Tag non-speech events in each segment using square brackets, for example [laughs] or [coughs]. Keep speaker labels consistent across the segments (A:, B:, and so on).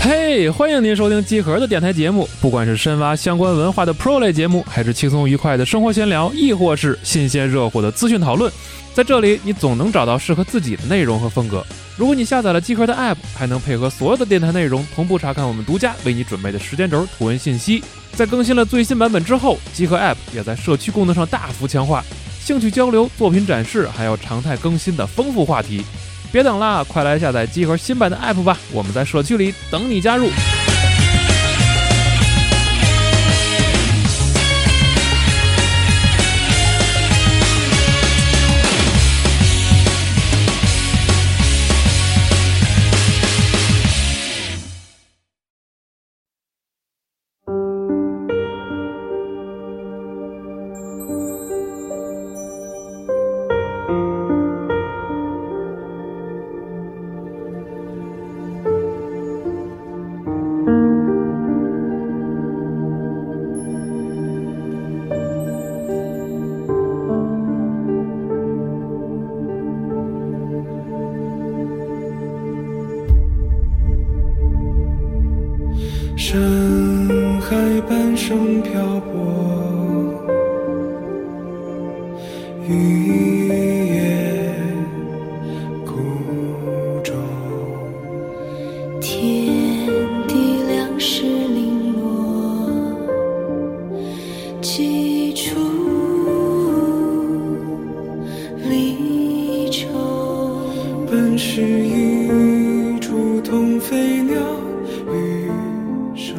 A: 嘿欢迎您收听机核的电台节目，不管是深挖相关文化的 Pro 类节目，还是轻松愉快的生活闲聊，亦或是新鲜热乎的资讯讨论，在这里你总能找到适合自己的内容和风格。如果你下载了机核的 App，还能配合所有的电台内容同步查看我们独家为你准备的时间轴图文信息。在更新了最新版本之后，机核 App 也在社区功能上大幅强化，兴趣交流、作品展示，还有常态更新的丰富话题。别等啦，快来下载集合新版的 App 吧！我们在社区里等你加入。
B: 深海半生漂泊，雨夜孤舟。
C: 天地良师零落，几处离愁。
B: 本是一株同飞鸟，余生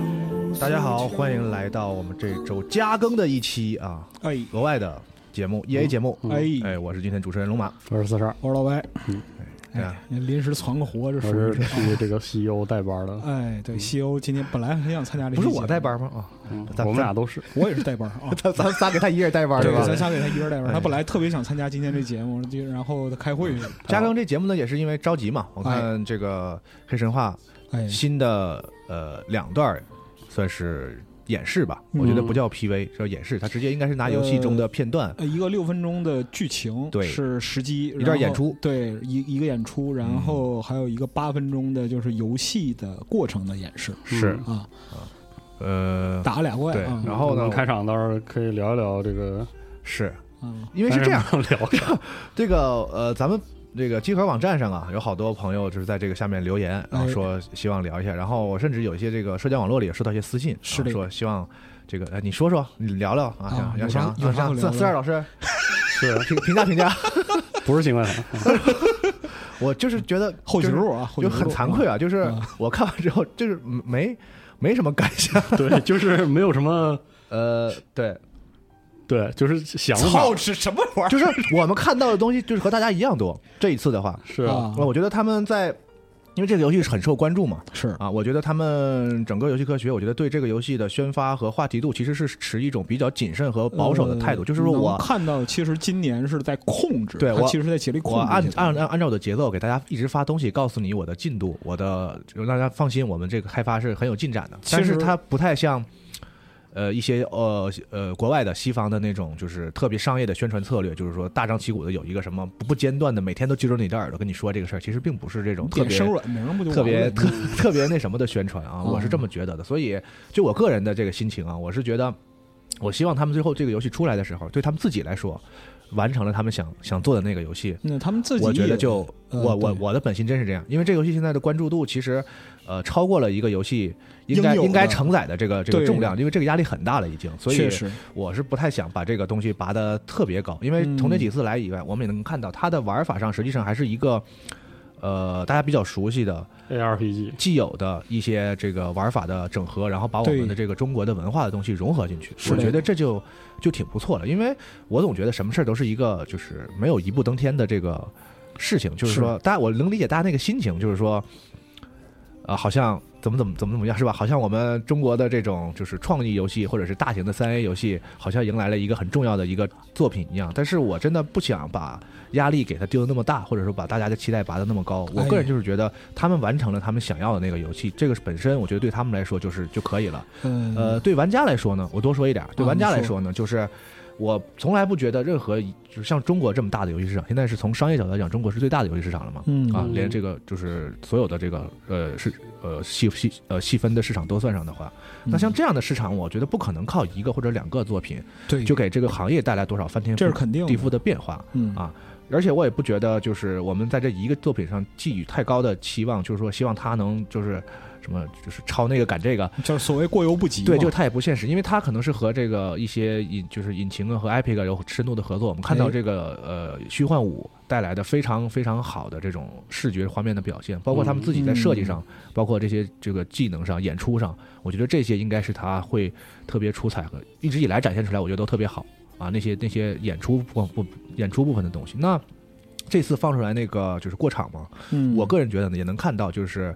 B: 无
D: 大家好，欢迎来到我们这周加更的一期啊，
E: 哎，
D: 额外的节目，EA 节目。
E: 哎
D: 嗯哎，我是今天主持人龙马。
F: 我是四十二，
E: 我是老白，
D: 哎呀，
E: 你临时攒个活，这属
F: 我
E: 于
F: 是
E: 是啊
F: 替这个西欧代班的，
E: 哎，对，西欧今天本来很想参加这，
D: 不是哦我带，班吗？
F: 嗯
D: 咱
F: 我们俩都是。
E: 我也是带班啊
D: [laughs] 。啊， [laughs] 咱仨给他一人带班
E: 对
D: 是，
E: 咱
D: 吧？
E: 仨给他一人带班。
D: 哎
E: 他本来特别想参加今天这节目，就然后他开会去了。
D: 加更这节目呢，也是因为着急嘛。我看这个黑神话
E: 哎，
D: 新的呃两段儿算是演示吧，
E: 嗯
D: 我觉得不叫 PV，叫演示，它直接应该是拿游戏中的片段。
E: 呃，一个六分钟的剧情，
D: 对
E: 是时机，一
D: 一段演出嗯
E: 对，一一个演出，然后还有一个八分钟的，就是游戏的过程的演示
D: 是
E: 啊，
D: 呃，
E: 打俩怪
D: 对
E: 啊，
D: 然后呢
F: 我们开场到时候可以聊一聊这个，
D: 是
E: 啊，
D: 因为是这样，
F: 但不能聊，
D: 这个呃，咱们这个集合网站上啊，有好多朋友就是在这个下面留言，
E: 哎
D: 然后说希望聊一下，然后我甚至有一些这个社交网络里也收到一些私信，
E: 是的
D: 啊说希望这个呃你说说，你聊聊啊，
E: 啊
D: 想
E: 有
D: 要
E: 啥
D: 想
E: 有啥
D: 想
E: 可聊
D: 四
E: 的
D: 四二老师
E: [laughs]
F: 是
D: 评评价评价，
F: 不是新冠啊？
D: 我就是觉得
E: 后
D: 就
E: 颈
D: 是
E: 路啊，后
D: 就
E: 颈
D: 很
E: 路
D: 惭愧
E: 啊，
D: 啊，就是
E: 啊
D: [laughs] 我看完之后就是没没什么感想，
F: 对，就是没有什么，
D: 呃，对，
F: 对，就是想法
E: 操，这什么 [laughs] 玩意
D: 就是我们看到的东西就是和大家一样多，这一次的话，
F: 是
E: 儿啊？
D: 我觉得他们在。因为这个游戏是很受关注嘛，
E: 是
D: 啊，我觉得他们整个游戏科学，我觉得对这个游戏的宣发和话题度其实是持一种比较谨慎和 [laughs] 保守的态度，
E: 呃
D: 就是说
E: 能
D: 我
E: 看到，其实今年是在控制，
D: 对
E: 它
D: 我
E: 其实在竭力控
D: 我
E: 制
D: 按
E: 这个
D: 按按按照我的节奏给大家一直发东西，告诉你我的进度，我的就让大家放心，我们这个开发是很有进展的。
E: 其
D: 但是
E: 实
D: 它不太像。呃，一些呃呃，国外的西方的那种，就是特别商业的宣传策略，就是说大张旗鼓的有一个什么不不间断的，每天都揪着你的耳朵跟你说这个事儿，其实并不是这种特
E: 点
D: 别
E: 生软名儿不就
D: 特
E: 完了
D: 别
E: 吗
D: 特 [laughs] 特别那什么的宣传啊，我是
E: 嗯
D: 这么觉得的。所以就我个人的这个心情啊，我是觉得，我希望他们最后这个游戏出来的时候，对他们自己来说，完成了他们想想做的那个游戏。
E: 那嗯他们自己
D: 我觉得
E: 也
D: 就
E: 呃
D: 我我
E: 对
D: 我的本心真是这样，因为这个游戏现在的关注度其实，呃，超过了一个游戏应该
E: 应有的
D: 应该承载的这个这个
E: 对
D: 重量，因为这个压力很大了已经，所以
E: 确实
D: 我是不太想把这个东西拔得特别高，因为
E: 嗯
D: 从那几次来以外，我们也能看到它的玩法上实际上还是一个，呃，大家比较熟悉的，
F: ARPG，
D: 既有的一些这个玩法的整合，然后把我们的这个中国的文化的东西融合进去，
E: 是
D: 我
E: 的
D: 觉得这就就挺不错了。因为我总觉得什么事儿都是一个就是没有一步登天的这个事情，就是说大家我能理解大家那个心情，就是说，呃，好像怎么怎么怎么怎么样是吧？好像我们中国的这种就是创意游戏或者是大型的三 A 游戏，好像迎来了一个很重要的一个作品一样。但是我真的不想把压力给它丢的那么大，或者说把大家的期待拔得那么高。我
E: 哎
D: 个人就是觉得他们完成了他们想要的那个游戏，这个本身我觉得对他们来说就是就可以了。呃
E: 嗯
D: 呃，对玩家来说呢，我多说一点儿，对玩家来说呢，就是我从来不觉得任何一就是像中国这么大的游戏市场，现在是从商业角度来讲，中国是最大的游戏市场了嘛？
E: 嗯
D: 啊，
F: 嗯
D: 连这个就是所有的这个呃是呃细细呃细分的市场都算上的话，
E: 嗯
D: 那像这样的市场，我觉得不可能靠一个或者两个作品
E: 对，
D: 就给这个行业带来多少翻天
E: 这是肯定的
D: 地覆的变化。
E: 嗯
D: 啊而且我也不觉得就是我们在这一个作品上寄予太高的期望，就是说希望他能就是什么就是超那个赶这个，
E: 就是所谓过犹不及嘛。
D: 对，就它也不现实，因为它可能是和这个一些引就是引擎啊和 Epic 有深度的合作。我们看到
E: 哎
D: 这个、呃虚幻五带来的非常非常好的这种视觉画面的表现，包括他们自己在设计
E: 嗯
D: 上，包括这些这个技能上、演出上，我觉得这些应该是它会特别出彩和一直以来展现出来，我觉得都特别好啊。那些那些演出不不演出部分的东西，那这次放出来那个就是过场嘛，
E: 嗯
D: 我个人觉得呢，也能看到，就是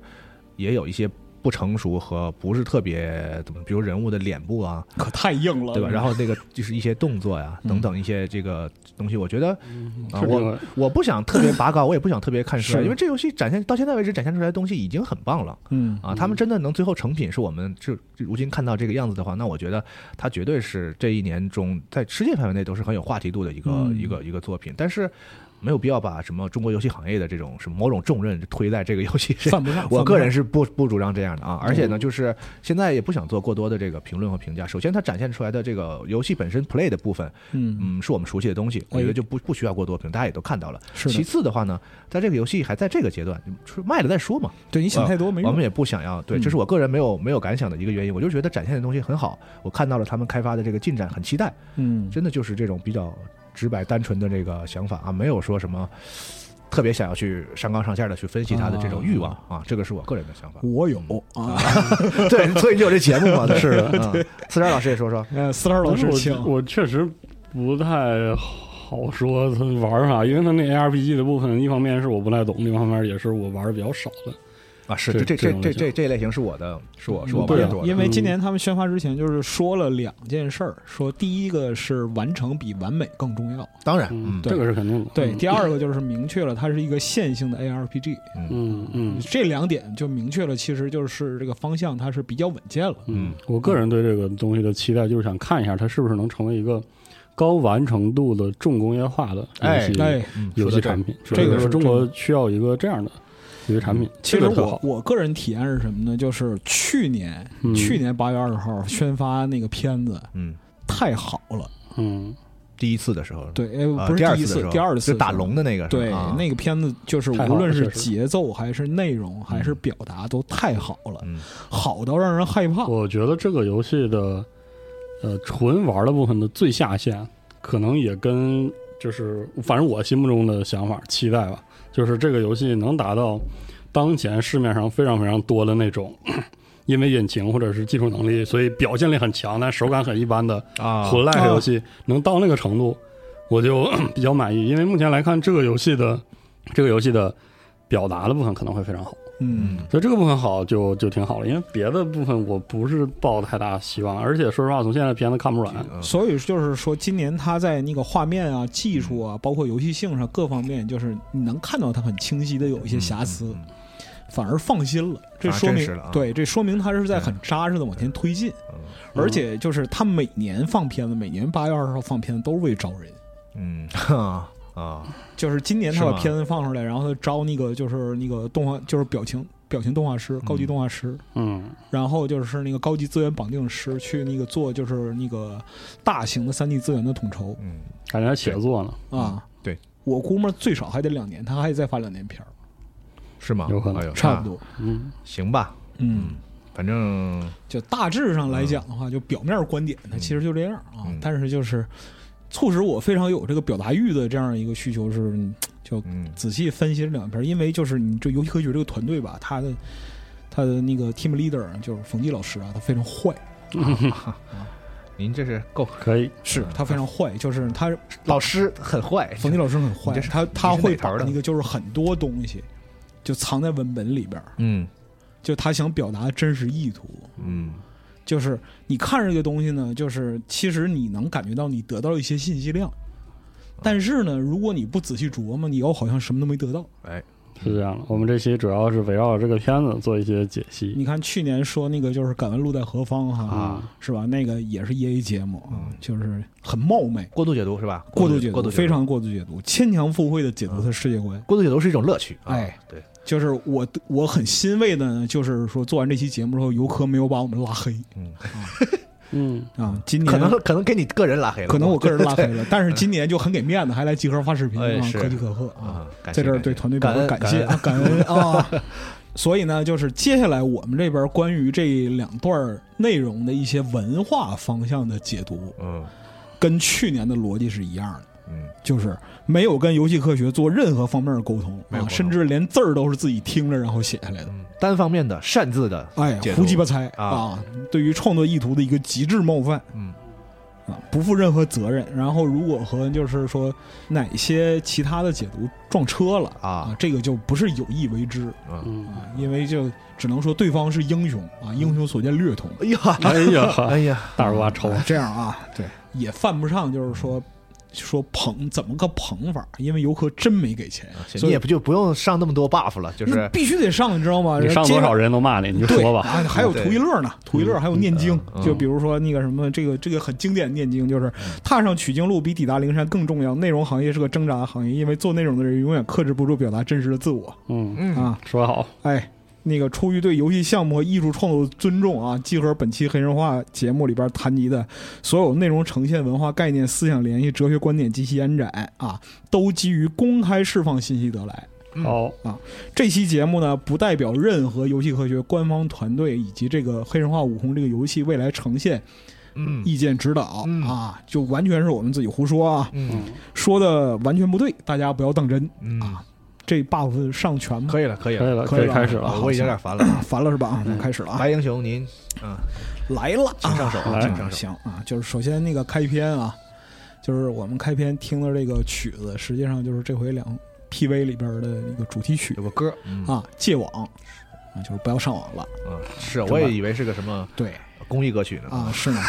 D: 也有一些不成熟和不是特别怎么，比如人物的脸部啊，
E: 可太硬了，
D: 对吧？
F: 嗯
D: 然后那个就是一些动作呀、
E: 嗯
D: 等等一些这个东西，我觉得啊，
F: 嗯是这
D: 我
F: 个
D: 我不想特别拔高，我也不想特别看衰，
E: 是
D: 因为这游戏展现到现在为止展现出来的东西已经很棒了。
E: 嗯
D: 啊，他们真的能最后成品是我们就就如今看到这个样子的话，那我觉得它绝对是这一年中在世界范围内都是很有话题度的一个、
E: 嗯
D: 一个一个作品，但是。没有必要把什么中国游戏行业的这种什么某种重任推在这个游戏上
E: 犯，不上。
D: [laughs] 我
E: 犯不
D: 个人
E: 上
D: 是不不主张这样的
E: 嗯
D: 啊。而且呢，就是现在也不想做过多的这个评论和评价。首先，它展现出来的这个游戏本身 play 的部分，
E: 嗯
D: 嗯，是我们熟悉的东西，我觉得
E: 哎
D: 就不不需要过多评，大家也都看到了。
E: 是
D: 其
E: 的，
D: 次的话呢，在这个游戏还在这个阶段，就是卖了再说嘛。
E: 对你想太多没
D: 呃我
E: 用
D: 们。也不想要，对，
E: 嗯
D: 这是我个人没有没有感想的一个原因。我就觉得展现的东西很好，我看到了他们开发的这个进展，很期待。
E: 嗯，。
D: 真的就是这种比较直白单纯的这个想法啊，没有说什么特别想要去上纲上线的去分析它的这种欲望啊，这个是我个人的想法
E: [laughs] 我有
D: 哦
E: 啊。
D: 对，所以就有这节
E: [laughs]
D: 目嘛，是的。四十二老师也说说，
E: 呃，四川老师
F: 但是
E: 请
F: 我我确实不太好说它玩法，因为它那 ARPG 的部分，一方面是我不太懂，另一方面也是我玩的比较少的。
D: 啊，是
F: 这
D: 这这
F: 这
D: 这这这类型是我的，是我是我
E: 嗯
D: 玩
E: 对
D: 的
E: 啊
D: 多，的
E: 因为今年他们宣发之前就是说了两件事儿，说第一个是完成比完美更重要，
D: 当然，
F: 嗯，
D: 嗯，
F: 这个是肯定的。
E: 对，第二个就是明确了它是一个线性的 ARPG，
F: 嗯，嗯嗯
E: 这两点就明确了，其实就是这个方向它是比较稳健了。
F: 嗯，我个人对这个东西的期待就是想看一下它是不是能成为一个高完成度的重工业化的游戏、
E: 哎，
D: 嗯
F: 游
D: 说
F: 戏
D: 的对
F: 产。品。
E: 这这个
F: 是
E: 是
F: 中
E: 中
F: 国需要一个这样的游戏产品，
E: 其实
F: 这个特
E: 我
F: 好。
E: 我个人体验是什么呢？就是去年
F: 嗯
E: 去年八月二十号宣发那个片子
D: 嗯，
E: 太好了，
F: 嗯，
D: 第一次的时候，
E: 对，
D: 啊，
E: 哎，不
D: 第
E: 是
D: 二
E: 第一
D: 次的
E: 次
D: 时，候
E: 第二次
D: 就打
E: 是吧
D: 龙的那个是吧，
E: 对
D: 啊，
E: 那个片子就是
F: 太好了
E: 无论是
F: 确实
E: 节奏还是内容还是表达都太好了，
D: 嗯
E: 好到让人害怕。
F: [laughs] 我觉得这个游戏的呃纯玩的部分的最下限，可能也跟就是反正我心目中的想法期待吧，就是这个游戏能达到当前市面上非常非常多的那种。 [clears throat] 因为引擎或者是技术能力，所以表现力很强但手感很一般的
D: 啊，
F: 魂类游戏能到那个程度，我就 [clears throat] 比较满意。因为目前来看，这个游戏的这个游戏的表达的部分可能会非常好，
E: 嗯，
D: 嗯
F: 所以这个部分好就就挺好了。因为别的部分我不是抱太大希望，而且说实话，从现在的片子看不出来，
D: 嗯
E: 所以就是说，今年它在那个画面啊、技术啊，包括游戏性上各方面，就是你能看到它很清晰的有一些瑕疵，
D: 嗯嗯
E: 反而放心了。这
D: 反而
E: 说
D: 真实
E: 明
D: 了啊
E: 对，这说明它是在
D: 对
E: 很扎实的往前推进。
D: 嗯
F: 嗯
E: 而且就是它每年放片子，每年八月二十号放片子都为招人。
D: 嗯哈 [laughs] 啊，
E: 就是今年他
D: 是
E: 把
D: 吗
E: 片子放出来，然后他招那个就是那个动画，就是表情表情动画师、高级动画师，
F: 嗯
E: 然后就是那个高级资源绑定师去那个做就是那个大型的三 D 资源的统筹
D: 嗯，
F: 感觉还写作呢，
E: 啊。
D: 对，
E: 我估摸最少还得两年，他还得再发两年片儿，
D: 是吗？
F: 有可能
D: 哎呦
E: 差不，多。
F: 嗯
D: 那行吧，
E: 嗯，
D: 反正
E: 就大致上来讲的话，就表面观点，它其实就这样啊
D: 嗯。
E: 但是就是促使我非常有这个表达欲的这样一个需求是，就
D: 嗯
E: 仔细分析这两篇，因为就是你这游戏科学这个团队吧，他的他的那个 team leader 就是冯骥老师啊，他非常坏，
D: 您这是够
F: 可以，
E: 是啊他非常坏，就是他
D: 老师很坏，
E: 冯骥老师很坏
D: 你这，是
E: 他他
D: 你是哪
E: 会把
D: 头的
E: 那个就是很多东西就藏在文本里边儿，
D: 嗯
E: 就他想表达真实意图，
D: 嗯
E: 就是你看这个东西呢，就是其实你能感觉到你得到一些信息量，但是呢，如果你不仔细琢磨，你又好像什么都没得到。
D: 哎，
F: 是这样的。我们这期主要是围绕着这个片子做一些解析
E: 你看去年说那个就是《敢问路在何方》哈，
F: 啊，
E: 是吧？那个也是 E A 节目啊，就是很冒昧，
D: 过度解读是嗯吧？
E: 过度
D: 解
E: 解
D: 嗯过度
E: 读，
D: 解
E: 非常过度解读，牵强附会的解读他世界观。
D: 过度解读是一种乐趣。啊
E: 哎，
D: 对，
E: 就是我我很欣慰的呢，就是说做完这期节目之后，游客没有把我们拉黑
F: 嗯，
E: 啊。今年
D: 可能可能给你个人拉黑了，
E: 可能我个人拉黑了，但是今年就很给面子，还来集合发视频
D: 哎
E: 啊，
D: 是
E: 可喜可贺啊。
D: 啊，感谢
E: 在这儿
D: 感谢
E: 对团队表示
D: 感恩
E: 感谢啊，感恩啊。 [laughs] 所以呢，就是接下来我们这边关于这两段内容的一些文化方向的解读，
D: 嗯
E: 跟去年的逻辑是一样的，
D: 嗯，
E: 就是没有跟游戏科学做任何方面的沟通，
D: 没
E: 啊，
D: 有沟通
E: 甚至连字儿都是自己听着然后写下来的。
D: 嗯单方面的擅自的，
E: 哎，
D: 解读
E: 胡鸡巴猜
D: 啊
E: 对于创作意图的一个极致冒犯
D: 嗯
E: 啊，不负任何责任。然后，如果和就是说哪些其他的解读撞车了
D: 啊
E: 啊，这个就不是有意为之
D: 嗯，
F: 嗯，
E: [laughs] 啊，因为就只能说对方是英雄啊，英雄所见略同。
D: 哎呀
F: 哎 [laughs] 呀，
D: 哎呀，
F: 大耳
E: [laughs]
F: 刮抽，
E: 啊这样啊，对，也犯不上就是说说捧怎么个捧法，因为游客真没给钱，
D: 行
E: 所以
D: 你也不就不用上那么多 buff 了，就
E: 那
D: 是
E: 必须得上，你知道吗？
F: 你上多
E: 接
F: 少人都骂你，你就
E: 对 [laughs]
F: 说吧，
E: 啊还有
D: 对
E: 图一乐呢，图一乐还有念经，
D: 嗯
E: 就比如说那个什么，这个这个很经典的念经，就是踏上取经路比抵达灵山更重要。内容行业是个挣扎的行业，因为做内容的人永远克制不住表达真实的自我
F: 嗯，
D: 嗯
E: 啊。说好，哎，那个出于对游戏项目和艺术创作的尊重啊，集合本期黑人化节目里边谈及的所有内容呈现、文化概念、思想联系、哲学观点及其延展啊，都基于公开释放信息得来。
D: 嗯
F: 好，
E: 这期节目呢，不代表任何游戏科学官方团队以及这个《黑神话：悟空》这个游戏未来呈现
D: 嗯
E: 意见指导、
D: 嗯
E: 啊，就完全是我们自己胡说啊，
D: 嗯
E: 说的完全不对，大家不要当真。
D: 嗯，
E: 这 buff 上全吗？
D: 可以了可以
F: 可以
D: 了，
F: 了，
E: 啊可以
F: 可以
E: 了
F: 开始
E: 啊
F: 了，
D: 我已经有点烦了。
E: [coughs] 烦了是吧？啊，
F: 嗯
E: 那开始了啊，
D: 白英雄您
E: 来了，
D: 请上手，
F: 啊
D: 请上
E: 啊，
D: 手，
E: 行啊，就是首先那个开篇啊，就是我们开篇听的这个曲子，实际上就是这回两 PV 里边的那个主题曲
D: 有个歌嗯
E: 啊，戒网啊，就是不要上网了。
D: 嗯，是我也以为是个什么
E: 对
D: 公益歌曲呢
E: 啊，是吗？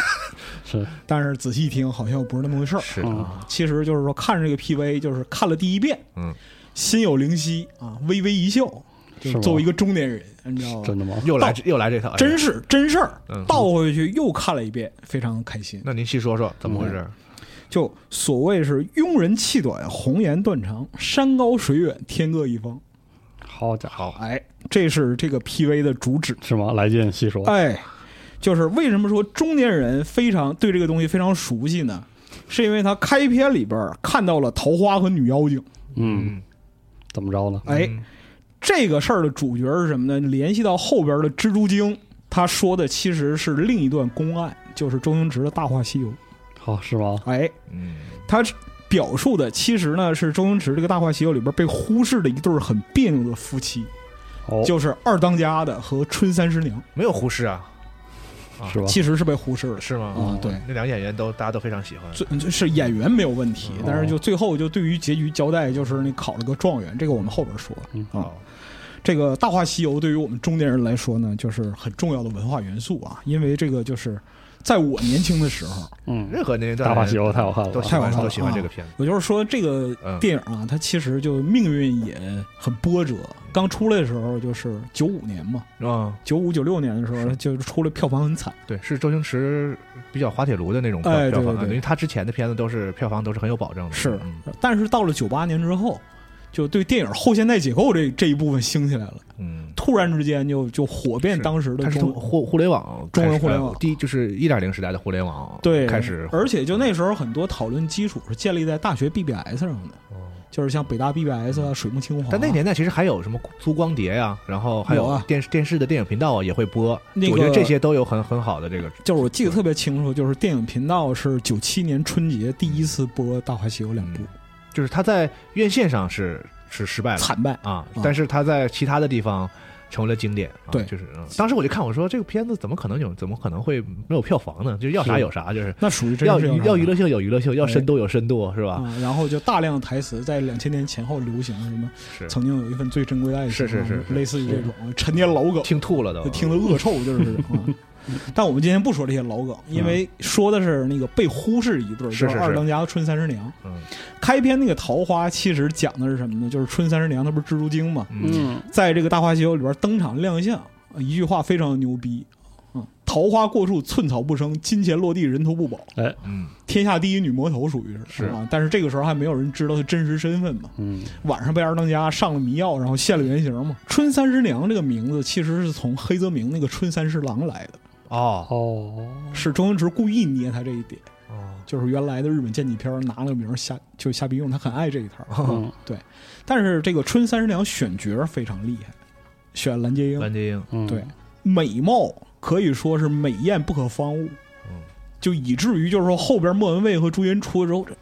F: 是，
E: [laughs] 但是仔细听好像不是那么回事儿。
D: 是
F: 嗯
D: 啊，
E: 其实就是说，看着这个 PV，就是看了第一遍，
D: 嗯，
E: 心有灵犀啊，微微一笑，就是
F: 吗
E: 作为一个中年人，你知道吗？
F: 真的吗？
D: 又来这又来这套，哎呀
E: 哦真是真事儿
D: 嗯，
E: 倒回去又看了一遍，非常开心。
D: 那您细说说怎么回事？
E: 就所谓是庸人气短，红颜断肠，山高水远，天各一方。
F: 好家伙，
E: 哎，这是这个 PV 的主旨。
F: 是吗？来劲细说，
E: 哎，就是为什么说中年人非常对这个东西非常熟悉呢？是因为他开篇里边儿看到了桃花和女妖精。
F: 嗯，怎么着呢？
E: 哎，
D: 嗯
E: 这个事儿的主角是什么呢？联系到后边的蜘蛛精，他说的其实是另一段公案，就是周星驰的《大话西游》。
F: 好是吗？
E: 哎，
D: 嗯
E: 他表述的其实呢是周星驰这个《大话西游》里边被忽视的一对儿很别扭的夫妻，
F: 哦，
E: 就是二当家的和春三师娘，
D: 没有忽视啊，
F: 是吧？
E: 其实是被忽视了。
D: 是吗？嗯
E: 啊，对，
D: 那两个演员都大家都非常喜欢，
E: 最是演员没有问题，
F: 哦
E: 但是就最后就对于结局交代，就是你考了个状元，这个我们后边说。
D: 哦
E: 这个《大话西游》对于我们中年人来说呢，就是很重要的文化元素啊，因为这个就是在我年轻的时候，
F: 嗯，
D: 任何年龄段
F: 大
D: 的
F: 话
D: 人
F: 西游太好看了
D: 都
F: 吧，
D: 喜
E: 太好
D: 欢
E: 看了
D: 都喜欢这个片子，
E: 我就是说这个
D: 嗯
E: 电影啊，它其实就命运也很波折。刚出来的时候就是九五年嘛，
D: 啊，
E: 九五九六年的时候就出来，票房很惨。
D: 对，是周星驰比较滑铁卢的那种票
E: 哎对
D: 票房，
E: 对
D: 啊
E: 对
D: 因为他之前的片子都是票房都是很有保证的，
E: 是
D: 嗯
E: 但是到了九八年之后，就对电影后现代解构这这一部分兴起来了，
D: 嗯，
E: 突然之间就就火遍
D: 是
E: 当时的
D: 它是从
E: 中。
D: 互互联网
E: 中文
D: 开始
E: 互联
D: 呃
E: 网
D: 第一就是一点零时代的互联网
E: 对，
D: 开始，嗯
E: 而且就那时候很多讨论基础是建立在大学 BBS 上的，
D: 哦
E: 就是像北大 BBS 啊、水木清华啊。
D: 嗯但那年代其实还有什么租光碟呀、然后还
E: 有啊
D: 电视、电视的电影频道啊也会播，
E: 那个
D: 我觉得这些都有很很好的这个
E: 就是我记得特别清楚，就是电影频道是九七年春节第一次播《大话西游》两
D: 嗯
E: 部，
D: 就是他在院线上是是失败了
E: 惨败。
D: 啊
E: 啊，
D: 但是他在其他的地方成为了经典。啊、
E: 对
D: 就是、嗯当时我就看我说这个片子怎么可能有怎么可能会没有票房呢？就是要啥
F: 是
D: 有啥，就是
E: 那属于真
D: 要
E: 是
D: 娱
E: 啥
D: 要娱乐性有娱乐性，要
E: 哎
D: 深度有深度，是吧？
E: 啊！然后就大量台词在两千年前后流行，什么
D: 是
E: 曾经有一份最珍贵的爱情啊，
D: 是是是是
E: 类似于这种陈年老梗，
D: 听吐了都。 [laughs]
E: 听得恶臭，就是这种啊。但我们今天不说这些老梗，因为说的是那个被忽视一对儿，
D: 嗯是
E: 就是
D: 是
E: 二十当家的春三十娘。
D: 嗯
E: 开篇那个桃花其实讲的是什么呢？就是春三十娘她不是蜘蛛精嘛，
D: 嗯
F: 嗯，
E: 在这个《大话西游》里边登场亮相，一句话非常牛逼。嗯，桃花过处，寸草不生；金钱落地，人头不保。
D: 嗯，
E: 天下第一女魔头属于
D: 是
E: 是啊，但是这个时候还没有人知道她真实身份嘛。
F: 嗯，
E: 晚上被二当家上了迷药，然后现了原形嘛。春三十娘这个名字其实是从黑泽明那个春三十郎来的，
D: 哦
E: [laughs]
F: 哦，
E: 是周星驰故意捏他这一点，
D: 哦，
E: 就是原来的日本间谍片儿拿了个名儿瞎就瞎逼用，他很爱这一套。
F: 嗯
E: 但是这个春三十娘选角非常厉害，选蓝洁瑛，
D: 蓝洁瑛，
F: 嗯，
E: 对，美貌可以说是美艳不可方物
D: 嗯，
E: 就以至于就是说后边莫文蔚和朱茵出了之后，这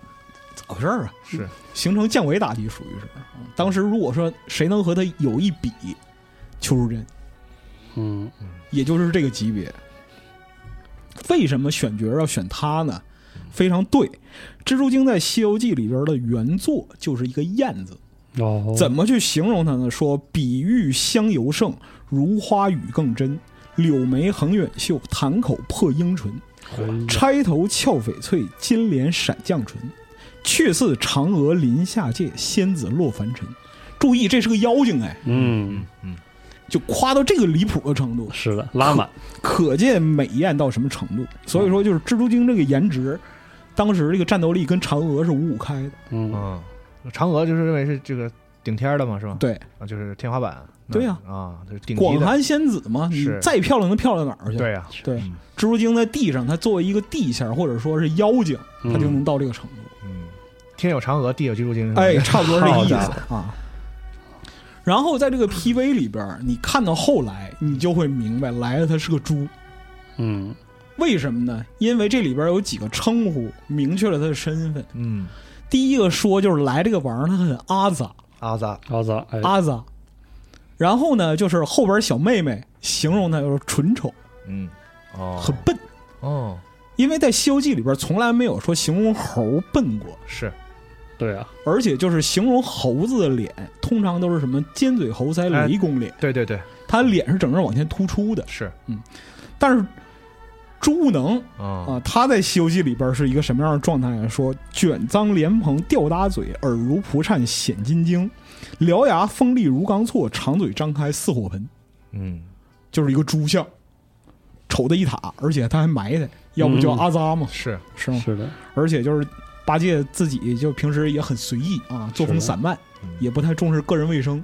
E: 咋回事儿啊？
D: 是
E: 形成降维打击，属于是。嗯当时如果说谁能和他有一比，邱淑贞，
F: 嗯
E: 也就是这个级别。为什么选角要选他呢？非常对，蜘蛛精在《西游记》里边的原作就是一个燕子，
F: 哦，
E: 怎么去形容它呢？说比喻香油盛，如花雨更真，柳眉横远袖，潭口破樱唇。
F: 么
E: 钗头翘翡翠，金莲闪绛唇，却似嫦娥临下界，仙子落凡尘。注意，这是个妖精哎，
F: 嗯，
D: 嗯
E: 就夸到这个离谱的程度，
F: 是的，拉满，
E: 可见美艳到什么程度。所以说，就是蜘蛛精这个颜值，当时这个战斗力跟嫦娥是五五开的。
F: 嗯
D: 嗯，嫦娥就是认为是这个顶天儿的嘛，是吧？
E: 对，
D: 啊，就是天花板。
E: 对呀
D: 啊，就是顶级
E: 广
D: 的
E: 寒仙子嘛，你
D: 是
E: 再漂亮能漂亮哪儿去？
D: 对呀，
E: 对
D: 嗯
E: 蜘蛛精在地上，它作为一个地仙儿或者说是妖精，
F: 嗯
E: 它嗯就能到这个程度。
D: 嗯，天有嫦娥，地有蜘蛛精，是吧
E: 哎，差不多是这意思
D: 好家
E: 啊。然后在这个 PV 里边儿，你看到后来，你就会明白来了他是个猪，
F: 嗯
E: 为什么呢？因为这里边有几个称呼明确了他的身份。
D: [laughs] 嗯，
E: 第一个说就是来这个玩意儿，他很阿杂
D: 阿扎，
F: 阿杂，哎，
E: 阿杂。然后呢，就是后边小妹妹形容他就是蠢丑、
D: 嗯，哦，
E: 很笨，
D: 哦，
E: 因为在《西游记》里边从来没有说形容猴笨过，
D: 是
F: 对啊，
E: 而且就是形容猴子的脸，通常都是什么尖嘴猴腮、
D: 哎
E: 雷公脸。
D: 对对对，
E: 他脸是整个往前突出的。
D: 是
E: 但是朱能
D: 啊，
E: 啊，他在《西游记》里边是一个什么样的状态呢？说卷脏莲蓬吊搭嘴，耳如蒲扇显金睛，獠牙锋利如钢锉，长嘴张开似火盆，
D: 嗯，
E: 就是一个猪像，丑的一塔，而且他还埋汰，要不叫
F: 嗯
E: 阿扎嘛，
D: 是
E: 是吗？
F: 是的，
E: 而且就是八戒自己就平时也很随意啊，作风
F: 是的嗯
E: 散漫
D: 嗯，
E: 也不太重视个人卫生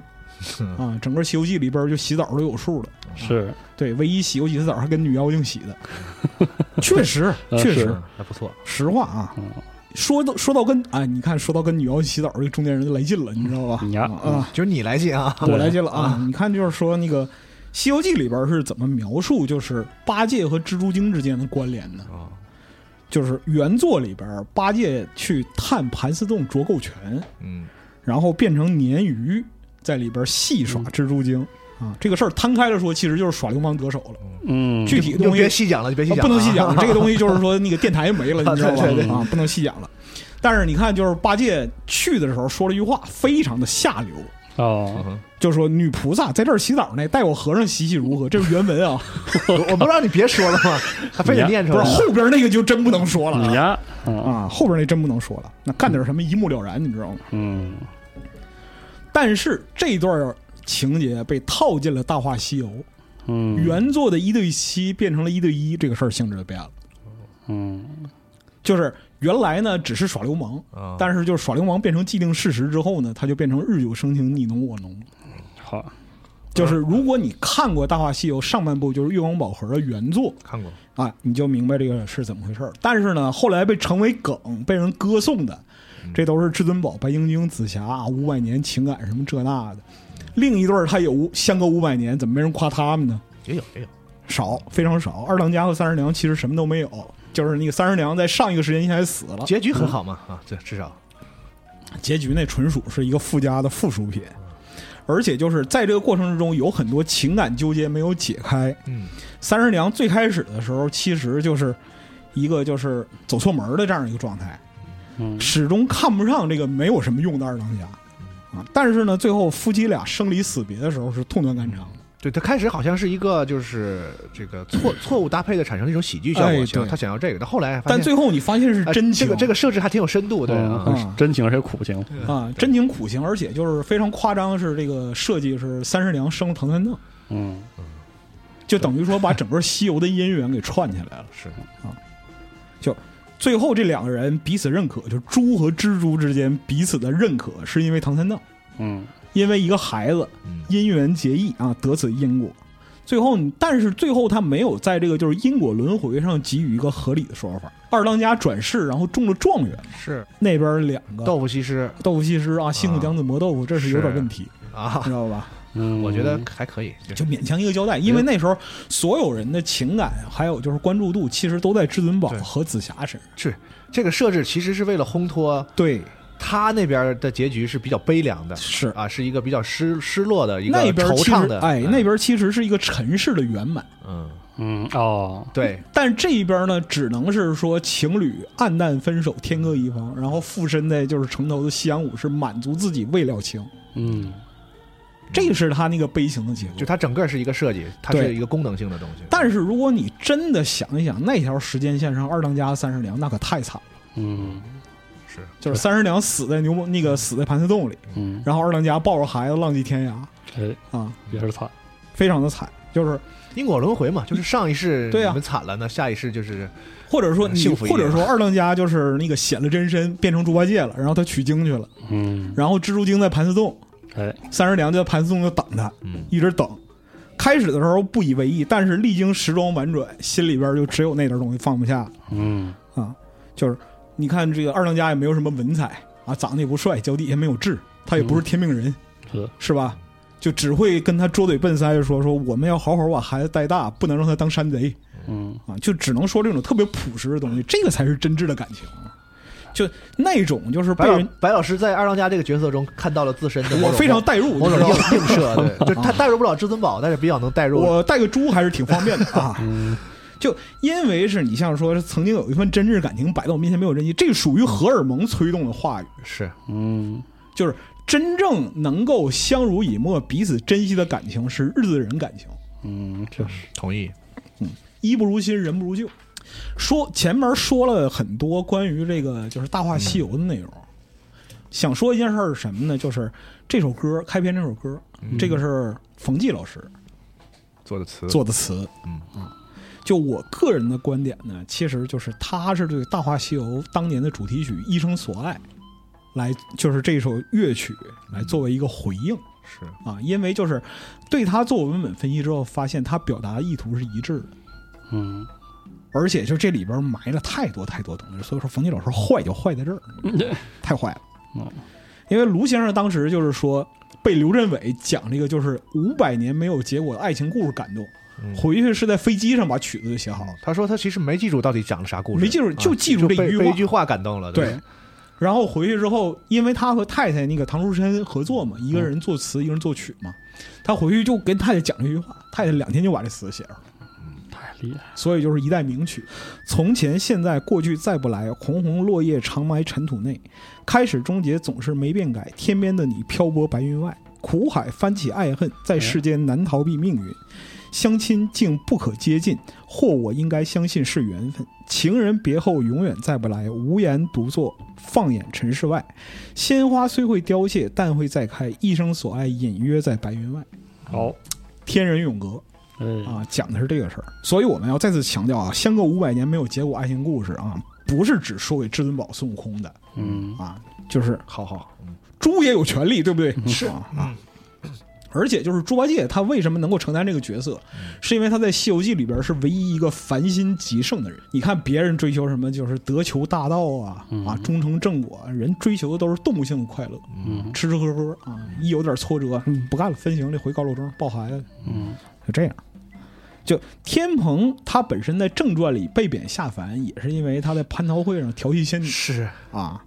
E: 啊。整个《西游记》里边就洗澡都有数了。
F: 是，
E: 对，唯一洗过几次澡还跟女妖精洗
F: [laughs]
E: 的，确实，
F: 呃
E: 确
F: 是
E: 实，
D: 嗯 [laughs] 还不错，
E: 实话啊
F: 嗯。
E: 说到说到跟哎，你看说到跟女妖精洗澡，这个中年人就来劲了，你知道吧？
F: 嗯你呀嗯
E: 啊，
D: 就是你来劲啊，
E: 啊我来劲了啊！你看，就是说那个《西游记》里边是怎么描述就是八戒和蜘蛛精之间的关联呢？
D: 啊，
E: 就是原作里边，八戒去探盘丝洞卓构泉，
D: 嗯，
E: 然后变成鲶鱼，在里边戏耍
F: 嗯
E: 蜘蛛精啊。这个事儿摊开了说，其实就是耍流氓得手了。
F: 嗯，
E: 具体的
D: 就
E: 东西
D: 别细讲了，就别细讲了
E: 不
D: 啊，
E: 能细讲
D: [laughs]
E: 了，这个东西就是说那个电台没了，你知道吧？
D: 对
F: 对对
E: 啊，不能细讲了。但是你看，就是八戒去的时候说了一句话，非常的下流，
F: 哦，
D: 嗯
E: 就说女菩萨在这儿洗澡呢，待我和尚洗洗如何？这是原文啊，
D: 我我不让你别说了嘛，还非得念出
E: 不是
D: 来，
E: 后边那个就真不能说了
F: 你
E: 啊
F: 呀，嗯
E: 啊，后边那真不能说了，那干点什么一目了然，你知道吗？
F: 嗯，
E: 但是这段情节被套进了《大话西游》，
F: 嗯，
E: 原作的一对七变成了一对一，这个事儿性质就变了，
F: 嗯，
E: 就是原来呢只是耍流氓，
D: 啊，
E: 但是就是耍流氓变成既定事实之后呢，他就变成日久生情，你侬我侬。
F: 好，
E: 就是如果你看过《大话西游》上半部，就是月光宝盒的原作
D: 看过，
E: 啊，你就明白这个是怎么回事儿。但是呢，后来被成为梗、被人歌颂的，这都是至尊宝、白晶晶、紫霞啊、五百年情感什么这那的。另一对儿他有五相隔五百年，怎么没人夸他们呢？
D: 也有也有，
E: 少，非常少。二当家和三十娘其实什么都没有，就是那个三十娘在上一个时间线还死了，
D: 结局很好嘛，
E: 嗯
D: 啊，这至少，
E: 结局那纯属是一个附加的附属品，而且就是在这个过程之中有很多情感纠结没有解开。
D: 嗯，
E: 三十娘最开始的时候其实就是一个就是走错门儿的这样一个状态，
F: 嗯，
E: 始终看不上这个没有什么用的二当家啊。但是呢，最后夫妻俩生离死别的时候是痛断肝肠的。
D: 对他开始好像是一个就是这个错错误搭配的产生的一种喜剧效
E: 哎
D: 果，
E: 对
D: 想他想要这个，但后来发现
E: 但最后你发现是
D: 哎
E: 真
D: 这
E: 情，
D: 个这个设置还挺有深度，对
F: 嗯
D: 啊
F: 很
E: 啊
F: 真情而且苦情，
E: 啊，真情苦情，而且就是非常夸张的是，这个设计是三十娘生了唐三藏，
F: 嗯，
E: 就等于说把整个西游的姻缘给串起来了。啊
D: 是
E: 最后这两个人彼此认可，就猪和蜘蛛之间彼此的认可，是因为唐三藏，
F: 嗯，
E: 因为一个孩子
D: 嗯
E: 因缘结义啊，得此因果。最后你，但是最后他没有在这个就是因果轮回上给予一个合理的说法。二当家转世，然后中了状元，
D: 是
E: 那边两个
D: 啊豆腐西施
E: 豆腐西施啊，辛苦娘子磨豆腐，这是有点
D: 是
E: 问题，
D: 啊
E: 知，道吧？
F: 嗯
D: 我觉得还可以，就是
E: 就勉强一个交代，因为那时候所有人的情感还有就是关注度，其实都在至尊宝
D: 对
E: 和紫霞身上。
D: 这个设置其实是为了烘托
E: 对，
D: 他那边的结局是比较悲凉的，
E: 是
D: 啊，是一个比较失失落的一个
E: 那边
D: 惆
E: 其
D: 怅
E: 实
D: 的，
E: 哎，那边其实是一个尘世的圆满，
D: 嗯，
F: 嗯哦，
D: 对，
E: 但这一边呢，只能是说情侣暗淡分手，天各一方，然后附身在就是城头的夕阳武士，满足自己未了情，
F: 嗯
E: 这是他那个悲情的结果
D: 就。它整个是一个设计，它
E: 对
D: 是一个功能性的东西，
E: 但是如果你真的想一想，那条时间线上二当家三十娘那可太惨了，
F: 嗯
D: 是
E: 就是三十娘死在牛魔那个死在盘丝洞里，
F: 嗯，
E: 然后二当家抱着孩子浪迹天涯
F: 哎，
E: 啊，
F: 也是惨，
E: 非常的惨。就是
D: 因果轮回嘛，就是上一世
E: 对啊
D: 你们惨了，那下一世就是
E: 或者说你
D: 嗯幸福一
E: 或
D: 点
E: 者说二当家就是那个显了真身，变成猪八戒了，然后他取经去了，
F: 嗯
E: 然后蜘蛛精在盘丝洞，
F: 哎，
E: 三十娘就在盘丝洞就等他，
D: 嗯
E: 一直等。开始的时候不以为意，但是历经时装婉转，心里边就只有那点东西放不下
F: 嗯
E: 啊。就是你看这个二当家也没有什么文采啊，长得也不帅，脚底也没有痣，他也
D: 嗯
E: 不是天命人，
F: 是
E: 是吧？就只会跟他捉嘴笨腮地说说我们要好好把孩子带大，不能让他当山贼
F: 嗯
E: 啊，就只能说这种特别朴实的东西，这个才是真挚的感情啊。就那种就是被
D: 白老
E: 人
D: 白老师在二当家这个角色中看到了自身的某种
E: 我非常代入，
D: 某
E: 你知道
D: 种映
E: 吗？
D: 映射，
E: [laughs]
D: 对，就是他代入不了至尊宝，但是比较能代入，
E: 我带个猪还是挺方便的啊。
F: 嗯
E: 就因为是你像说曾经有一份真挚感情摆到我面前没有珍惜，这属于荷尔蒙催动的话语，
D: 是
F: 嗯
E: 就是真正能够相濡以沫、彼此珍惜的感情是日子人感情，
F: 嗯，确实，
D: 同意，
E: 衣不如新，人不如旧。说前面说了很多关于这个就是《大话西游》的内容，想说一件事儿是什么呢？就是这首歌开篇这首歌，
F: 嗯
E: 这个是冯骥老师
D: 做的词，
E: 做的词。
D: 嗯
E: 啊，就我个人的观点呢，其实就是它是对《大话西游》当年的主题曲《一生所爱》来，就是这首乐曲来作为一个回应
D: 嗯是
E: 啊，因为就是对它做文本分析之后，发现它表达意图是一致的。
F: 嗯，
E: 而且就这里边埋了太多太多东西，所以说冯骥老师坏就坏在这儿，太坏了。
F: 嗯，
E: 因为卢先生当时就是说被刘镇伟讲这个就是五百年没有结果的爱情故事感动，
D: 嗯
E: 回去是在飞机上把曲子就写好了。
D: 他说他其实没记住到底讲了啥故事，
E: 没记住
D: 啊
E: 就记住这
D: 被
E: 一句话
D: 被一句话感动了，
E: 对，然后回去之后，因为他和太太那个唐书琛合作嘛，一个人作词，一个人作曲嘛，他回去就跟太太讲这句话，太太两天就把这词写上了，
F: 太厉害，
E: 所以就是一代名曲。从前、现在、过去再不来，红红落叶长埋尘土内，开始终结总是没变改，天边的你漂泊白云外，苦海翻起爱恨，在世间难逃避命运。相亲竟不可接近，或我应该相信是缘分。情人别后永远再不来，无言独坐，放眼尘世外。鲜花虽会凋谢，但会再开。一生所爱，隐约在白云外。
F: 好，
E: 天人永隔。
F: 哎，
E: 啊，讲的是这个事儿。所以我们要再次强调啊，相隔五百年没有结果爱情故事啊，不是只说给至尊宝孙悟空的
F: 嗯
E: 啊，就是好好，猪也有权利，对不对？是啊。啊
D: 嗯
E: 而且就是猪八戒，他为什么能够承担这个角色，是因为他在《西游记》里边是唯一一个凡心极盛的人。你看别人追求什么，就是得求大道啊啊，终成正果，人追求的都是动物性的快乐，
F: 嗯
E: 吃吃喝喝啊，一有点挫折，嗯不干了，分行李回高楼庄抱孩子，
F: 嗯
E: 就这样。就天蓬他本身在正传里被贬下凡，也是因为他在蟠桃会上调戏仙女
D: 是
E: 啊。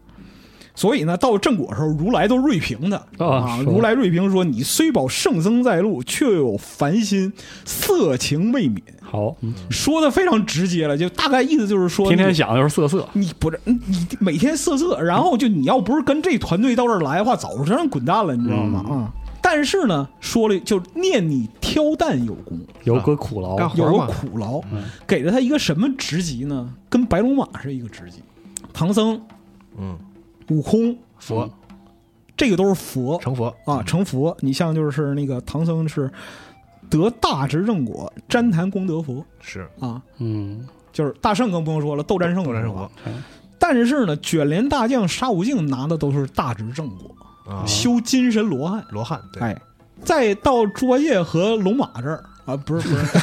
E: 所以呢，到正果的时候，如来都锐评他
F: 啊是
E: 如来锐评说：“你虽保圣僧在路，却有凡心，色情未泯。
F: 好，”
E: 说的非常直接了，就大概意思就是说，
F: 天天想的就是色色，
E: 你你不是你你每
F: 嗯
E: 天色色，然后就你要不是跟这团队到这儿来的话，早就让人滚蛋了，你知道吗？啊、但是呢，说了就念你挑担有功，
F: 有个苦劳，
D: 干活
E: 有
D: 嘛
E: 苦劳，
F: 啊嗯
E: 给了他一个什么职级呢？跟白龙马是一个职级，唐僧、
D: 嗯，
E: 悟空，
D: 佛
E: 嗯这个都是佛
D: 成佛
E: 啊，成佛。你像就是那个唐僧是得大执正果，旃檀功德佛
D: 是
E: 啊，
F: 嗯，
E: 就是大圣更不用说了，斗战胜
D: 斗战胜
E: 佛
D: 佛。
E: 但是呢，卷帘大将沙悟净拿的都是大执正果，
D: 啊，
E: 修金身罗汉。
D: 罗汉对，
E: 哎，再到猪八戒和龙马这儿啊，不是不是，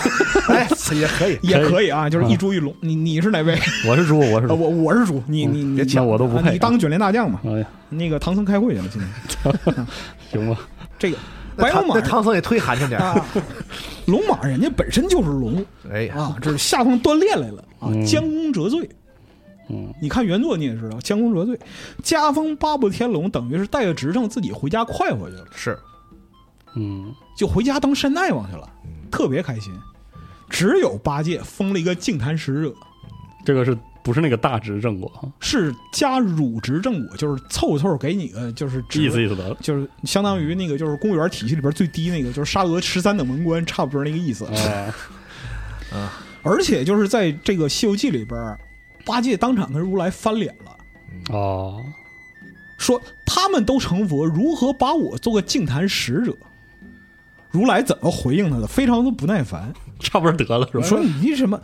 D: 哎，也
E: [laughs]
D: 可以，
E: 也可以啊，就是一猪一龙。你你是哪位？
F: 我是猪，我是
E: 啊
F: 猪，
E: 我我是猪，你你你
F: 嗯别抢我都不
E: 啊
F: 配
E: 你当卷帘大将嘛？
F: 哎呀，
E: 那个唐僧开会去了，今天
F: 行吧，
E: 这
F: [laughs]
E: 个
D: 那
E: 白
D: 唐
E: 龙
D: 那
E: 马
D: 唐僧也忒寒碜点儿，
E: 啊，龙马人家本身就是龙
D: 哎呀，
E: 啊，这是下方锻炼来了啊，
F: 嗯
E: 将功折罪。
F: 嗯，
E: 你看原作你也知道，将功折罪，加封八部天龙，等于是带着执政自己回家快活去了，
D: 是
F: 嗯，
E: 就回家当山大王去了，特别开心。只有八戒封了一个净坛使者，
F: 这个是不是那个大执政过？
E: 是加辱职正果，就是凑凑给你个就是职
F: 意思意思得了，
E: 就是相当于那个就是公务员体系里边最低那个，就是沙俄十三等文官，差不多那个意思。
F: 哎，
E: 而且就是在这个《西游记》里边，八戒当场跟如来翻脸了，
F: 哦，
E: 说他们都成佛，如何把我做个净坛使者？如来怎么回应他的？非常的不耐烦，
F: 差不多得了是吧？
E: 说你什么？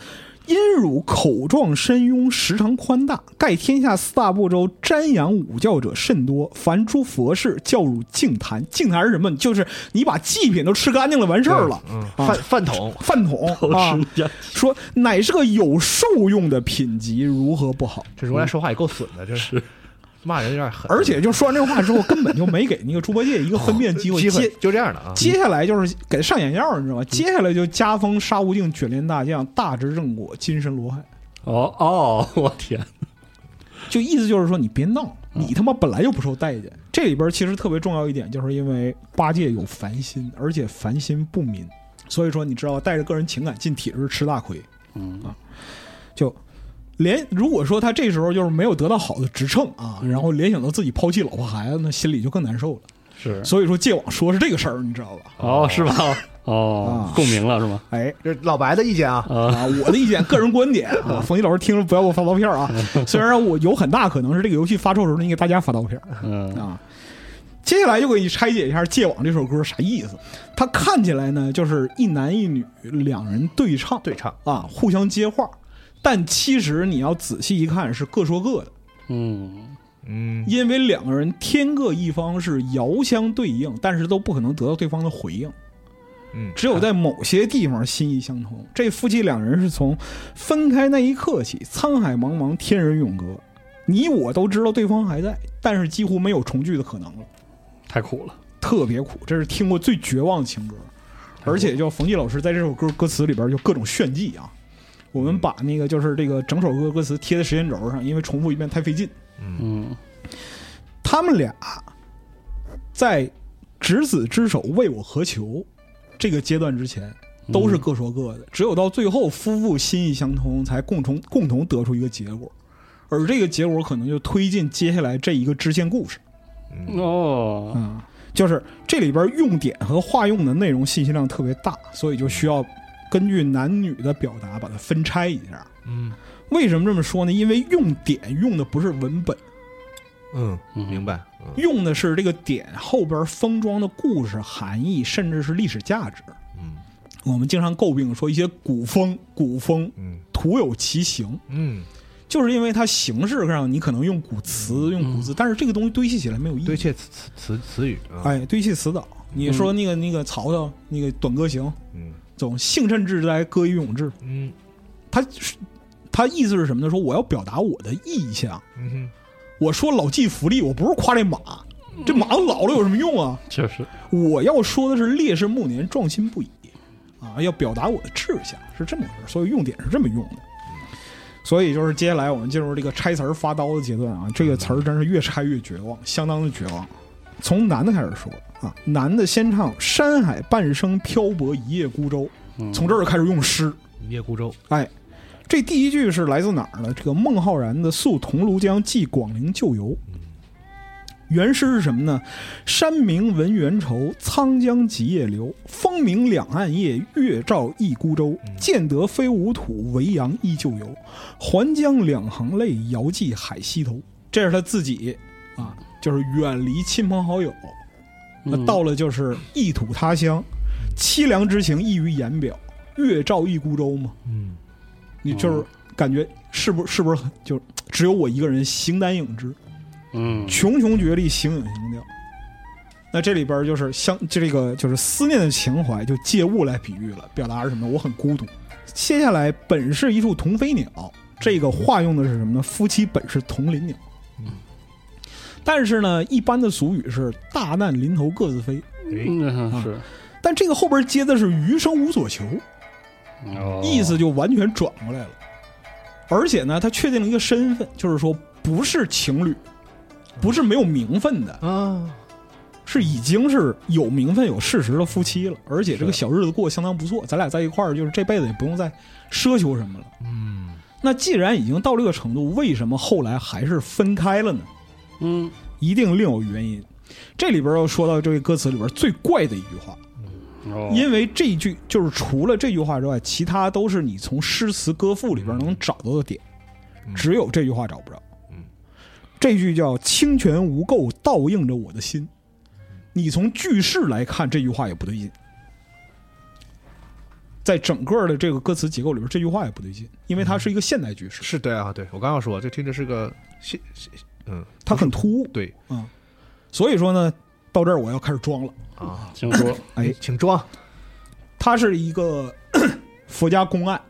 E: 因汝口壮身庸，时常宽大，盖天下四大部洲瞻仰五教者甚多。凡诸佛事，教汝净坛。净坛是什么？就是你把祭品都吃干净了，完事儿了。
D: 嗯，
E: 啊
D: 饭饭桶
E: 饭桶啊， [laughs] 说乃是个有受用的品级，如何不好？
D: 这如来说话也够损的，真是骂人有点狠，
E: 而且就说完这话之后，根本就没给那个猪八戒一个分辨机会。
D: 机会
E: 接
D: 就这样的啊，
E: 接下来就是给他上眼药，你知道吗？接下来就加封沙悟净、卷帘大将、大执正果、金身罗汉，
F: 哦哦， [laughs] 我天，
E: 就意思就是说你别闹，你他妈本来就不受待见。这里边其实特别重要一点，就是因为八戒有烦心，而且烦心不泯，所以说你知道带着个人情感进体制吃大亏。啊
F: 嗯
E: 就联如果说他这时候就是没有得到好的职称啊，然后联想到自己抛弃老婆孩子，那心里就更难受了。
F: 是，
E: 所以说戒网说是这个事儿，你知道
F: [laughs]
E: 吧？
F: 哦是吧？哦
E: 啊，
F: 共鸣了是吗？
E: 哎。
D: 这是老白的意见啊，
F: 啊，
E: 啊，我的意见，个人观点啊，冯骥老师听了不要给我发刀片啊！虽然我有很大可能是这个游戏发售的时候应该给大家发刀片
F: 嗯
E: 啊。接下来就给你拆解一下《戒网》这首歌啥意思。它看起来呢，就是一男一女两人对唱，
D: 对唱
E: 啊，互相接话，但其实你要仔细一看是各说各的。
F: 嗯，
D: 嗯，
E: 因为两个人天各一方是遥相对应，但是都不可能得到对方的回应，
D: 嗯
E: 只有在某些地方心意相通。这夫妻两人是从分开那一刻起，沧海茫茫，天人永隔，你我都知道对方还在，但是几乎没有重聚的可能了，
F: 太苦了，
E: 特别苦。这是听过最绝望的情歌，而且就冯骥老师在这首歌歌词里边就各种炫技啊。我们把那个就是这个整首歌歌词贴在时间轴上，因为重复一遍太费劲。
F: 嗯
E: 他们俩在执子之手为我何求这个阶段之前，都是各说各的，只有到最后夫妇心意相通，才共同共同得出一个结果，而这个结果可能就推进接下来这一个支线故事
D: 啊
F: 哦，
E: 嗯。就是这里边用典和化用的内容信息量特别大，所以就需要根据男女的表达把它分拆一下。
D: 嗯
E: 为什么这么说呢？因为用典用的不是文本，
D: 嗯，
F: 嗯
D: 明白，嗯
E: 用的是这个点后边封装的故事含义，甚至是历史价值。
D: 嗯
E: 我们经常诟病说一些古风，古风
D: 嗯
E: 徒有其形，
D: 嗯，
E: 就是因为它形式上你可能用古词、用古字，但是这个东西堆砌起来没有意
D: 嗯堆
E: 义。
D: 砌嗯词词词词语啊，
E: 哎，堆砌词藻，你说那个那个曹操那个《短歌行》，
D: 嗯
E: 总幸甚至哉，歌以咏志，
D: 嗯
E: 他他意思是什么呢？说我要表达我的意向。
D: 嗯哼。
E: 我说老骥伏枥，我不是夸这马，这马老了有什么用啊？
F: 确实，
E: 我要说的是烈士暮年壮心不已，啊，要表达我的志向是这么回事儿，所以用典是这么用的。所以就是接下来我们进入这个拆词儿发刀的阶段啊，这个词儿真是越拆越绝望，相当的绝望。从男的开始说啊，男的先唱“山海半生漂泊，一叶孤舟”，从这儿开始用诗。
D: 一叶孤舟，
E: 哎，这第一句是来自哪儿呢？这个孟浩然的《宿桐庐江记广陵旧游》，原诗是什么呢？山明闻猿愁，沧江即夜流。风鸣两岸夜，月照一孤舟。建德非吾土，维扬依旧游。还将两行泪，遥寄海西头。这是他自己啊，就是远离亲朋好友，那
F: 嗯
E: 到了就是异土他乡，凄凉之情溢于言表。月照一孤舟嘛，
D: 嗯，
E: 你就是
F: 哦
E: 感觉是不是不是很就只有我一个人形单影只。
F: 嗯，
E: 穷穷绝力，形影形调。那这里边儿就是相这个就是思念的情怀，就借物来比喻了，表达是什么？我很孤独。接下来，本是一处同飞鸟，这个话用的是什么呢？夫妻本是同林鸟。但是呢，一般的俗语是“大难临头各自飞
F: 嗯是”，
E: 但这个后边接的是“余生无所求”，
F: 哦
E: 意思就完全转过来了。而且呢，他确定了一个身份，就是说不是情侣，不是没有名分的，
D: 啊，
E: 是已经是有名分、有事实的夫妻了，而且这个小日子过得相当不错。咱俩在一块儿，就是这辈子也不用再奢求什么了。
D: 嗯，
E: 那既然已经到这个程度，为什么后来还是分开了呢？
F: 嗯
E: 一定另有原因。这里边要说到这个歌词里边最怪的一句话，
F: 哦
E: 因为这一句就是除了这句话之外，其他都是你从诗词歌赋里边能找到的点，
D: 嗯
E: 只有这句话找不着
D: 嗯。
E: 这句叫“清泉无垢倒映着我的心”，
D: 嗯
E: 你从句式来看，这句话也不对劲。在整个的这个歌词结构里边，这句话也不对劲，因
D: 嗯
E: 为它是一个现代句式，
D: 是对啊，对我刚要说，这听着是个现，现嗯，
E: 它很突兀。
D: 对
E: 所以说呢，到这儿我要开始装了。
D: 啊，
F: 听 [coughs] 说
E: 哎
D: 请装，
E: 它是一个 [coughs] 佛家公案，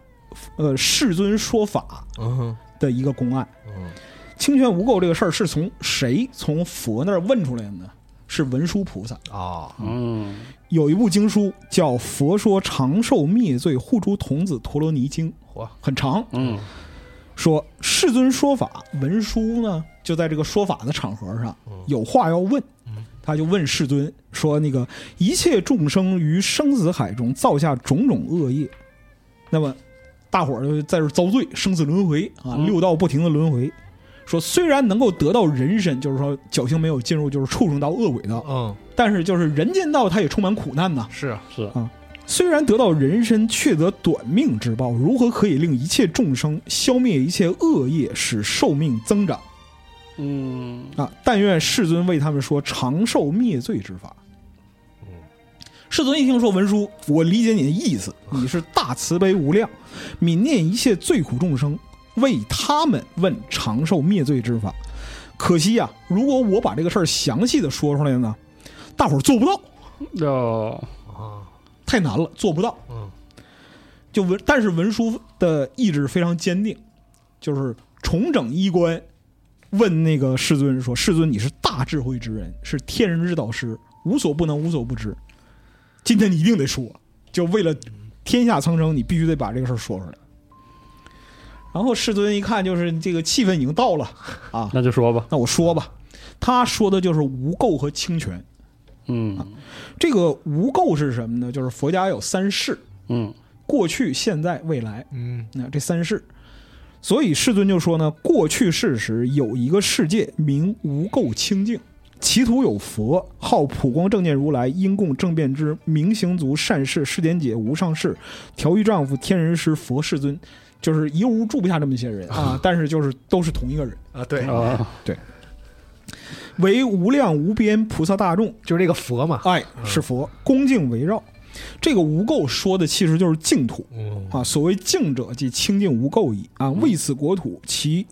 E: 呃，世尊说法
D: 嗯哼
E: 的一个公案。
D: 嗯
E: 清泉无垢这个事儿是从谁从佛那儿问出来的呢？是文殊菩萨。
D: 啊，
F: 嗯
E: 有一部经书叫《佛说长寿灭罪护诸童子陀罗尼经》，
D: 嚯
E: 很长。
F: 嗯
E: 说世尊说法，文殊呢就在这个说法的场合上
D: 嗯
E: 有话要问，他就问世尊说：“那个一切众生于生死海中造下种种恶业，那么大伙儿就在这儿遭罪，生死轮回啊，
F: 嗯
E: 六道不停的轮回。说虽然能够得到人身，就是说侥幸没有进入就是畜生道、恶鬼道，
D: 嗯，
E: 但是就是人间道它也充满苦难呐。
D: 是啊，
F: 是
E: 虽然得到人身，却得短命之报。如何可以令一切众生消灭一切恶业，使寿命增长
F: 嗯
E: 啊？但愿世尊为他们说长寿灭罪之法。世尊一听说文殊，我理解你的意思，你是大慈悲无量，泯念一切罪苦众生，为他们问长寿灭罪之法。可惜呀、如果我把这个事儿详细的说出来呢，大伙儿做不到，
F: 要
E: 太难了，做不到。
D: 嗯，
E: 就文，但是文殊的意志非常坚定，就是重整衣冠，问那个世尊说：“世尊，你是大智慧之人，是天人之导师，无所不能，无所不知。今天你一定得说，就为了天下苍生，你必须得把这个事儿说出来。”然后世尊一看，就是这个气氛已经到了啊，
F: 那就说吧，
E: 那我说吧，他说的就是无垢和清泉。
F: 嗯
E: 这个无垢是什么呢？就是佛家有三世，
F: 嗯
E: 过去、现在、未来。
D: 嗯
E: 那这三世。所以世尊就说呢，过去世时有一个世界名无垢清净，其土有佛，号普光正见如来，因供正遍知，明行足善事，世典解无上士，调御丈夫天人师佛世尊，就是一屋住不下这么些人啊，但是就是都是同一个人，
D: 啊，对，
F: 啊
E: 为无量无边菩萨大众，
D: 就是这个佛嘛，
E: 哎，是佛，恭敬围绕。这个无垢说的其实就是净土，
D: 嗯
E: 啊，所谓净者，即清净无垢矣。啊，为此国土，其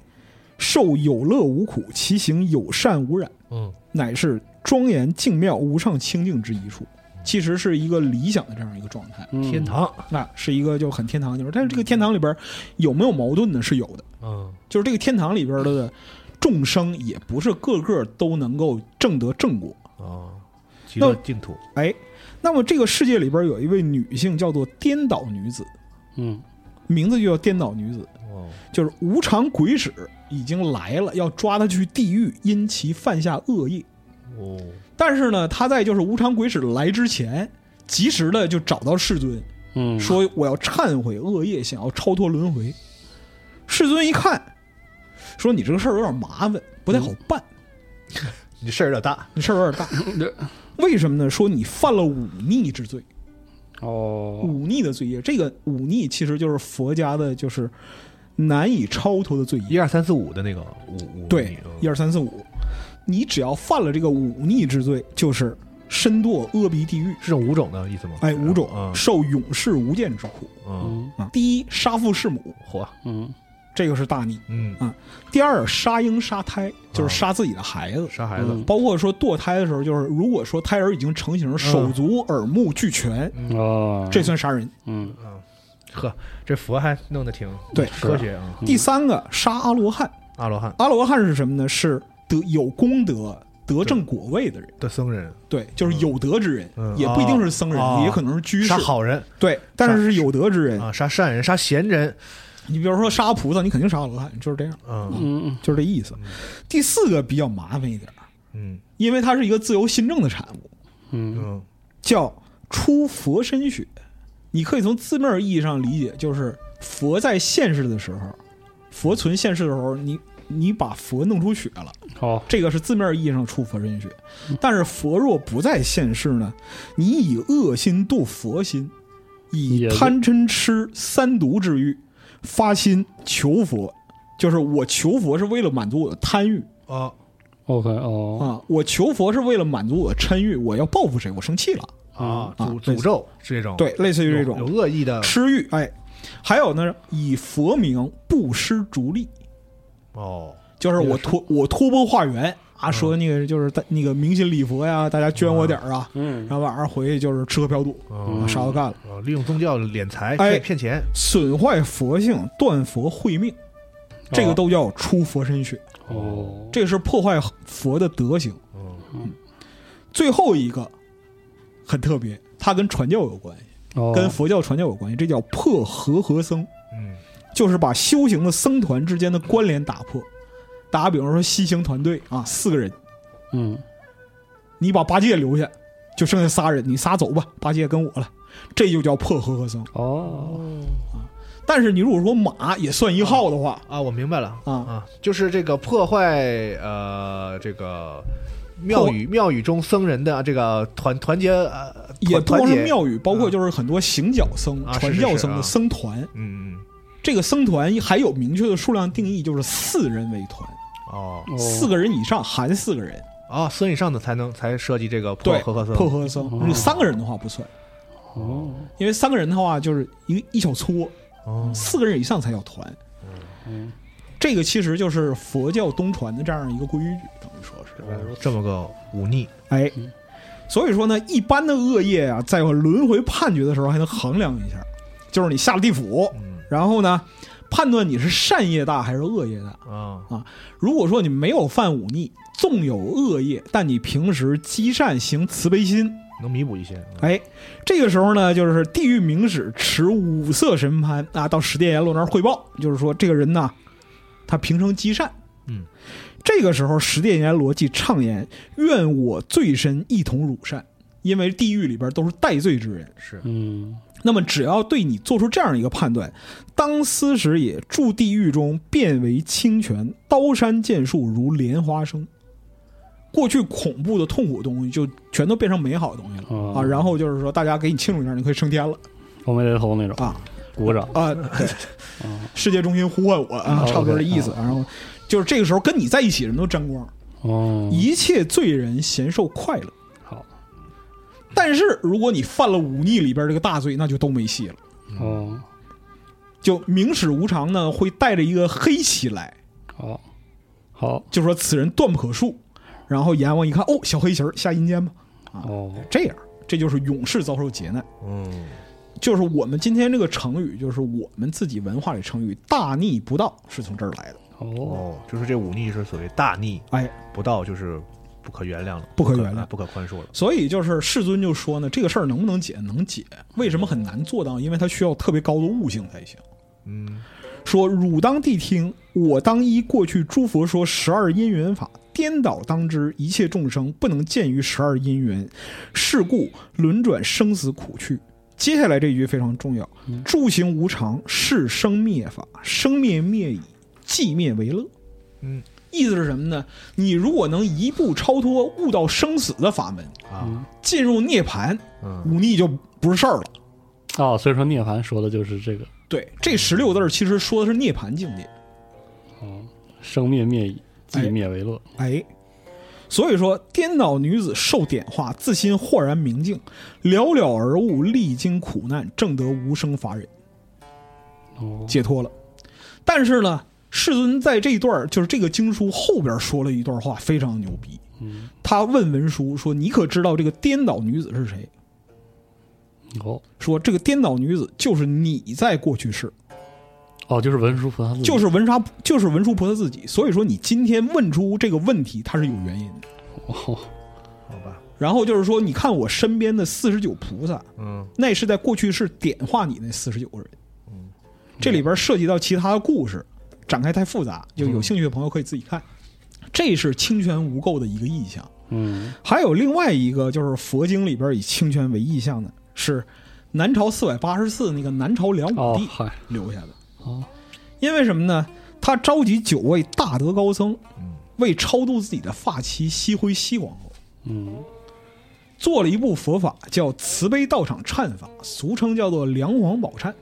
E: 受有乐无苦，其行有善无染，
D: 嗯
E: 乃是庄严净妙、无上清净之一处。其实是一个理想的这样一个状态，啊
F: 嗯
D: 天堂，
E: 那是一个就很天堂的地方。但是这个天堂里边有没有矛盾呢？是有的，
D: 嗯
E: 就是这个天堂里边的众生也不是个个都能够证得正果。
D: 哦，极乐净土，
E: 哎，那么这个世界里边有一位女性叫做颠倒女子，
F: 嗯
E: 名字就叫颠倒女子。
D: 哦，
E: 就是无常鬼使已经来了，要抓他去地狱，因其犯下恶业。
D: 哦，
E: 但是呢，他在就是无常鬼使来之前，及时的就找到世尊，
F: 嗯
E: 说我要忏悔恶业，想要超脱轮回。世尊一看，说你这个事儿有点麻烦，不太好办。
D: 你事儿有点大。
E: 你事儿有点大。为什么呢？说你犯了忤逆之罪，
F: 哦，
E: 忤逆的罪业。这个忤逆其实就是佛家的，就是难以超脱的罪业。
D: 一二三四五的那个五五，啊嗯
E: 对，一
D: 二
E: 二三四五，你只要犯了这个忤逆之罪，就是身堕阿鼻地狱。
D: 是这种五种的意思吗？
E: 哎，五种
D: 嗯
E: 受永世无间之苦
D: 嗯，
F: 嗯
E: 啊！第一，杀父弑母，
D: 火，
F: 嗯，
E: 这个是大逆；
D: 嗯，
E: 第二，杀婴杀胎，就是杀自己的孩子。
D: 杀孩子，
F: 嗯
E: 包括说堕胎的时候，就是如果说胎儿已经成型，手足耳目俱全，
D: 嗯
F: 哦，
E: 这算杀人。
F: 嗯
D: 呵，这佛还弄得挺
E: 对
D: 科学啊，
F: 嗯
E: 第三个，杀阿罗汉，
D: 阿罗汉
E: 阿罗汉是什么呢？是得有功德、得正果位的人，
D: 的僧人
E: 对，就是有德之人，
D: 嗯
E: 也不一定是僧人，
D: 哦
E: 也可能是居士
D: 杀，好人
E: 对，但是是有德之人。
D: 啊，杀善人，杀贤人，
E: 你比如说杀菩萨，你肯定杀阿罗汉，就是这样，
D: 嗯
F: 嗯
E: 就是这意思。第四个比较麻烦一点，
D: 嗯
E: 因为它是一个自由新政的产物，
F: 嗯
D: 嗯
E: 叫出佛身血。你可以从字面意义上理解，就是佛在现世的时候，佛存现世的时候，你你把佛弄出血了。
F: 好，
E: 这个是字面意义上触佛身血，但是佛若不在现世呢，你以恶心度佛心，以
F: 也是
E: 贪嗔痴三毒之欲发心求佛，就是我求佛是为了满足我的贪欲
D: 哦
F: OK 哦，
E: 啊，我求佛是为了满足我的嗔欲，我要报复谁，我生气了，
D: 啊，
E: 嗯啊
D: 诅
E: 类
D: 诅
E: 似
D: 咒是这种，
E: 对，类似于
D: 有，
E: 这
D: 哦有
E: 种
D: 恶意的
E: 痴欲，哎，还有呢，以佛名布施逐利，
D: 哦，
E: 就是我托我托钵化缘啊，说那个就是大那个明心礼佛呀，大家捐我点儿啊。
F: 嗯
E: 然后晚上回去就是吃喝嫖赌，啊
D: 嗯
E: 啥都干了，
D: 哦利用宗教敛财
E: 哎
D: 骗骗钱，
E: 损坏佛性，断佛慧命，这个都叫出佛身血，
F: 哦，
E: 这是破坏佛的德行。
D: 嗯
E: 最后一个很特别，它跟传教有关系，
F: 哦
E: 跟佛教传教有关系，这叫破和合僧，
D: 嗯
E: 就是把修行的僧团之间的关联打破。打个比方说，西行团队啊，四个人，
F: 嗯
E: 你把八戒留下，就剩下仨人，你仨走吧，八戒跟我了，这就叫破和合僧。
F: 哦
E: 但是你如果说马也算一号的话，
D: 啊，我明白了
E: 啊
D: 啊，就是这个破坏呃这个。庙宇庙宇中僧人的这个团团结，呃、
E: 也不光
D: 团
E: 是
D: 结
E: 庙宇，包括就是很多行脚僧、
D: 啊
E: 传
D: 是是
E: 教
D: 是
E: 僧
D: 啊
E: 的僧团。
D: 嗯嗯
E: 这个僧团还有明确的数量定义，就是四人为团，
D: 哦
F: 哦
E: 四个人以上含四个人，
D: 哦，僧以上的才能才涉及这个破
E: 对，
D: 和合僧哦
E: 破和僧。如果三个人的话不算，
F: 哦
E: 因为三个人的话就是一一小撮，
D: 哦
E: 四个人以上才叫团。
F: 嗯
E: 这个其实就是佛教东传的这样一个规矩，等于说是。
D: 这么个忤逆，
E: 哎
F: 嗯，
E: 所以说呢，一般的恶业啊，在轮回判决的时候还能衡量一下，就是你下了地府，
D: 嗯
E: 然后呢，判断你是善业大还是恶业大。
D: 啊
E: 如果说你没有犯忤逆，纵有恶业，但你平时积善行慈悲心，
D: 能弥补一些，嗯
E: 哎，这个时候呢，就是地狱明使持五色神幡啊，到十殿阎罗那儿汇报，就是说这个人呢，他平生积善，
D: 嗯，
E: 这个时候十殿阎罗即畅言：“愿我罪身一同辱善。”因为地狱里边都是戴罪之人，
D: 是
F: 嗯
E: 那么只要对你做出这样一个判断，当思时也，住地狱中变为清泉，刀山剑树如莲花生。过去恐怖的痛苦的东西就全都变成美好的东西了、
F: 哦
E: 啊！然后就是说，大家给你庆祝一下，你可以升天了
F: 我没雷头那种
E: 啊
F: 鼓掌 [laughs]
E: 啊！对，世界中心呼唤我啊，
F: 哦
E: 差不多这意思。然后就是这个时候跟你在一起的人都沾光，
F: 哦，
E: 一切罪人咸受快乐。
F: 好
E: 但是如果你犯了忤逆里边这个大罪，那就都没戏了。
F: 哦
E: 就明史无常呢，会带着一个黑旗来，
F: 好好
E: 就说此人断不可恕。然后阎王一看，哦，小黑旗儿下阴间吧，
F: 哦
E: 这样，这就是永世遭受劫难。
D: 嗯
E: 就是我们今天这个成语，就是我们自己文化里成语“大逆不道”是从这儿来的。
F: 哦
D: 哦，就是这忤逆是所谓大逆
E: 哎，
D: 不道，就是不可原谅了，
E: 不可原谅
D: 不可宽恕了，
E: 所以就是世尊就说呢，这个事儿能不能解？能解。为什么很难做到？因为它需要特别高的悟性才行。
D: 嗯
E: 说汝当谛听，我当依过去诸佛说十二因缘法，颠倒当知，一切众生不能见于十二因缘，是故轮转生死苦趣。接下来这一句非常重要：
D: 嗯
E: 住行无常，是生灭法，生灭灭已，寂灭为乐。
D: 嗯，
E: 意思是什么呢？你如果能一步超脱悟到生死的法门，
D: 啊，
E: 进入涅槃，
D: 嗯，
E: 忤逆就不是事儿了。
F: 哦，所以说涅槃说的就是这个，
E: 对，这十六字儿其实说的是涅槃境界。
F: 嗯，生灭灭已，
E: 哎
F: 寂灭为乐，
E: 哎，所以说颠倒女子受点化，自心豁然明净，了了而悟，历经苦难，正得无生法忍，
F: 哦，
E: 解脱了。但是呢，世尊在这一段儿就是这个经书后边儿说了一段话，非常牛逼。
F: 嗯，
E: 他问文殊说：“你可知道这个颠倒女子是谁
F: 哦，？”
E: 说：“这个颠倒女子就是你在过去世，
F: 哦，就是文殊菩萨自己，
E: 就是文沙，就是文殊菩萨自己。所以说，你今天问出这个问题，它是有原因的。”
F: 哦，
D: 好吧，
E: 然后就是说，你看我身边的四十九菩萨，
D: 嗯，
E: 那是在过去是点化你那四十九个人。这里边涉及到其他的故事，展开太复杂，就有兴趣的朋友可以自己看。这是清泉无垢的一个意象。
F: 嗯，
E: 还有另外一个就是佛经里边以清泉为意象的，是南朝四百八十四那个南朝梁武
F: 哦，
E: 帝
F: 嗨，
E: 留下的。
F: 哦，
E: 因为什么呢？他召集九位大德高僧
D: 嗯，
E: 为超度自己的发妻西辉西皇后。
F: 嗯，
E: 做了一部佛法，叫慈悲道场忏法，俗称叫做梁皇宝忏，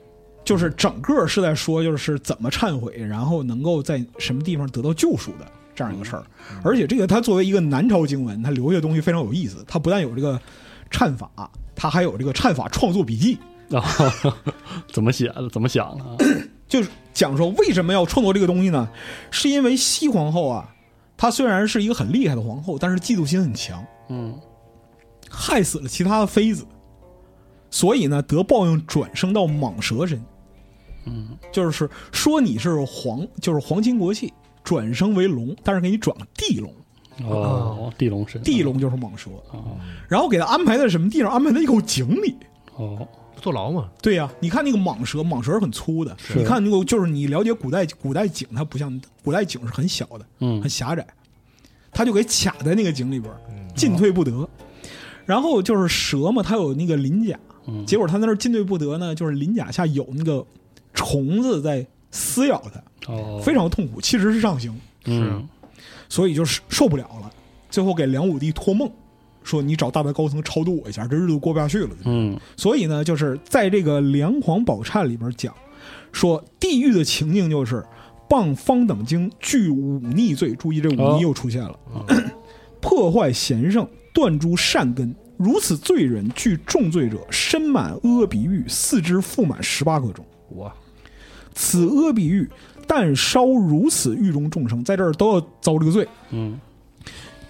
E: 就是整个是在说就是怎么忏悔，然后能够在什么地方得到救赎的这样一个事儿。而且这个它作为一个南朝经文，它留下的东西非常有意思。它不但有这个忏法，它还有这个忏法创作笔记，
F: 然后怎么写的，怎么想的啊？
E: 就是讲说为什么要创作这个东西呢？是因为西皇后啊，她虽然是一个很厉害的皇后，但是嫉妒心很强。
F: 嗯，
E: 害死了其他的妃子，所以呢得报应转生到蟒蛇身。嗯，就是说你是皇，就是皇亲国戚，转生为龙，但是给你转个地龙，
F: 哦，地龙神，
E: 地，龙就是蟒蛇，
F: 哦，
E: 然后给他安排在什么地方？安排在一口井里。
F: 哦，
D: 坐牢嘛，
E: 对呀、你看那个蟒蛇，蟒蛇是很粗的。
F: 是
E: 你看那个，就是你了解古代古代井，它不像古代井是很小的，
F: 嗯
E: 很，狭窄，他就给卡在那个井里边儿，进退不得。然后就是蛇嘛，它有那个鳞甲，
F: 嗯
E: 结果它那儿进退不得呢，就是鳞甲下有那个虫子在撕咬它，
F: 哦，
E: 非常痛苦，其实是上行，
F: 嗯，
E: 所以就是受不了了。最后给梁武帝托梦，说你找大白高僧超度我一下，这日子过不下去了。
F: 嗯，
E: 所以呢，就是在这个《梁皇宝忏》里边讲，说地狱的情境就是谤方等经具忤逆罪，注意这忤
F: 哦
E: 逆又出现了， [clears throat] 破坏贤圣，断诸善根。如此罪人，具重罪者，身满阿鼻狱，四肢覆满十八个钟。
D: 我
E: 此阿鼻狱，但烧如此狱中众生，在这儿都要遭这个罪。
F: 嗯，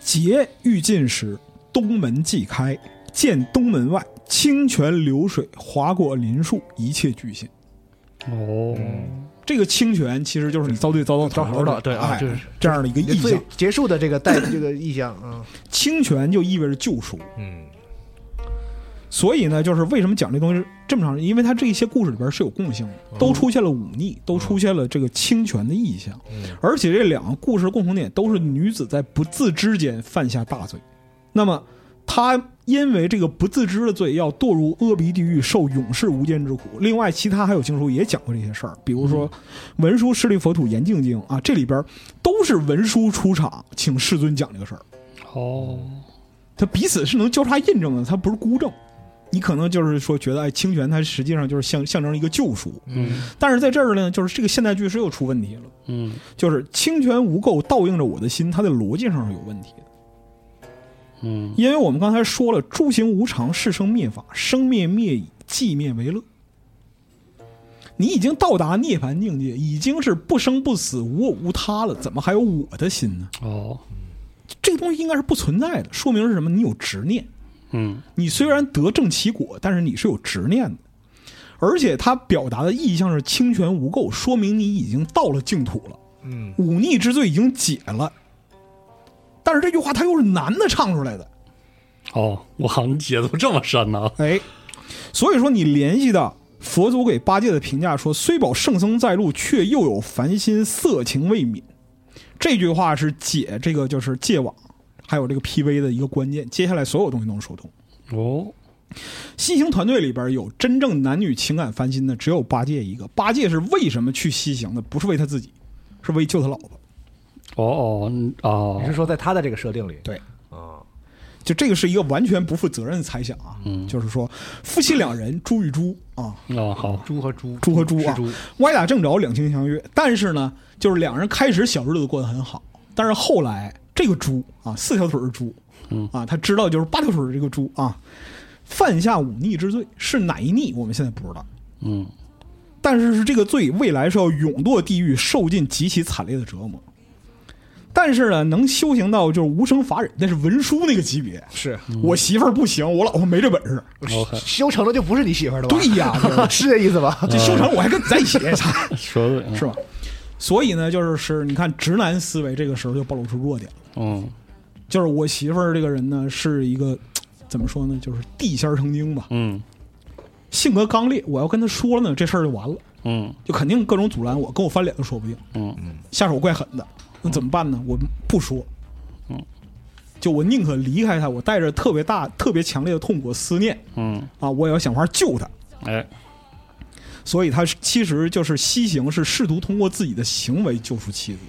E: 劫欲尽时，东门既开，见东门外清泉流水划过林树，一切俱现。
F: 哦，
E: 这个清泉其实就是你遭罪遭到
D: 到头了，对啊，
E: 哎
D: 就是
E: 这样的一个意
D: 最
E: 象。
D: 结束的这个带 [clears throat] 这个意象，嗯
E: 清泉就意味着救赎，
D: 嗯，
E: 所以呢，就是为什么讲这东西这么长，因为它这一些故事里边是有共性的，都出现了忤逆，都出现了这个清泉的意象，而且这两个故事共同点都是女子在不自知间犯下大罪，那么她因为这个不自知的罪要堕入阿鼻地狱，受永世无间之苦。另外，其他还有经书也讲过这些事儿，比如说《文殊师利佛土严净经》啊，这里边都是文殊出场，请世尊讲这个事儿。
F: 哦，
E: 它彼此是能交叉印证的，它不是孤证。你可能就是说觉得，哎，清泉它实际上就是象象征一个救赎，
F: 嗯，
E: 但是在这儿呢，就是这个现代句是又出问题了，
F: 嗯，
E: 就是清泉无垢倒映着我的心，它的逻辑上是有问题的，
F: 嗯，
E: 因为我们刚才说了，诸行无常，是生灭法，生灭灭已，寂灭为乐。你已经到达涅槃境界，已经是不生不死、无我无他了，怎么还有我的心呢？
F: 哦，
E: 这个东西应该是不存在的，说明是什么？你有执念，
F: 嗯，
E: 你虽然得正其果，但是你是有执念的，而且他表达的意象是清泉无垢，说明你已经到了净土了，
D: 嗯，
E: 忤逆之罪已经解了。但是这句话他又是男的唱出来的，
F: 哦，哇，你解读这么深呢？
E: 哎，所以说你联系到佛祖给八戒的评价说，虽保圣僧在路，却又有凡心色情未泯。这句话是解这个就是戒网，还有这个 PV 的一个关键。接下来所有东西都能说通。
F: 哦，
E: 西行团队里边有真正男女情感翻新的，只有八戒一个。八戒是为什么去西行的？不是为他自己，是为救他老婆。
F: 哦哦嗯哦
D: 你，是说在他的这个设定里？
E: 对，
D: 啊，
E: 就这个是一个完全不负责任的猜想啊，
F: 嗯
E: 就是说夫妻两人猪与猪啊，
F: 哦好，
D: 猪和猪，
E: 猪和猪啊
D: 嗯是猪，
E: 歪打正着，两情相悦。但是呢，就是两人开始小日子过得很好，但是后来这个猪啊，四条腿儿的猪，
F: 嗯
E: 啊，他知道就是八条腿儿的这个猪啊，犯下忤逆之罪，是哪一逆我们现在不知道，
F: 嗯
E: 但是是这个罪未来是要永堕地狱，受尽极其惨烈的折磨。但是呢，能修行到就是无生法忍，那是文殊那个级别。
D: 是
E: 我媳妇儿不行，我老婆没这本事。
F: ，OK，
D: 修成了就不是你媳妇儿了吧？
E: 对呀，
D: 是这意思吧？
E: 啊这修成我还跟你在一
F: 嗯
E: 起，操
F: 说的对，
E: 是吧？所以呢，就是是你看直男思维这个时候就暴露出弱点了。
F: 嗯
E: 就是我媳妇儿这个人呢，是一个怎么说呢，就是地仙儿成精吧，
F: 嗯
E: 性格刚烈。我要跟她说了呢，这事儿就完了，
F: 嗯
E: 就肯定各种阻拦我，跟我翻脸都说不定，
F: 嗯
E: 下手怪狠的。那怎么办呢？我不说，
F: 嗯，
E: 就我宁可离开她，我带着特别大、特别强烈的痛苦、思念
F: 嗯，
E: 啊，我也要想法救她。
F: 哎，
E: 所以他是其实就是西行，是试图通过自己的行为救出妻子，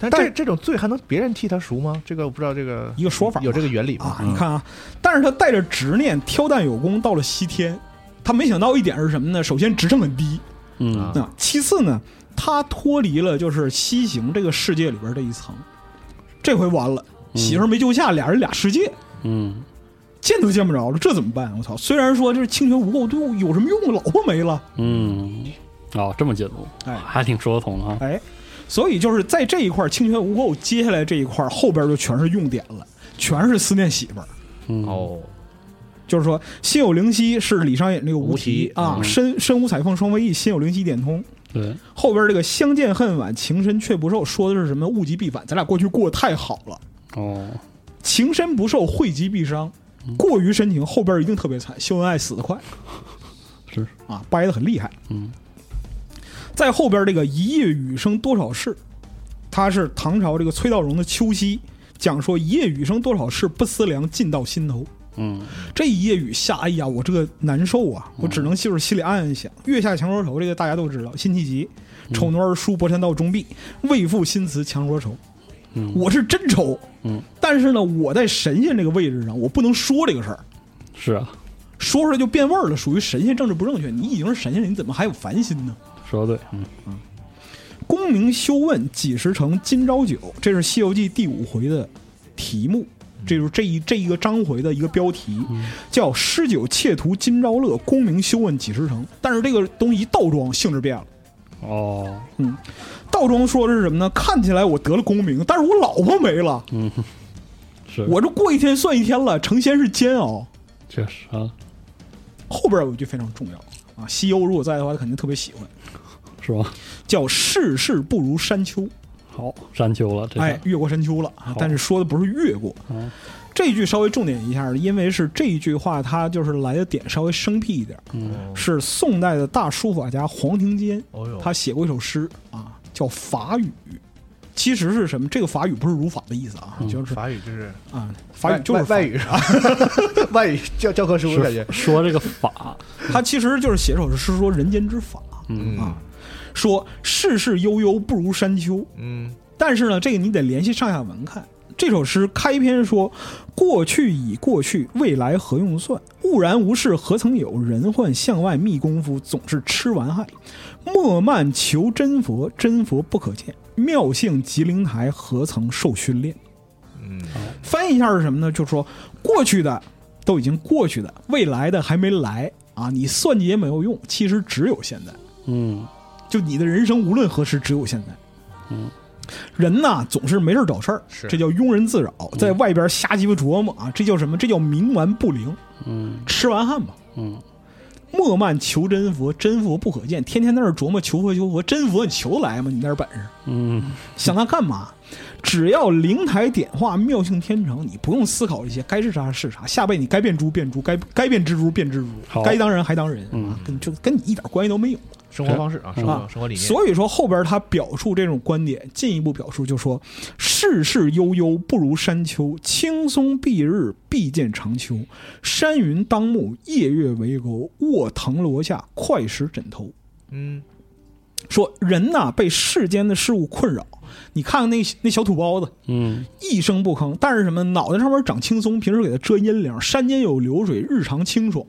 D: 但
E: 但
D: 这
E: 是
D: 这种罪还能别人替他赎吗？这个我不知道，这个
E: 一个说法嘛
D: 有这个原理吗？
E: 啊，你看啊，但是他带着执念挑担有功到了西天，他没想到一点是什么呢？首先职称很低
F: 嗯
D: 啊
E: 啊，其次呢，他脱离了就是西行这个世界里边这一层，这回完了，
F: 嗯
E: 媳妇儿没救下，俩人俩世界。
F: 嗯
E: 见都见不着了，这怎么办？我操！虽然说这是清泉无垢度有什么用？老婆没了，
F: 嗯，哦，这么解读，
E: 哎
F: 还挺说得通的啊，
E: 哎，所以就是在这一块儿清泉无垢，接下来这一块儿后边就全是用点了，全是思念媳妇儿。
F: 嗯，
D: 哦，
E: 就是说，心有灵犀是李商隐这个无题
D: 无题
E: 啊，
F: 嗯
E: 身身无彩凤双飞翼，心有灵犀一点通。
F: 对，
E: 后边这个相见恨晚，情深却不寿，说的是什么？物极必反，咱俩过去过得太好了，
F: 哦，
E: 情深不寿，惠极必伤，
F: 嗯
E: 过于深情，后边一定特别惨，秀恩爱死得快
F: [laughs] 是，
E: 啊，掰得很厉害。
F: 嗯
E: 在后边这个一夜雨声多少事，它是唐朝这个崔道融的《秋夕》，讲说一夜雨声多少事，不思量，尽到心头。
F: 嗯
E: 这一夜雨下，哎呀，我这个难受啊！我只能就是心里暗暗想：月下强说愁，这个大家都知道，辛弃疾“丑奴儿书博山道中壁，为赋新词强说愁”。
F: 嗯
E: 我是真愁，
F: 嗯，
E: 但是呢，我在神仙这个位置上，我不能说这个事儿，
F: 是啊，
E: 说出来就变味儿了，属于神仙政治不正确。你已经是神仙了，你怎么还有烦心呢？
F: 说的对，嗯
E: 功名休问几时成，今朝酒。这是《西游记》第五回的题目，这就是这一这一个章回的一个标题，叫“诗酒窃图今朝乐，功名休问几时成”。但是这个东西一倒装，性质变了。
F: 哦，
E: 倒装说的是什么呢？看起来我得了功名，但是我老婆没了，
F: 嗯，是，
E: 我这过一天算一天了，成仙是煎熬。
F: 确实啊，
E: 后边有一句非常重要啊，西游如果在的话，他肯定特别喜欢，
F: 是吧？
E: 叫“世事不如山丘”。
F: 好，山丘了，这
E: 哎，越过山丘了啊！但是说的不是越过，
F: 嗯
E: 这一句稍微重点一下，因为是这一句话，它就是来的点稍微生僻一点，
F: 嗯
E: 是宋代的大书法家黄庭坚，
D: 哦哟，
E: 他写过一首诗啊，叫《法语》。其实是什么？这个法语不是儒法的意思啊，就是
D: 嗯法语就是
E: 啊，法语
D: 外
E: 就是
D: 外
E: 法
D: 外，语啥？ [laughs] 外语教教科书感觉
F: [laughs] 是，说这个法，
E: 他其实就是写首诗说人间之法，
F: 嗯
E: 啊说世事悠悠不如山丘，
D: 嗯，
E: 但是呢，这个你得联系上下文看。这首诗开篇说：“过去已过去，未来何用算？悟然无事何曾有？人患向外觅功夫，总是吃完害。莫慢求真佛，真佛不可见。妙性吉灵台，何曾受训练？”
D: 嗯，
E: 翻译一下是什么呢？就是说过去的都已经过去的，未来的还没来啊！你算计也没有用，其实只有现在。
F: 嗯
E: 就你的人生无论何时，只有现在。
F: 嗯，
E: 人呐，总是没事儿找事儿，
D: 是
E: 这叫庸人自扰，在外边瞎鸡巴琢磨啊，这叫什么？这叫冥顽不灵，
F: 嗯
E: 吃完汉吧。
F: 嗯
E: 莫慢求真佛，真佛不可见。天天在那儿琢磨求佛求佛，真佛你求得来吗？你那点本事，
F: 嗯
E: 想他干嘛？只要灵台点化，妙性天成，你不用思考这些，该是啥是啥。下辈子你该变猪变猪，该该变蜘蛛变蜘蛛，
F: 好
E: 该当人还当人、
F: 嗯
E: 啊，跟这跟你一点关系都没有。
D: 生活方式啊，生
E: 啊
D: 活生活理念，
E: 所以说后边他表述这种观点，进一步表述就说：世事悠悠不如山丘，青松蔽日必见长秋。山云当目，夜月为钩，卧藤萝下，快识枕头。
D: 嗯，
E: 说人呐被世间的事物困扰。你看看那那小土包子，
F: 嗯
E: 一声不吭，但是什么脑袋上面长青松，平时给它遮阴凉，山间有流水，日常清爽。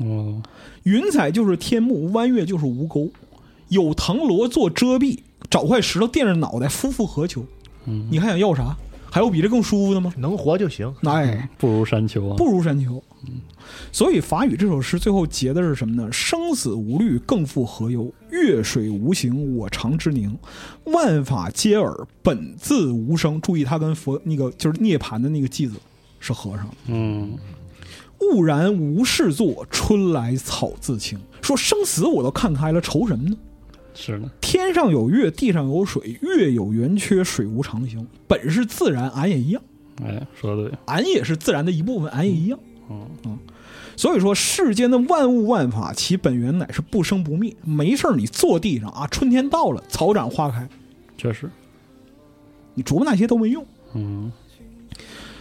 F: 哦，
E: 云彩就是天幕，弯月就是吴钩，有藤萝做遮蔽，找块石头垫着脑袋，夫复何求？
F: 嗯
E: 你还想要啥？还有比这更舒服的吗？
D: 能活就行。
E: 哎，
F: 不如山丘啊，
E: 不如山丘。所以《法语》这首诗最后结的是什么呢？生死无虑，更复何忧？月水无形，我常之宁。万法皆尔，本自无声。注意，它跟佛那个就是涅槃的那个偈子是合上的。
F: 嗯
E: 兀然无事做，春来草自青。说生死我都看开了，愁什么呢？
F: 是的，
E: 天上有月，地上有水，月有圆缺，水无常形。本是自然，俺也一样，
F: 哎，说的对，
E: 俺也是自然的一部分，俺也一样。
F: 嗯
E: 所以说，世间的万物万法，其本源乃是不生不灭。没事儿，你坐地上啊，春天到了，草长花开，
F: 确实，
E: 你琢磨那些都没用。
F: 嗯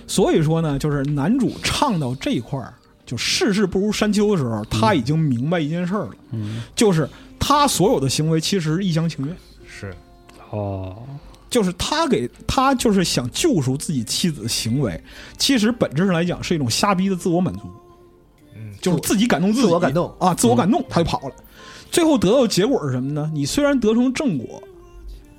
E: 所以说呢，就是男主唱到这一块儿，就世事不如山丘的时候，他已经明白一件事儿了，
F: 嗯，
E: 就是他所有的行为其实是一厢情愿，
D: 是，
F: 哦，
E: 就是他给他就是想救赎自己妻子的行为，其实本质上来讲是一种瞎逼的自我满足。
D: 嗯，
E: 就是自己感动自己，
D: 自我感动嗯
E: 啊，自我感动，他就跑了。最后得到的结果是什么呢？你虽然得成正果，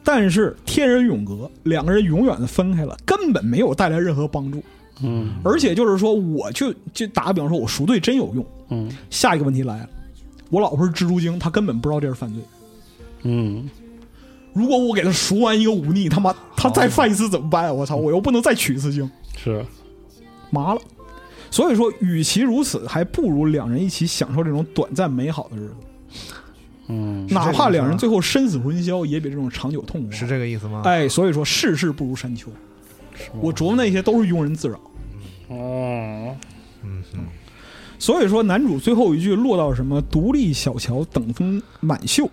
E: 但是天人永隔，两个人永远的分开了，根本没有带来任何帮助。
F: 嗯
E: 而且就是说，我就就打个比方说，我赎罪真有用。
F: 嗯
E: 下一个问题来了，我老婆是蜘蛛精，她根本不知道这是犯罪。
F: 嗯，
E: 如果我给她赎完一个忤逆，他妈她再犯一次怎么办？啊我操，我又不能再娶一次精。
F: 是，
E: 麻了。所以说，与其如此，还不如两人一起享受这种短暂美好的日子。
F: 嗯
E: 哪怕两人最后生死魂消，也比这种长久痛苦。
D: 是这个意思吗？
E: 哎，所以说世事不如山丘。我琢磨那些都是庸人自扰。
F: 哦，
D: 嗯嗯，
E: 所以说，男主最后一句落到什么“独立小桥等风满袖”，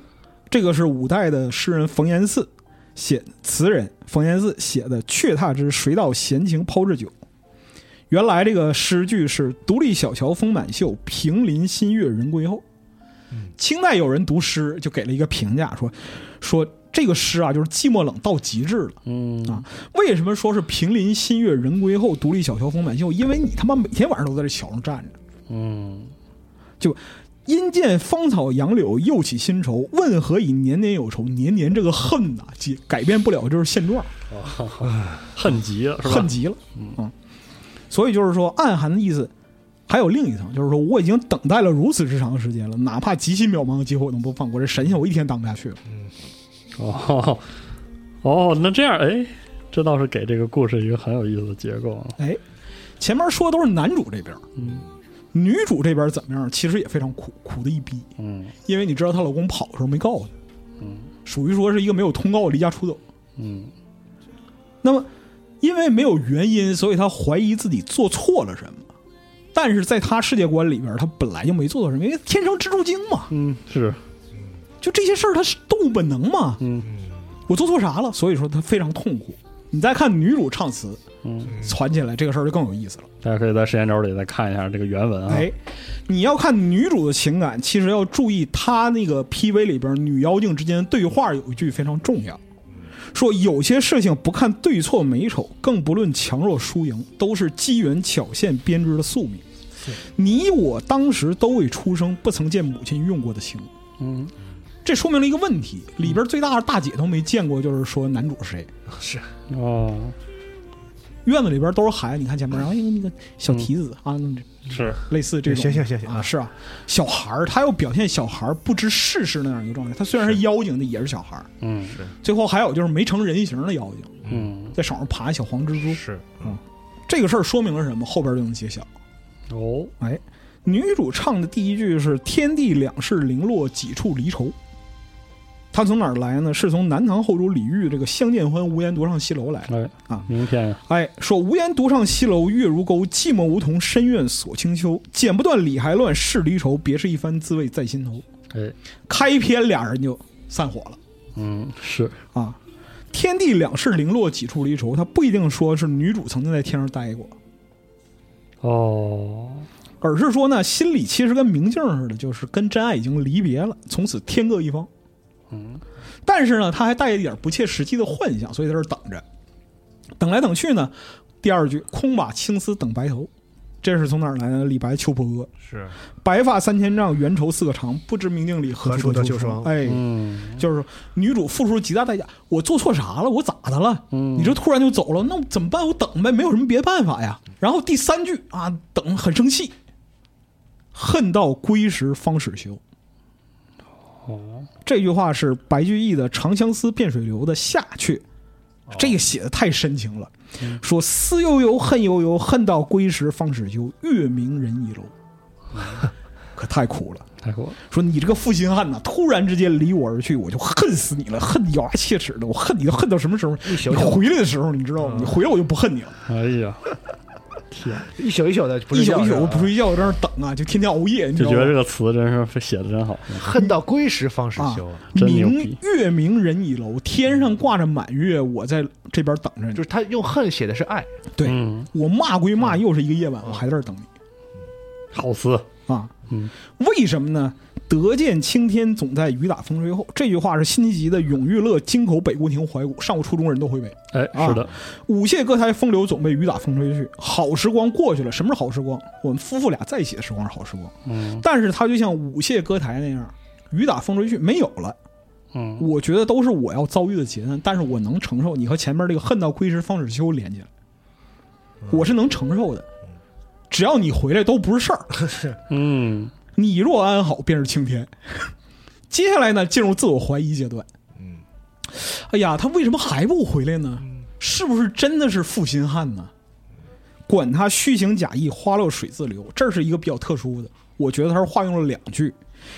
E: 这个是五代的诗人冯延巳写，词人冯延巳写的《却踏之谁道闲情抛掷酒》。原来这个诗句是“独立小桥风满袖，平林新月人归后”。清代有人读诗就给了一个评价，说说这个诗啊，就是寂寞冷到极致了。
F: 嗯
E: 啊为什么说是平林新月人归后，独立小桥风满袖？因为你他妈每天晚上都在这桥上站着。
F: 嗯
E: 因见芳草杨柳，又起新愁。问何以年年有愁？年年这个恨呐、改改变不了，就是现状，
F: 恨极了是吧？
E: 恨极了。嗯，所以就是说，暗含的意思还有另一层，就是说我已经等待了如此之长的时间了，哪怕极其渺茫的机会，我都不放过。这神仙我一天当不下去了。
F: 嗯哦哦，那这样哎，这倒是给这个故事一个很有意思的结构啊。
E: 哎，前面说的都是男主这边，
F: 嗯
E: 女主这边怎么样？其实也非常苦，苦的一逼，
F: 嗯
E: 因为你知道她老公跑的时候没告诉她，
F: 嗯
E: 属于说是一个没有通告离家出走。
F: 嗯
E: 那么，因为没有原因，所以他怀疑自己做错了什么。但是在他世界观里边，他本来就没做错什么，因为天生蜘蛛精嘛，
F: 嗯，是
E: 就这些事儿他是动物本能嘛。
F: 嗯
E: 我做错啥了？所以说他非常痛苦。你再看女主唱词，
F: 嗯，
E: 攒起来这个事儿就更有意思了。
F: 大家可以在时间轴里再看一下这个原文啊。
E: 哎，你要看女主的情感，其实要注意她那个 PV 里边女妖精之间的对话有一句非常重要，说有些事情不看对错美丑，更不论强弱输赢，都是机缘巧线编织的宿命。你我当时都未出生，不曾见母亲用过的刑。
F: 嗯
E: 这说明了一个问题，里边最大的大姐都没见过，就是说男主是谁。
D: 是
F: 哦
E: 院子里边都是孩子，你看前面，然后一个那个小蹄子、啊，那
F: 是
E: 类似这种。
D: 行行行行
E: 啊，是啊，小孩儿他要表现小孩儿不知世事那样一个状态。他虽然是妖精，的也是小孩儿。
F: 嗯
E: 最后还有就是没成人形的妖精，
F: 嗯
E: 在手上爬小黄蜘蛛。
D: 嗯是，
E: 这个事儿说明了什么？后边就能揭晓。
F: 哦
E: 哎，女主唱的第一句是“天地两世零落，几处离愁”。她从哪儿来呢？是从南唐后主李煜这个“相见欢，无言独上西楼”来的。
F: 哎
E: 啊
F: 名片
E: 哎，说无言独上西楼，月如钩，寂寞梧桐深院锁清秋。剪不断理还乱，是离愁，别是一番滋味在心头。
F: 哎
E: 开篇俩人就散伙了
F: 嗯是
E: 啊！天地两世零落，几处离愁，他不一定说是女主曾经在天上待过，
F: 哦
E: 而是说呢，心里其实跟明镜似的，就是跟真爱已经离别了，从此天各一方。
F: 嗯，
E: 但是呢，他还带一点不切实际的幻想，所以在这儿等着，等来等去呢，第二句“空把青丝等白头”，这是从哪儿来的？李白《秋波歌
D: 是，：“
E: 白发三千丈，缘愁似个长，不知明镜里何
D: 何
E: 处
D: 处
E: 得
D: 得
E: 秋
D: 秋
E: 霜
D: 霜”。
E: 哎，
F: 嗯
E: 就是女主付出极大代价，我做错啥了？我咋的了？
F: 嗯
E: 你这突然就走了，那怎么办？我等呗，没有什么别办法呀。然后第三句啊，等很生气，恨到归时方始休。
F: 哦，
E: 这句话是白居易的《长相思变水流》的下阙，
F: 哦
E: 这个写的太深情了。
F: 嗯
E: 说思悠悠，恨悠悠，恨到归时方始休，月明人已楼。可太苦了。
F: 太酷了，
E: 说你这个负心汉呐，突然之间离我而去，我就恨死你了，恨得咬牙切齿的，我恨你都恨到什么时候？
D: 一宿
E: 你
D: [laughs] 就
E: 回来的时候，你知
F: 嗯
E: 道吗？你回来我就不恨你了，
F: 哎呀，天，
D: 一宿一宿的，不
E: 一宿
D: 睡觉
E: 一
D: 是
E: 宿
D: 吧
E: 我不睡觉，在那儿等啊，就天天熬夜，你知
F: 就
E: 道
F: 觉得这
E: 吗？
F: 个词真是写的真好，
D: 恨到归时方始
E: 啊
D: 休，
F: 真牛
E: 明
F: 逼
E: 月明人已楼，天上挂着满月，我在这边等着你
D: 就是。他用恨写的是爱，
E: 对
F: 嗯，
E: 我骂归骂，又是一个夜晚，我还在这儿等你
F: 好词，
E: 啊。
F: 嗯，
E: 为什么呢？得见青天总在雨打风吹后，这句话是辛弃疾的《永遇乐·京口北固亭怀古》，上过初中人都会背。
F: 哎，
E: 啊
F: 是的，
E: 舞榭歌台风流总被雨打风吹去，好时光过去了。什么是好时光？我们夫妇俩在一起的时光是好时光，
F: 嗯
E: 但是它就像舞榭歌台那样，雨打风吹去没有了。
F: 嗯，
E: 我觉得都是我要遭遇的劫难，但是我能承受。你和前面这个恨到归时方始休连起来，我是能承受的。只要你回来都不是事儿，
F: 嗯，
E: 你若安好便是青天。接下来呢，进入自我怀疑阶段。
D: 嗯，
E: 哎呀，他为什么还不回来呢？是不是真的是负心汉呢？管他虚情假意，花落水自流，这是一个比较特殊的。我觉得他是化用了两句，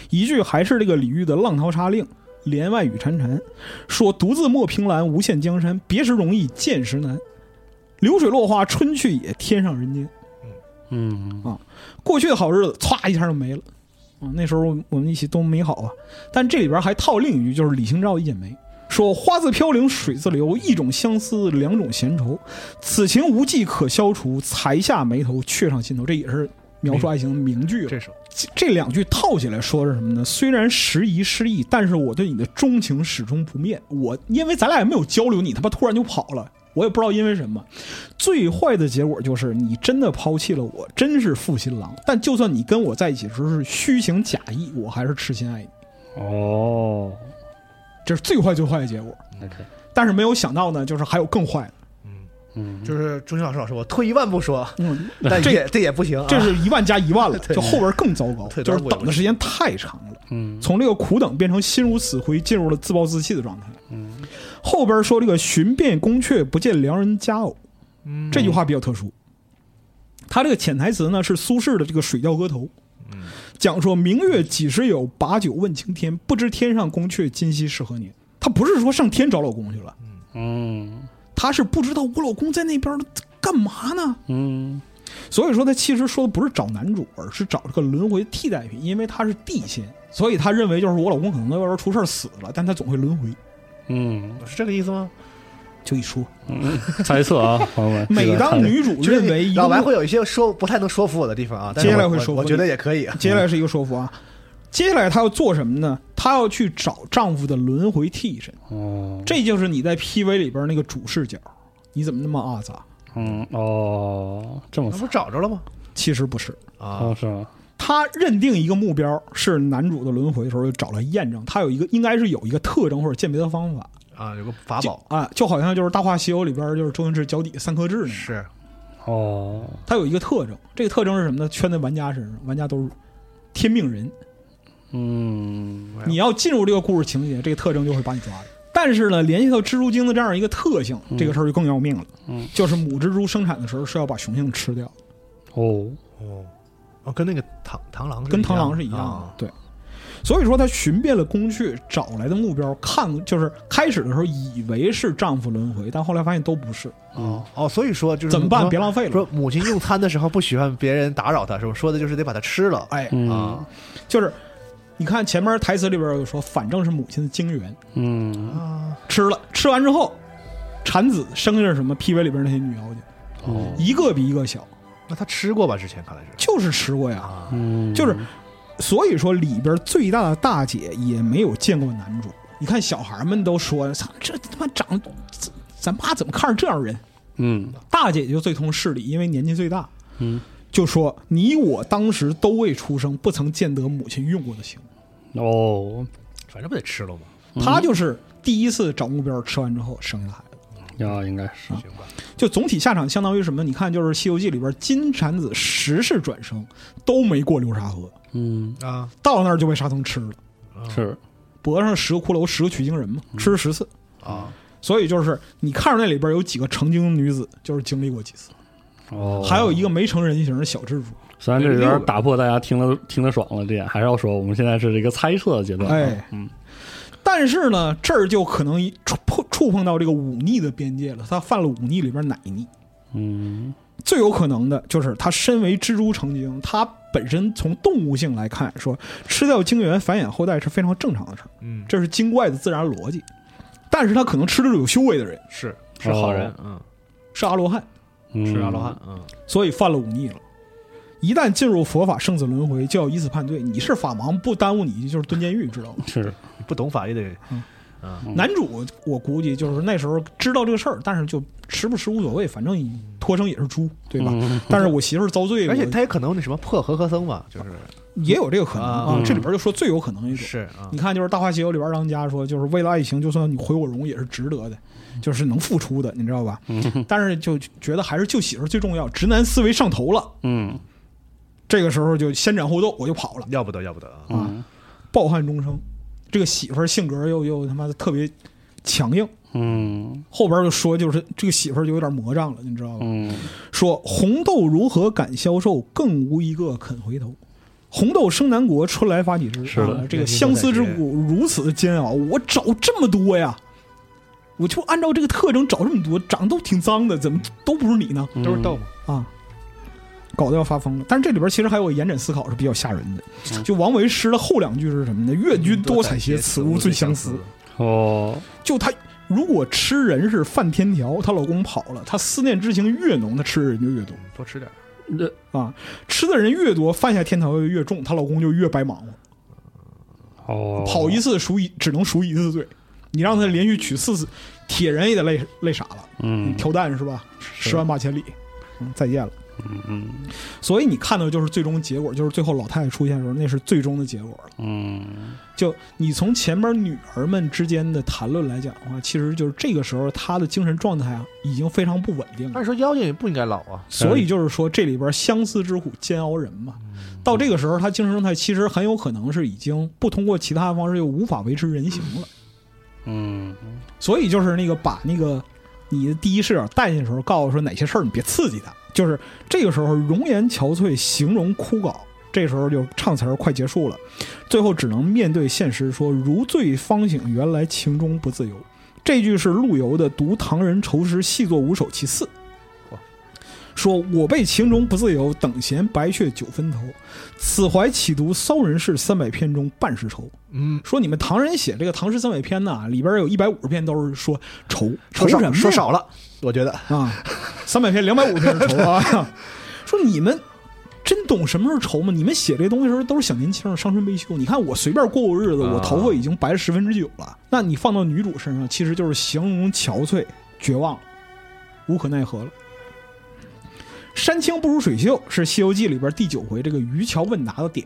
E: 一句还是这个李煜的《浪淘沙令》，帘外雨潺潺，说独自莫凭栏，无限江山，别时容易见时难。流水落花春去也，天上人间。
F: 嗯，
E: 过去的好日子，歘一下就没了。啊，那时候我们一起多美好啊！但这里边还套另一句，就是李清照一剪梅说：“花自飘零水自流，一种相思，两种闲愁。此情无计可消除，才下眉头，却上心头。”这也是描述爱情的名句啊了。
D: 这首
E: 这这两句套起来说的是什么呢？虽然时移世易，但是我对你的钟情始终不灭。我因为咱俩也没有交流，你他妈突然就跑了，我也不知道因为什么。最坏的结果就是你真的抛弃了我，真是负心郎。但就算你跟我在一起的时候是虚情假意，我还是痴心爱你，
F: 哦
E: 这是最坏最坏的结果。
F: 嗯，OK，
E: 但是没有想到呢，就是还有更坏的。
F: 嗯，
D: 就是钟情老师老师，我退一万步说，
E: 嗯，
D: 但
E: 这
D: 也哎这也不行啊，
E: 这是一万加一万了，
D: 对
E: 就后边更糟糕，
D: 退
E: 就
D: 到
E: 是等的时间太长了。
F: 嗯
E: 从这个苦等变成心如死灰，进入了自暴自弃的状态。
F: 嗯
E: 后边说这个“寻遍宫阙，不见良人佳偶”，这句话比较特殊。他这个潜台词呢是苏轼的这个《水调歌头》，讲说“明月几时有，把酒问青天，不知天上宫阙，今夕是何年”。他不是说上天找老公去了，
F: 嗯
E: 他是不知道我老公在那边干嘛呢？
F: 嗯，
E: 所以说他其实说的不是找男主，而是找这个轮回替代品，因为他是地仙，所以他认为就是我老公可能在外边出事儿死了，但他总会轮回。
F: 嗯，
D: 是这个意思吗？
E: 就一说，
F: 猜测啊，朋友们，
E: [laughs] 每当女主
D: 就是
E: 认为一个
D: 老白会有一些说不太能说服我的地方啊，但是
E: 接下来
D: 我
E: 会
D: 我
E: 说服
D: 我觉得
E: 你
D: 也可以。
E: 接下来是一个说服啊， [laughs] 接下来她要做什么呢？她要去找丈夫的轮回替身，
F: 哦，
E: 这就是你在 PV 里边那个主视角，你怎么那么阿杂？
F: 嗯哦，这么
D: 那
F: 惨
D: 不找着了吗？
E: 其实不是，
D: 啊
F: 哦，是吗？
E: 她认定一个目标是男主的轮回的时候，就找来验证，她有一个应该是有一个特征或者鉴别的方法
D: 啊，有个法
E: 就
D: 宝
E: 啊，就好像就是《大话西游》里边就是周星驰脚底下三颗痣那样，
D: 是
F: 哦，
E: 她有一个特征，这个特征是什么呢？圈在玩家身上，玩家都是天命人，
F: 嗯
D: 哎
E: 你要进入这个故事情节，这个特征就会把你抓住。但是呢，联系到蜘蛛精的这样一个特性，这个事儿就更要命了。
F: 嗯，
E: 就是母蜘蛛生产的时候是要把雄性吃掉，
F: 哦，
D: 哦哦，跟那个螳螳螂是
E: 跟
D: 一
E: 螳螂是一样的。
D: 啊
E: 对，所以说她寻遍了宫阙，找来的目标，看就是开始的时候以为是丈夫轮回，但后来发现都不是，
D: 哦哦，所以说就是
E: 怎么办？
D: 说
E: 别浪费了
D: 说。母亲用餐的时候不喜欢别人打扰她，是吧？说的就是得把它吃了。
E: 哎，
F: 嗯
D: 啊
E: 就是你看前面台词里边有说，反正是母亲的精元，
F: 嗯
D: 啊，
E: 吃了吃完之后，产子生下什么 PV 里边那些女妖精，
F: 哦
E: 一个比一个小，
D: 那他吃过吧？之前看来是
E: 就是吃过呀。
D: 啊，
F: 嗯，
E: 就是所以说里边最大的大姐也没有见过男主，你看小孩们都说，操，这他妈长，咱咱爸怎么看上这样人？
F: 嗯
E: 大姐就最通事理，因为年纪最大，
F: 嗯，
E: 就说你我当时都未出生，不曾见得母亲用过的刑。
F: 哦，
D: 反正不得吃了吗？
F: 嗯
E: 她就是第一次找目标，吃完之后生的孩子。
F: 啊，应该是
D: 行吧，
E: 就总体下场相当于什么？你看，就是《西游记》里边金蝉子十世转生都没过流沙河，
F: 嗯
D: 啊，
E: 到那儿就被沙僧吃了，
F: 是
E: 脖子上十个骷髅，十个取经人嘛，
F: 嗯
E: 吃十次
D: 啊。
E: 所以就是你看着那里边有几个成精女子，就是经历过几次，
F: 哦，
E: 还有一个没成人形的小蜘蛛。
F: 虽然这有点打破大家听了听得爽了，这点还是要说，我们现在是这个猜测的阶段。
E: 哎，
F: 嗯，
E: 但是呢，这儿就可能一触碰触碰到这个忤逆的边界了。他犯了忤逆里边哪一逆？
F: 嗯
E: 最有可能的就是他身为蜘蛛成精，他本身从动物性来看，说吃掉精元繁衍后代是非常正常的事儿，
D: 嗯，
E: 这是精怪的自然逻辑。但是他可能吃的是有修为的人，
D: 是是好人，嗯，
E: 是阿罗汉，
F: 嗯，
D: 是阿罗汉，嗯，
E: 所以犯了忤逆了。一旦进入佛法生死轮回，就要以此判对。你是法盲，不耽误你就是蹲监狱，知道吗？
F: 是
D: 你不懂法也得嗯
E: 男主我估计就是那时候知道这个事儿，但是就吃不吃无所谓，反正你脱生也是猪，对吧？
F: 嗯
E: 但是我媳妇儿遭罪，
D: 而且
E: 我
D: 他也可能那什么破和合僧嘛，就是
E: 也有这个可能啊。
F: 嗯
E: 这里边就说最有可能一种，
D: 是啊
E: 你，看就是《大话西游》里边当家说，就是为了爱情，就算你毁我容也是值得的，就是能付出的，你知道吧？
F: 嗯
E: 但是就觉得还是救媳妇儿最重要，直男思维上头了，
F: 嗯
E: 这个时候就先斩后奏，我就跑了，
D: 要不得要不得啊，
F: 嗯
E: 抱憾终生。这个媳妇儿性格又又他妈的特别强硬，
F: 嗯
E: 后边就说就是这个媳妇儿就有点魔障了，你知道吧？
F: 嗯，
E: 说红豆如何敢销售，更无一个肯回头。红豆生南国，春来发几枝。
F: 是的
E: 啊这个相思之苦如此的煎熬，我找这么多呀，我就按照这个特征找这么多，长得都挺脏的，怎么都不是你呢？
F: 嗯
D: 都是逗嘛，
E: 啊，搞得要发疯了。但是这里边其实还有延展思考是比较吓人的。就王维诗的后两句是什么呢？越君嗯多采撷，此物最相思。
F: 哦，
E: 就她如果吃人是犯天条，她老公跑了，她思念之情越浓，她吃的人就越多。
D: 多吃点儿，
F: 这
E: 啊，吃的人越多，犯下天条就越重，她老公就越白忙活，
F: 哦
E: 跑一次赎一只能赎一次罪，你让他连续娶四次，铁人也得累累傻了，
F: 嗯
E: 挑担是吧？十万八千里，嗯，再见了。
F: 嗯
E: 所以你看到就是最终结果，就是最后老太太出现的时候，那是最终的结果了。
F: 嗯
E: 就你从前面女儿们之间的谈论来讲的话，其实就是这个时候她的精神状态啊已经非常不稳定了
D: 按。说妖精也不应该老啊，
E: 所以就是说，这里边相思之苦煎熬人嘛。到这个时候，他精神状态其实很有可能是已经不通过其他方式又无法维持人形了。
F: 嗯
E: 所以就是那个把那个你的第一视角带进去的时候，告诉说哪些事儿你别刺激他。就是这个时候容颜憔悴，形容枯槁。这时候就唱词儿快结束了，最后只能面对现实说：“如醉方醒，原来情中不自由。”这句是陆游的《读唐人愁诗细作五首其四》，说：“我被情中不自由，等闲白却九分头。此怀岂读骚人事，三百篇中半是愁。”
D: 嗯，
E: 说你们唐人写这个《唐诗三百篇》呐，里边有一百五十篇都是说愁，愁
D: 说
E: 什么呀
D: 少说少了，我觉得
E: 啊，三百篇两百五十篇是愁啊。说你们真懂什么是愁吗？你们写这东西的时候都是想年轻、伤春悲秋。你看我随便过过日子，
D: 啊
E: 我头发已经白了十分之九了。那你放到女主身上，其实就是形容憔悴、绝望、无可奈何了。山清不如水秀是《西游记》里边第九回这个渔樵问答的点，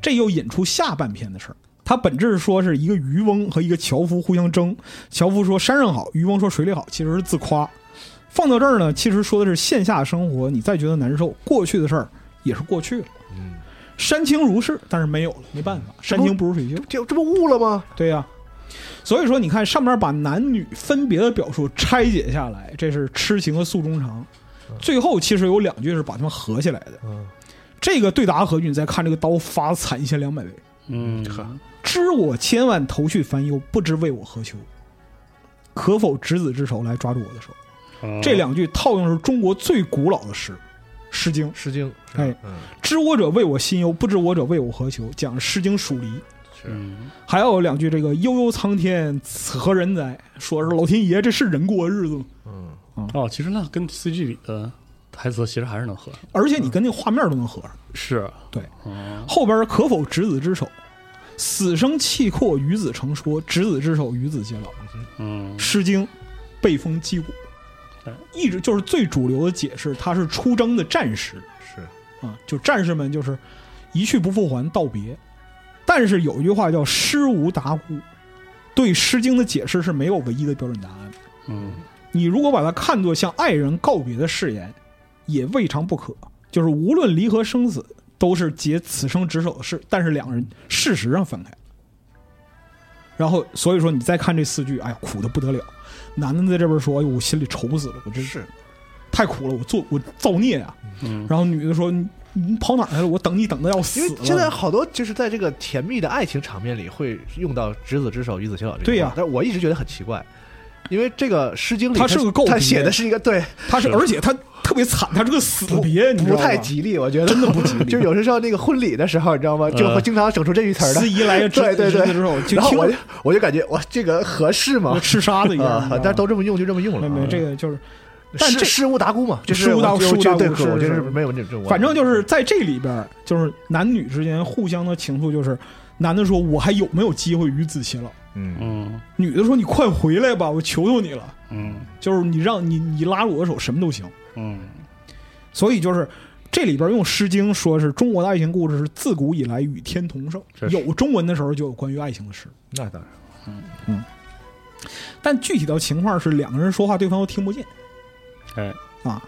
E: 这又引出下半篇的事儿。它本质是说是一个渔翁和一个樵夫互相争，樵夫说山上好，渔翁说水里好，其实是自夸。放到这儿呢，其实说的是线下生活，你再觉得难受，过去的事儿也是过去了。
D: 嗯，
E: 山清如是，但是没有了，没办法，山清不如水秀。
D: 这这不悟了吗？
E: 对呀、所以说你看上面把男女分别的表述拆解下来，这是痴情和诉衷肠。最后其实有两句是把它们合起来的。
D: 嗯，
E: 这个对答合句，你再看这个刀发惨一千两百倍。
F: 嗯，
E: 知我千万头绪烦忧，不知为我何求。可否执子之手来抓住我的手？
F: 哦
E: 这两句套用是中国最古老的诗，《诗经》
D: 《诗经》是
E: 哎，
D: 嗯，
E: 知我者谓我心忧，不知我者谓我何求。讲《诗经·属离》，
D: 是
F: 嗯
E: 还有两句这个“悠悠苍天，此何人哉”，说是老天爷这是人过的日子吗？
D: 嗯，
F: 哦，其实那跟 CG 里的台词其实还是能合上，
E: 嗯而且你跟那画面都能合上。
F: 是
E: 后边可否执子之手？死生契阔，与子成说；执子之手，与子偕老。
F: 嗯
E: 《诗经》被封击鼓
F: 对，
E: 一直就是最主流的解释，它是出征的战时
D: 是
E: 啊，就战士们就是一去不复还，道别。但是有一句话叫“师无达姑”，对《诗经》的解释是没有唯一的标准答案的。
F: 嗯
E: 你如果把它看作向爱人告别的誓言，也未尝不可。就是无论离合生死，都是竭此生职守的事。但是两人事实上分开了。然后，所以说你再看这四句，哎呀，苦的不得了。男的在这边说：“哎呦，我心里愁死了，我真
D: 是
E: 太苦了，我做我造孽呀、
F: 嗯，
E: 然后女的说：“你你跑哪儿去了？我等你等的要
D: 因
E: 死
D: 为
E: 了。”
D: 现在好多就是在这个甜蜜的爱情场面里会用到“执子之手，与子偕老”这个话。
E: 对呀
D: 但我一直觉得很奇怪，因为这个《诗经》里
E: 它是个构哎
D: 他
E: 别
D: 写的是一个
E: [laughs]
D: 对
E: 他是，
F: 是
E: 而且他特别惨，他是个死别，你知
D: 不
E: 道吗
D: 太吉利，我觉得真的不吉利。 [laughs] 就有的时候那个婚礼的时候，你知道吗？就会经常整出这一词儿
E: 嗯司
D: 的。
E: 仪来个侄
D: [laughs] 对对
E: 侄
D: 对
E: 子之后，就
D: 然后
E: 听
D: 我就我就感觉哇，这个合适吗
E: 我？吃沙子一样，你
D: 啊
E: 知道，吗
D: 但都这么用就这么用了
E: 没
D: 啊。
E: 没这个就是，但
D: 但
E: 这
D: 失无达姑嘛，就是
E: 失无达
D: 我
E: 失无达姑
D: 对，
E: 是
D: 我觉
E: 是
D: 得是没有这种。
E: 反正就是在这里边儿，就是男女之间互相的情愫，就是男的说我还有没有机会与子偕老，
D: 嗯，
F: 嗯
E: 女的说你快回来吧，我求求你了，
F: 嗯
E: 就是你让你你拉着我的手，什么都行。
F: 嗯
E: 所以就是这里边用《诗经》说是中国的爱情故事是自古以来与天同寿
F: 这，是
E: 有中文的时候就有关于爱情的诗。
D: 那当然，
E: 但具体到情况是，两个人说话对方又听不见。
F: 哎，
E: 啊，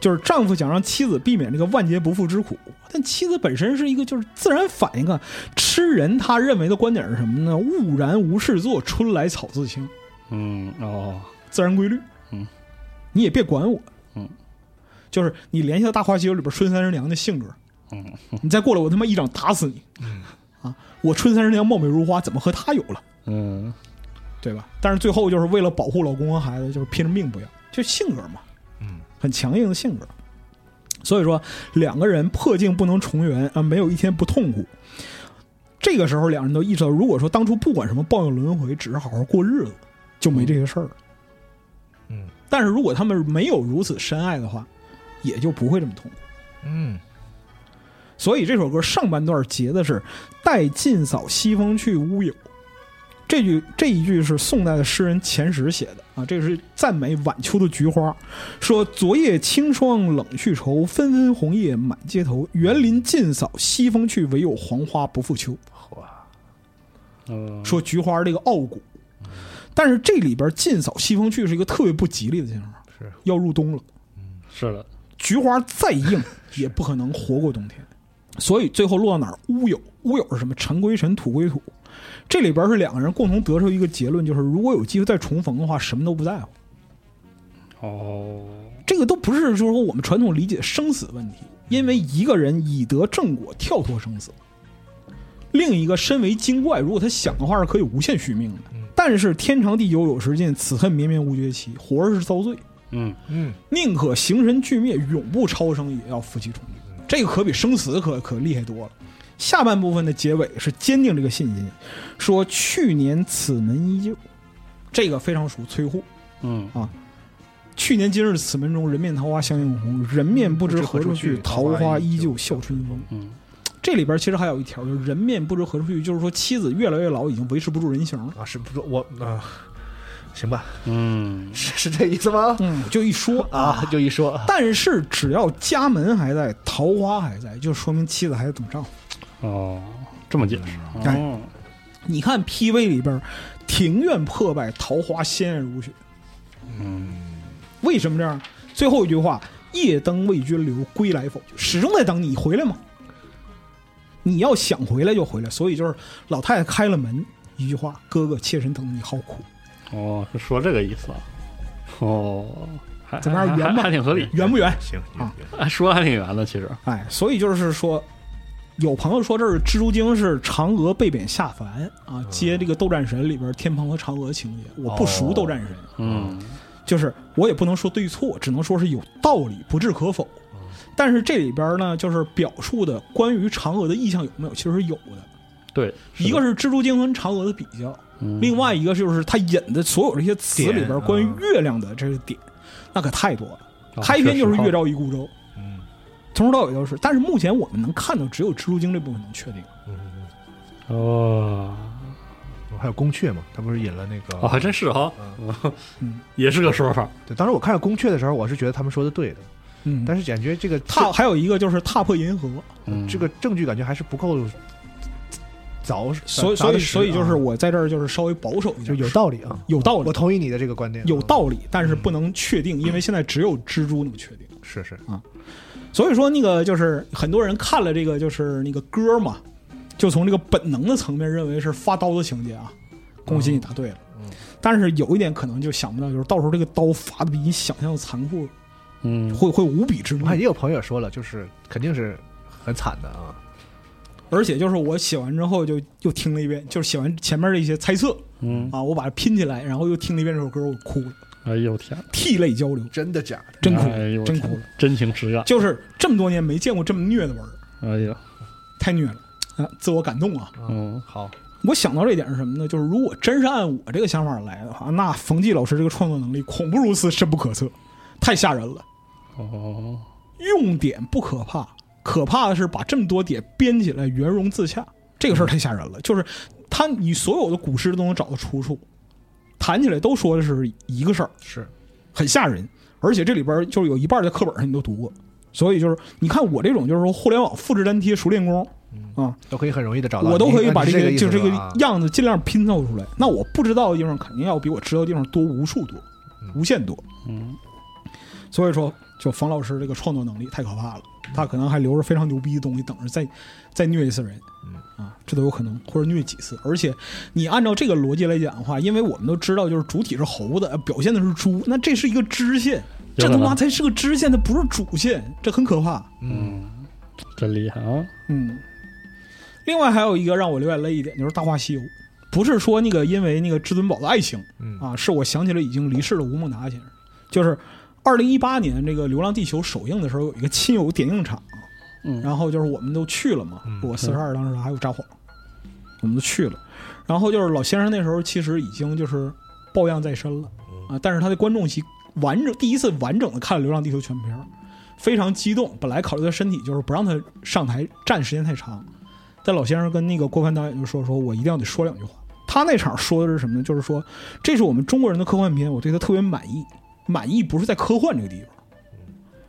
E: 就是丈夫想让妻子避免这个万劫不复之苦，但妻子本身是一个就是自然反应啊，吃人他认为的观点是什么呢？勿然无事做，春来草自青，
F: 嗯哦
E: 自然规律。
F: 嗯，
E: 你也别管我。
F: 嗯，
E: 就是你联系到《大话西游》里边孙三十娘的性格，
F: 嗯
E: 你再过来我他妈一掌打死你。啊，我春三十娘貌美如花，怎么和她有了？
F: 嗯
E: 对吧？但是最后就是为了保护老公和孩子，就是拼了命不要，就性格嘛，
D: 嗯，
E: 很强硬的性格。所以说，两个人破镜不能重圆啊、没有一天不痛苦。这个时候，两人都意识到，如果说当初不管什么报应轮回，只是好好过日子，就没这些事儿了。
D: 嗯，
E: 但是如果他们没有如此深爱的话，也就不会这么痛苦。
D: 嗯，
E: 所以这首歌上半段结的是“待尽扫西风去，乌有”。这句这一句是宋代的诗人钱史写的啊，这是赞美晚秋的菊花，说昨夜清霜冷去愁，纷纷红叶满街头。园林尽扫西风去，唯有黄花不复秋。
D: 哇，
F: 嗯
E: 说菊花这个傲骨，但是这里边尽扫西风去是一个特别不吉利的信号，
D: 是
E: 要入冬了。
F: 是的，
E: 菊花再硬 [laughs] 也不可能活过冬天。所以最后落到哪儿？乌有，乌有是什么？尘归尘，土归土。这里边是两个人共同得出一个结论，就是如果有机会再重逢的话，什么都不在乎。
F: 哦
E: 这个都不是就是说我们传统理解生死问题，因为一个人以德正果，跳脱生死；另一个身为精怪，如果他想的话是可以无限续命的。但是天长地久有时尽，此恨绵绵无绝期，活着是遭罪。
F: 嗯
D: 嗯，
E: 宁可形神俱灭，永不超生，也要夫妻重聚。这个可比生死可可厉害多了。下半部分的结尾是坚定这个信心，说去年此门依旧，这个非常熟崔护。
F: 嗯
E: 去年今日此门中，人面桃花相映红。人面嗯不知何处去，桃花依旧笑春风。
F: 嗯
E: 这里边其实还有一条，就是人面不知何处去，就是说妻子越来越老，已经维持不住人形了。
D: 啊，是不我啊，行吧，
F: 嗯
D: 是是这意
E: [laughs]
D: 思吗？
E: 嗯，就一说
D: 啊，就一说，
E: 但是只要家门还在，桃花还在，就说明妻子还在等丈夫。
F: 哦，这么解释
E: 哎
F: 哦，
E: 你看 PV 里边儿，庭院破败，桃花鲜艳如雪。嗯，为什么这样？最后一句话：“夜登为君留，归来否？”始终在等你回来嘛。你要想回来就回来，所以就是老太太开了门，一句话：“哥哥，妾身等你，好苦。
F: 哦，是说这个意思啊？哦，还
E: 怎么样
F: 还
E: 圆吧
F: 还还挺合理”，
E: 圆不圆？
D: 行
E: 啊
F: 哎 [laughs] 说的还挺圆的，其实
E: 哎，所以就是说，有朋友说这是蜘蛛精是嫦娥被贬下凡啊，接这个斗战神里边天蓬和嫦娥情节。我不熟
D: 哦
E: 斗战神，
F: 嗯
E: 就是我也不能说对错，只能说是有道理，不置可否。但是这里边呢，就是表述的关于嫦娥的意象有没有，其实是有的。
F: 对，
E: 一个是蜘蛛精跟嫦娥的比较，
F: 嗯
E: 另外一个就是他引的所有这些词里边
D: 点
E: 关于月亮的这个点，那可太多了。
F: 哦
E: 开篇就是
F: 确实
E: 月照一孤舟，
D: 嗯
E: 从头到尾都是。但是目前我们能看到，只有蜘蛛精这部分能确定。
F: 哦，
D: 还有宫雀嘛，他不是引了那个
F: 啊，
E: 哦
F: 还真是哈，
E: 嗯
F: [laughs] 也是个说法。
D: 对，当时我看到宫雀的时候，我是觉得他们说的对的，
E: 嗯，
D: 但是感觉这个
E: 踏还有一个就是踏破银河，
F: 嗯，
D: 这个证据感觉还是不够凿，
E: 所以
D: 凿
E: 所
D: 得
E: 以
D: 实
E: 所以就
D: 啊
E: 是我在这儿就是稍微保守一
D: 就
E: 点，
D: 有道理啊，
E: 有道
D: 我
E: 理，
D: 同意你的这个观点，啊
E: 有
D: 理
E: 道理，但是不能确定，因为现在只有蜘蛛能确定。
D: 是是，
E: 所以说那个就是很多人看了这个就是那个歌嘛，就从这个本能的层面认为是发刀的情节啊，恭喜你答对了。
D: 嗯
E: 但是有一点可能就想不到，就是到时候这个刀发的比你想象的残酷，
F: 嗯，
E: 会会无比之
D: 我
E: 怒
D: 看。也有朋友也说了，就是肯定是很惨的啊，
E: 而且就是我写完之后就又听了一遍，就是写完前面的一些猜测
F: 嗯，
E: 啊，我把它拼起来，然后又听了一遍这首歌，我哭了，
F: 哎呦天，
E: 涕泪交流，
D: 真的假的？
E: 真哭了，
F: 哎呦我
E: 真
F: 天
E: 哭了，
F: 真情实感，
E: 就是这么多年没见过这么虐的文儿，
F: 哎呀，
E: 太虐了啊！自我感动啊！
F: 嗯，
D: 好，
E: 我想到这一点是什么呢？就是如果真是按我这个想法来的话，那冯骥老师这个创作能力恐怖如此，深不可测，太吓人了。
F: 哦，
E: 用点不可怕，可怕的是把这么多点编起来圆融自洽，这个事儿太吓人了。就是他，你所有的古诗都能找到出处，谈起来都说的是一个事儿，
D: 是
E: 很吓人。而且这里边就是有一半的课本上你都读过，所以就是你看我这种就是说互联网复制粘贴熟练工，
D: 都可以很容易的找到你，
E: 我都可以把
D: 啊这
E: 这个就
D: 这
E: 这个
D: 样。
E: 样子尽量拼凑出来。那我不知道的地方肯定要比我知道的地方多无数多，无限多。
F: 嗯，
E: 所以说，就冯老师这个创作能力太可怕了，他可能还留着非常牛逼的东西，等着再再虐一次人
D: 嗯。
E: 啊，这都有可能，或者虐几次。而且，你按照这个逻辑来讲的话，因为我们都知道，就是主体是猴子，呃表现的是猪，那这是一个支线，这
F: 有可
E: 他
F: 能
E: 妈才是个支线，它不是主线，这很可怕。
F: 嗯，真厉害啊，
E: 嗯，另外还有一个让我流眼泪一点就是《大话西游》，不是说那个因为那个至尊宝的爱情
D: 嗯
E: 啊，是我想起了已经离世的吴孟达先生，就是二零一八年这个《流浪地球》首映的时候有一个亲友点映场，
F: 嗯
E: 然后就是我们都去了嘛，
D: 嗯
E: 我四十二当时还有札幌，我们都去了，然后就是老先生那时候其实已经就是抱恙在身了
D: 嗯
E: 啊，但是他的观众席完整第一次完整的看了《流浪地球》全片儿。非常激动，本来考虑他身体就是不让他上台站时间太长，但老先生跟那个郭帆导演就说：“说我一定要得说两句话。”他那场说的是什么呢？就是说这是我们中国人的科幻片，我对他特别满意。满意不是在科幻这个地方，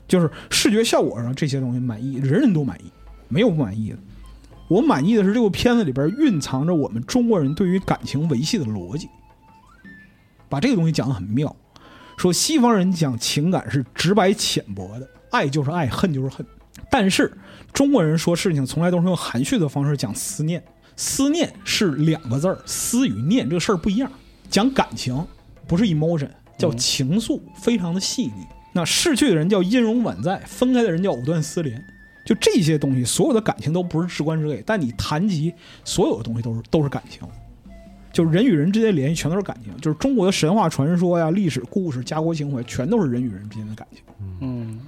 E: 就是视觉效果上这些东西满意，人人都满意，没有不满意的。我满意的是这部片子里边蕴藏着我们中国人对于感情维系的逻辑，把这个东西讲得很妙。说西方人讲情感是直白浅薄的，爱就是爱，恨就是恨。但是中国人说事情从来都是用含蓄的方式讲思念，思念是两个字儿，思与念这个事儿不一样。讲感情不是 emotion，叫情愫，非常的细腻。那逝去的人叫音容宛在，分开的人叫藕断丝连。就这些东西，所有的感情都不是直观之类，但你谈及所有的东西都是都是感情。就是人与人之间的联系全都是感情，就是中国的神话传说呀、历史故事、家国情怀，全都是人与人之间的感情。
F: 嗯，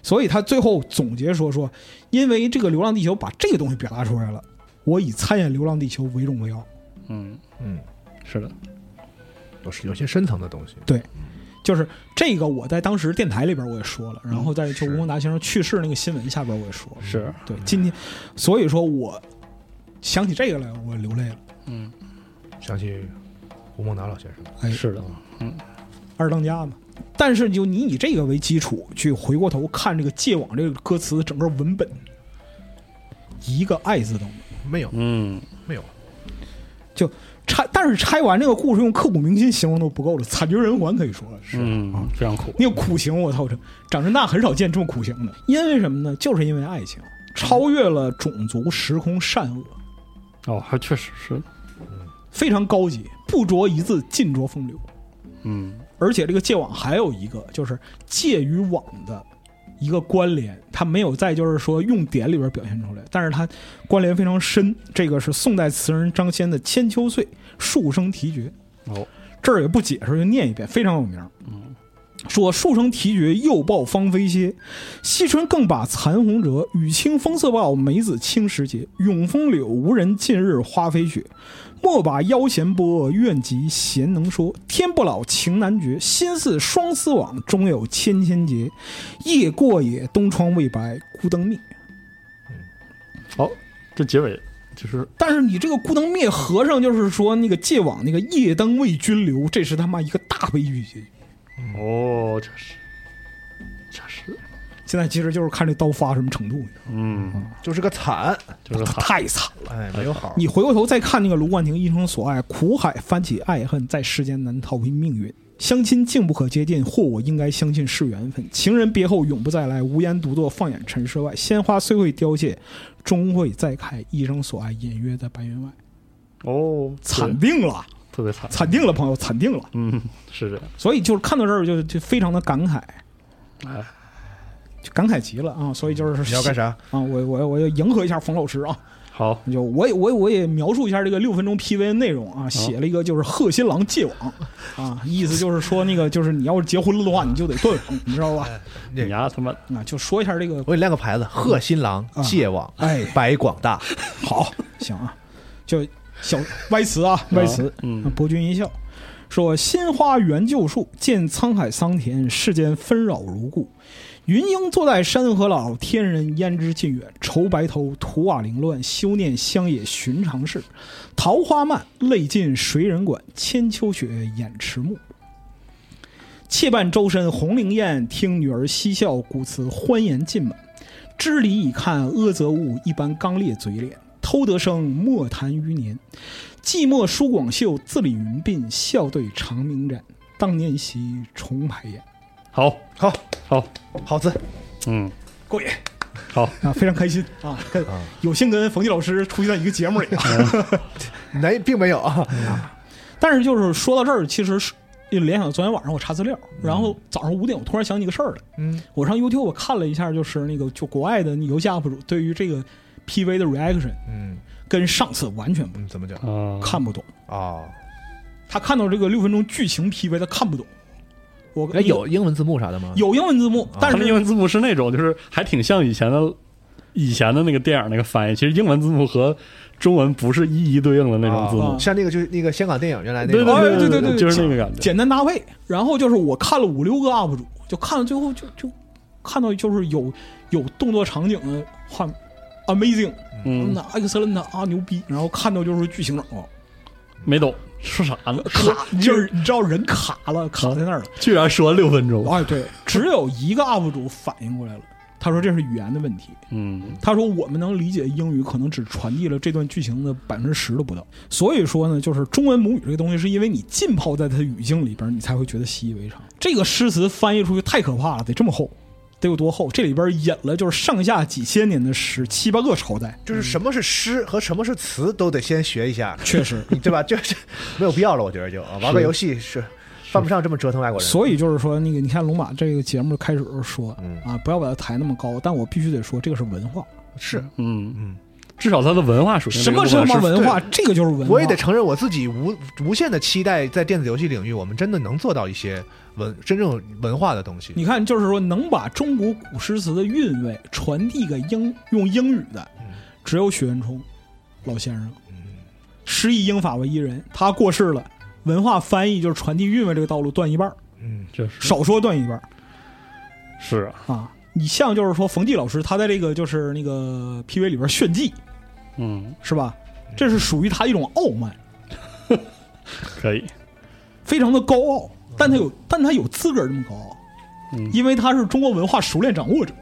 E: 所以他最后总结说说，因为这个《流浪地球》把这个东西表达出来了，我以参演《流浪地球》为荣为傲。
F: 嗯，
D: 嗯，
F: 是的，
D: 有有些深层的东西，
E: 就是这个，我在当时电台里边我也说了，然后在就是吴孟达先生去世那个新闻下边我也说了。
F: 是，
E: 对，今天，所以说我想起这个来，我流泪了。
F: 嗯，
D: 想起吴孟达老先生，
E: 哎
F: 是的，
E: 二当家嘛。但是就你以这个为基础去回过头看这个《戒网》这个歌词的整个文本，一个“爱”字都没有。
D: 没有
F: 嗯，
D: 没有，
E: 拆，但是拆完这个故事，用刻骨铭心形容都不够了，惨绝人寰可以说是。
F: 嗯，非常酷，
E: 那个苦情，我操，这长这大很少见这么苦情的。因为什么呢？就是因为爱情超越了种族、时空、善恶，
F: 哦，还确实是，
E: 非常高级，不着一字，尽着风流。
F: 嗯，
E: 而且这个戒网还有一个就是戒与网的一个关联，它没有在就是说用典里边表现出来，但是它关联非常深。这个是宋代词人张先的《千秋岁·数声啼绝》。
F: 哦，
E: 这儿也不解释，就念一遍，非常有名。
F: 嗯，
E: 说数声啼绝，又报芳菲歇。惜春更把残红折，雨清风色报，梅子青时节。咏风柳，无人近日花飞雪。莫把腰弦拨，愿及贤能说。天不老，情难绝，心似双丝网，终有千千结。夜过也，东窗未白，孤灯灭。
F: 这结尾就是
E: 但是你这个孤灯灭和尚，就是说那个戒网那个夜当为君留，这是他妈一个大悲剧结局。
F: 哦，这是，这是，
E: 现在其实就是看这刀发什么程度，
F: 嗯，
D: 就是个惨，
F: 就是好
E: 太惨了。
D: 哎，没有好。
E: 你回过头再看那个卢冠廷一生所爱，苦海翻起爱恨，在世间难逃避命运。相亲竟不可接近，或我应该相信是缘分。情人别后永不再来，无言独坐，放眼尘世外。鲜花虽会凋谢，终会再开。一生所爱，隐约在白云外。
F: 哦，
E: 惨定了，
F: 对，特别惨，
E: 惨定了，朋友，惨定了。
F: 嗯，是这样，
E: 所以就是看到这儿就就非常的感慨，
F: 哎，
E: 就感慨极了啊！所以就是
D: 嗯你要干啥？
E: 啊？我我我要迎合一下冯老师啊！
F: 好，
E: 就我也我也我也描述一下这个六分钟 PV 内容啊，写了一个就是贺新郎戒网啊，意思就是说那个就是你要是结婚了的话，你就得断网，你知道吧？
D: 这
F: 你丫他妈
E: 啊，就说一下这个
D: 我给你亮个牌子：贺新郎
E: 啊
D: 戒网，
E: 哎
D: 白广大。
E: 好行啊，就小歪词啊歪词，
F: 嗯
E: 博君一笑，说：“新花缘旧树，见沧海桑田，世间纷扰如故。云英坐在山河老，天人焉知近远？愁白头，土瓦凌乱，修炼乡野寻常事。桃花漫，泪尽谁人管？千秋雪，掩迟暮。”妾伴周身红绫宴，听女儿嬉笑，古词欢颜尽满。知礼已看阿则物，一般刚烈嘴脸。偷得生，莫谈余年。寂寞舒广袖，字里云鬓，笑对长明盏。当年习重排演
F: 好，
D: 好，
F: 好，
D: 好字，
F: 嗯，
E: 过瘾
F: 好，
E: 啊，非常开心啊！跟 [laughs] 有幸跟冯骥老师出现在一个节目里啊。
D: 没并没有啊。
E: 但是就是说到这儿，其实是一联想到昨天晚上我查资料，然后早上五点我突然想起个事儿来，
D: 嗯，
E: 我上 YouTube 我看了一下，就是那个就国外的游戏 UP 主对于这个 PV 的 reaction
D: [laughs] 嗯
E: 跟上次完全不
D: 嗯，怎么讲
F: 啊，
E: 看不懂，
D: 啊？
E: 他看到这个六分钟剧情 PV 他看不懂。我
D: 哎，有英文字幕啥的吗？
E: 啊有英文字幕，但
F: 他
E: 是
F: 们英文字幕是那种，就是还挺像以前的。以前的那个电影那个翻译，其实英文字幕和中文不是一一对应的那种字幕，
E: 啊
D: 像那个就是那个香港电影原来那
F: 对
D: 个，
E: 哎
F: 对
E: 对对对
F: 就是那个感觉。
E: 简单搭配。然后就是我看了五六个 UP 主，就看到最后就就看到就是有有动作场景的画，amazing，
F: 嗯，
E: 那 excellent 啊牛逼，然后看到就是剧情了，哦
F: 没懂说啥呢？说
E: 卡就是你知道人卡了，卡在那儿了。
F: 居然说六分钟。
E: 哎，对，只有一个 UP 主反应过来了，他说这是语言的问题。
F: 嗯，
E: 他说我们能理解英语，可能只传递了这段剧情的百分之十都不到。所以说呢，就是中文母语这个东西，是因为你浸泡在它的语境里边，你才会觉得习以为常。这个诗词翻译出去太可怕了，得这么厚，得有多厚？这里边引了就是上下几千年的诗，七八个朝代，
D: 就是什么是诗和什么是词都得先学一下，
E: 确实。
D: 你对吧？就是没有必要了，我觉得就啊玩个游戏是犯不上这么折腾外国人。
E: 所以就是说，那个你看龙马这个节目开始的时候说啊，不要把它抬那么高，但我必须得说，这个是文化。
D: 是，
F: 嗯嗯，至少它的文化属性
E: 什
F: 这个
E: 么
F: 部
E: 是
F: 分
E: 什
F: 是，
E: 么文化？这个就是文化。
D: 我也得承认我自己无无限的期待，在电子游戏领域，我们真的能做到一些文真正文化的东西。
E: 你看，就是说能把中国古诗词的韵味传递给英用英语的，
F: 嗯
E: 只有许渊冲老先生。
D: 嗯
E: 诗以英法为一人，他过世了，文化翻译就是传递韵味这个道路断一半儿，
D: 嗯，
F: 就是
E: 少说断一半儿
F: 是啊，
E: 啊。你像就是说冯骥老师，他在这个就是那个 PV 里边炫技
F: 嗯，
E: 是吧？这是属于他一种傲慢，
F: 可以，
E: 非常的高傲，但他有但他有资格这么高傲，
F: 嗯
E: 因为他是中国文化熟练掌握者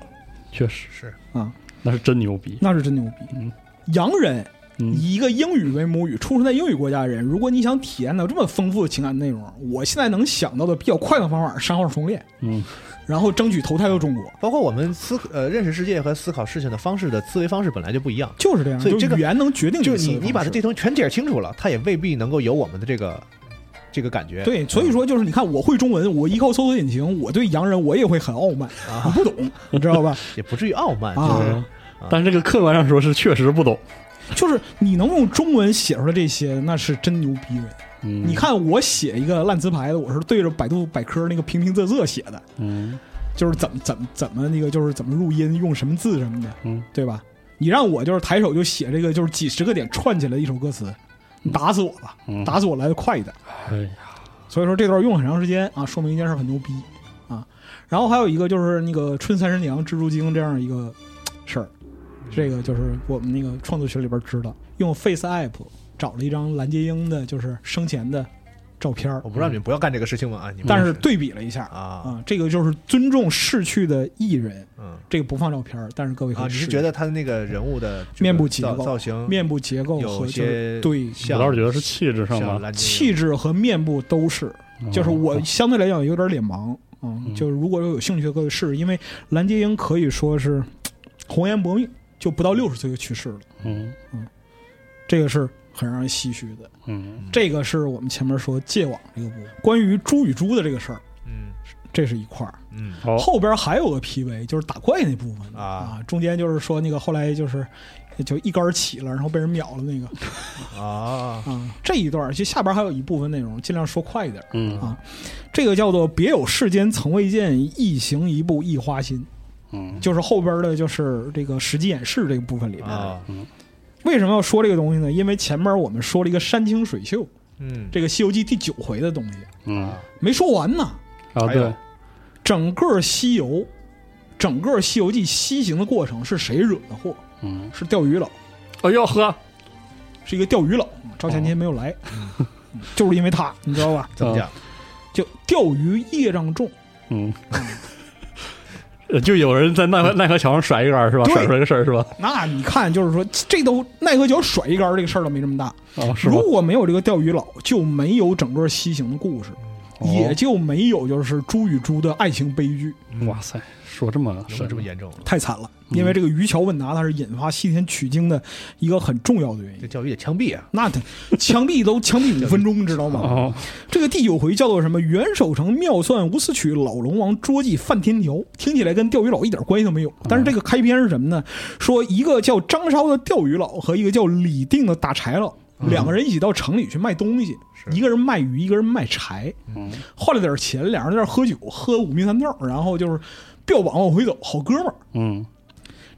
F: 确实
D: 是
E: 啊，
F: 那是真牛逼。
E: 那是真牛逼。
F: 嗯
E: 洋人
F: 嗯，
E: 以一个英语为母语、出生在英语国家的人，如果你想体验到这么丰富的情感内容，我现在能想到的比较快的方法是删号重练，
F: 嗯，
E: 然后争取投胎到中国，
D: 包括我们思呃认识世界和思考事情的方式的思维方式本来就不一样。
E: 就是这样。
D: 所以这个
E: 就语言能决定
D: 就
E: 个思
D: 是
E: 维
D: 你你把它
E: 方
D: 这
E: 式
D: 东西全解清楚了，它也未必能够有我们的这个这个感觉。
E: 对，所以说就是你看，我会中文，我依靠搜索引擎，我对洋人我也会很傲慢，
D: 啊
E: 你不
D: [laughs]
E: 懂，你知道吧？
D: 嗯也不至于傲慢，
E: 啊
D: 就是
F: 嗯但是这个客观上说是确实不懂。
E: 就是你能用中文写出来这些，那是真牛逼人。
F: 嗯，
E: 你，看我写一个烂词牌子，我是对着百度百科那个平平仄仄写的，
F: 嗯
E: 就是怎么怎么怎么那个就是怎么入音，用什么字什么的，
F: 嗯，
E: 对吧？你让我就是抬手就写这个，就是几十个点串起来一首歌词，你打死我吧，
F: 嗯
E: 打死我来的快一点。
F: 哎呀，
E: 所以说这段用很长时间啊，说明一件事很牛逼啊。然后还有一个就是那个《春三十娘》《蜘蛛精》这样一个嘖事儿，这个就是我们那个创作群里边知道，用 Face App 找了一张蓝洁瑛的，就是生前的照片儿
D: 我，不让你们不要干这个事情嘛啊！你们
E: 但是对比了一下啊、
D: 啊，
E: 这个就是尊重逝去的艺人，
D: 嗯
E: 这个不放照片儿，但是各位可以
D: 啊，你是
E: 试一
D: 觉
E: 下
D: 得他的那个人物的这个
E: 面部结
D: 造
E: 构
D: 造型
E: 面部结构和
D: 有
E: 就是
D: 些
E: 对
D: 像
F: 我倒是觉得是气质上
D: 像
F: 吧，
D: 蓝精灵
E: 气质和面部都是，就是我相对来讲有点脸盲，嗯，
F: 哦嗯
E: 就是如果有兴趣的各位试试，因为蓝洁瑛可以说是红颜薄命，就不到六十岁就去世了，
F: 嗯
E: 这个是很让人唏嘘的。
F: 嗯
E: 这个是我们前面说戒网这个部分，关于猪与猪的这个事儿，
D: 嗯
E: 这是一块儿。
D: 嗯
F: 好
E: 后边还有个 PV，就是打怪那部分
D: 啊
E: 中间就是说那个后来就是就一杆儿起了，然后被人秒了那
D: [laughs]
E: 个
D: 啊
E: 啊，这一段儿其实下边还有一部分内容，尽量说快一点儿。
F: 嗯
E: 这个叫做“别有世间曾未见，一行一步一花心
F: 嗯”，
E: 就是后边的就是这个实际演示这个部分里边。
D: 啊
E: 为什么要说这个东西呢？因为前面我们说了一个山清水秀，
D: 嗯
E: 这个《西游记》第九回的东西
F: 嗯
E: 没说完呢。
F: 啊
E: 哎
D: 还有
F: 对，
E: 整个西游，整个西游记西行的过程是谁惹的祸？
F: 嗯，
E: 是钓鱼佬，啊
F: 哎呦呵，
E: 是一个钓鱼佬。赵钱天没有来， [laughs] 嗯就是因为他，你知道吧？
D: 怎么讲？
E: 就钓鱼业障重，
F: 嗯，呃就有人在奈何奈何桥上甩一杆儿是吧？
E: 嗯对
F: 甩出来个事儿是吧？
E: 那你看，就是说这都奈何桥甩一杆儿这个事儿都没这么大。
F: 啊，是吗
E: 如？果没有这个钓鱼佬，就没有整个西行的故事，
F: 哦
E: 也就没有就是猪与猪的爱情悲剧，
F: 哇塞，说这
E: 嗯
F: 么
D: 有没有
F: 深
D: 这么严重？
E: 太惨了。
F: 嗯
E: 因为这个渔樵问答，它是引发西天取经的一个很重要的原
D: 这
E: 因。
D: 教育得枪毙啊！
E: 那得枪毙都枪毙五分钟，知道吗？
F: 哦，
E: 这个第九回叫做什么？袁守诚妙算无私曲，老龙王捉计犯天条。听起来跟钓鱼佬一点关系都没有。但是这个开篇是什么呢？说一个叫张稍的钓鱼佬和一个叫李定的打柴佬，两个人一起到城里去卖东西，一个人卖鱼，一个人卖柴。
F: 嗯
E: 换了点钱，俩人在那儿喝酒，喝五迷三道，然后就是标榜往回走，好哥们儿。
F: 嗯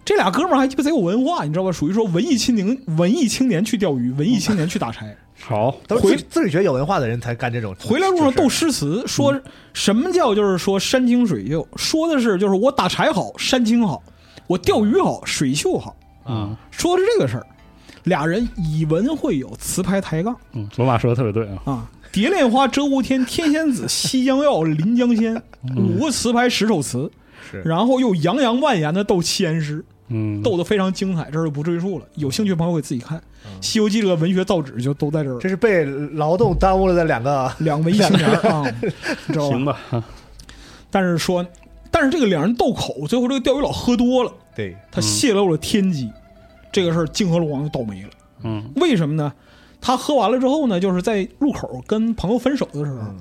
E: 这俩哥们儿还鸡巴贼有文化，你知道吧？属于说文艺青年，文艺青年去钓鱼，文艺青年去打柴，
F: 好，
D: 都是
E: 回
D: 自自己觉得有文化的人才干这种。
E: 回来路上
D: 就
E: 斗
D: 是嗯
E: 诗词，说什么叫就是说山清水秀，说的是就是我打柴好，山清好，我钓鱼好，水秀好，
F: 嗯
E: 说的是这个事儿。俩人以文会友，词牌抬杠
F: 嗯，罗马说的特别对啊，
E: 啊。蝶恋花，鹧鸪天，天仙子，西江药，临江仙，五个词牌，十首词，
D: 嗯是
E: 然后又洋洋万言的斗七言诗，
F: 嗯，
E: 斗得非常精彩，这儿就不赘述了。有兴趣的朋友可以自己看《
D: 嗯
E: 西游记》这个文学造纸就都在这儿
D: 这。是被劳动耽误了的两个
E: 两文艺青年
D: [laughs]
E: 儿啊，你知道
F: 行
E: 吧？
F: 吧，啊
E: 但是说，但是这个两人斗口，最后这个钓鱼佬喝多了，
D: 对
E: 他泄露了天机，这个事儿泾河龙王就倒霉了。
F: 嗯
E: 为什么呢？他喝完了之后呢，就是在路口跟朋友分手的时候，
D: 嗯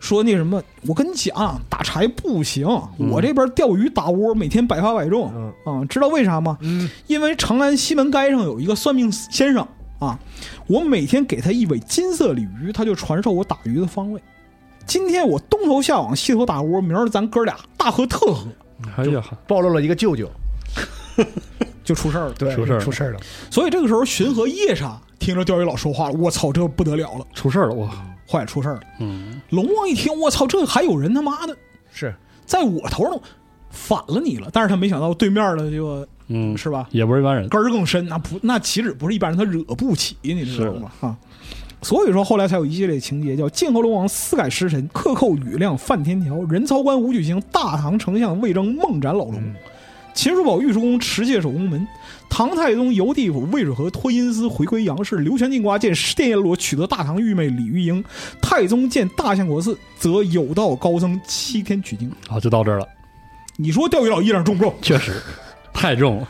E: 说那什么，我跟你讲，打柴不行，我这边钓鱼打窝，每天百发百中。
D: 嗯
E: 啊、知道为啥吗？
D: 嗯
E: 因为长安西门街上有一个算命先生啊，我每天给他一尾金色鲤鱼，他就传授我打鱼的方位。今天我东头下网，西头打窝，明儿咱哥俩大喝特喝，
F: 哎呀，
D: [laughs] 暴露了一个舅舅，
E: 就出事儿了。
D: 对
F: 出事儿了
D: 出事儿了，
E: 所以这个时候，巡河夜叉听着钓鱼佬说话了，我操，这不得了了，
F: 出事儿了，哇，
E: 坏出事儿了。
F: 嗯
E: 龙王一听，我操，这还有人他妈的
D: 是
E: 在我头上反了你了，但是他没想到对面的就
F: 嗯，
E: 是吧，
F: 也不是一般人，
E: 根儿更深，那不那岂止不是一般人，他惹不起，你知道吗？啊，所以说后来才有一系列情节，叫泾河龙王私改时辰，克扣雨亮犯天条，人操官武举行，大唐丞相魏征梦斩老龙，
D: 嗯
E: 秦叔宝尉迟恭持械守宫门，唐太宗游地府渭水河脱阴司回归杨氏，刘玄进瓜见殿阎罗取得大唐玉妹李玉英，太宗建大相国寺，则有道高僧西天取经。
F: 好，就到这儿了，
E: 你说钓鱼佬衣裳重不重？
F: 确实太重了，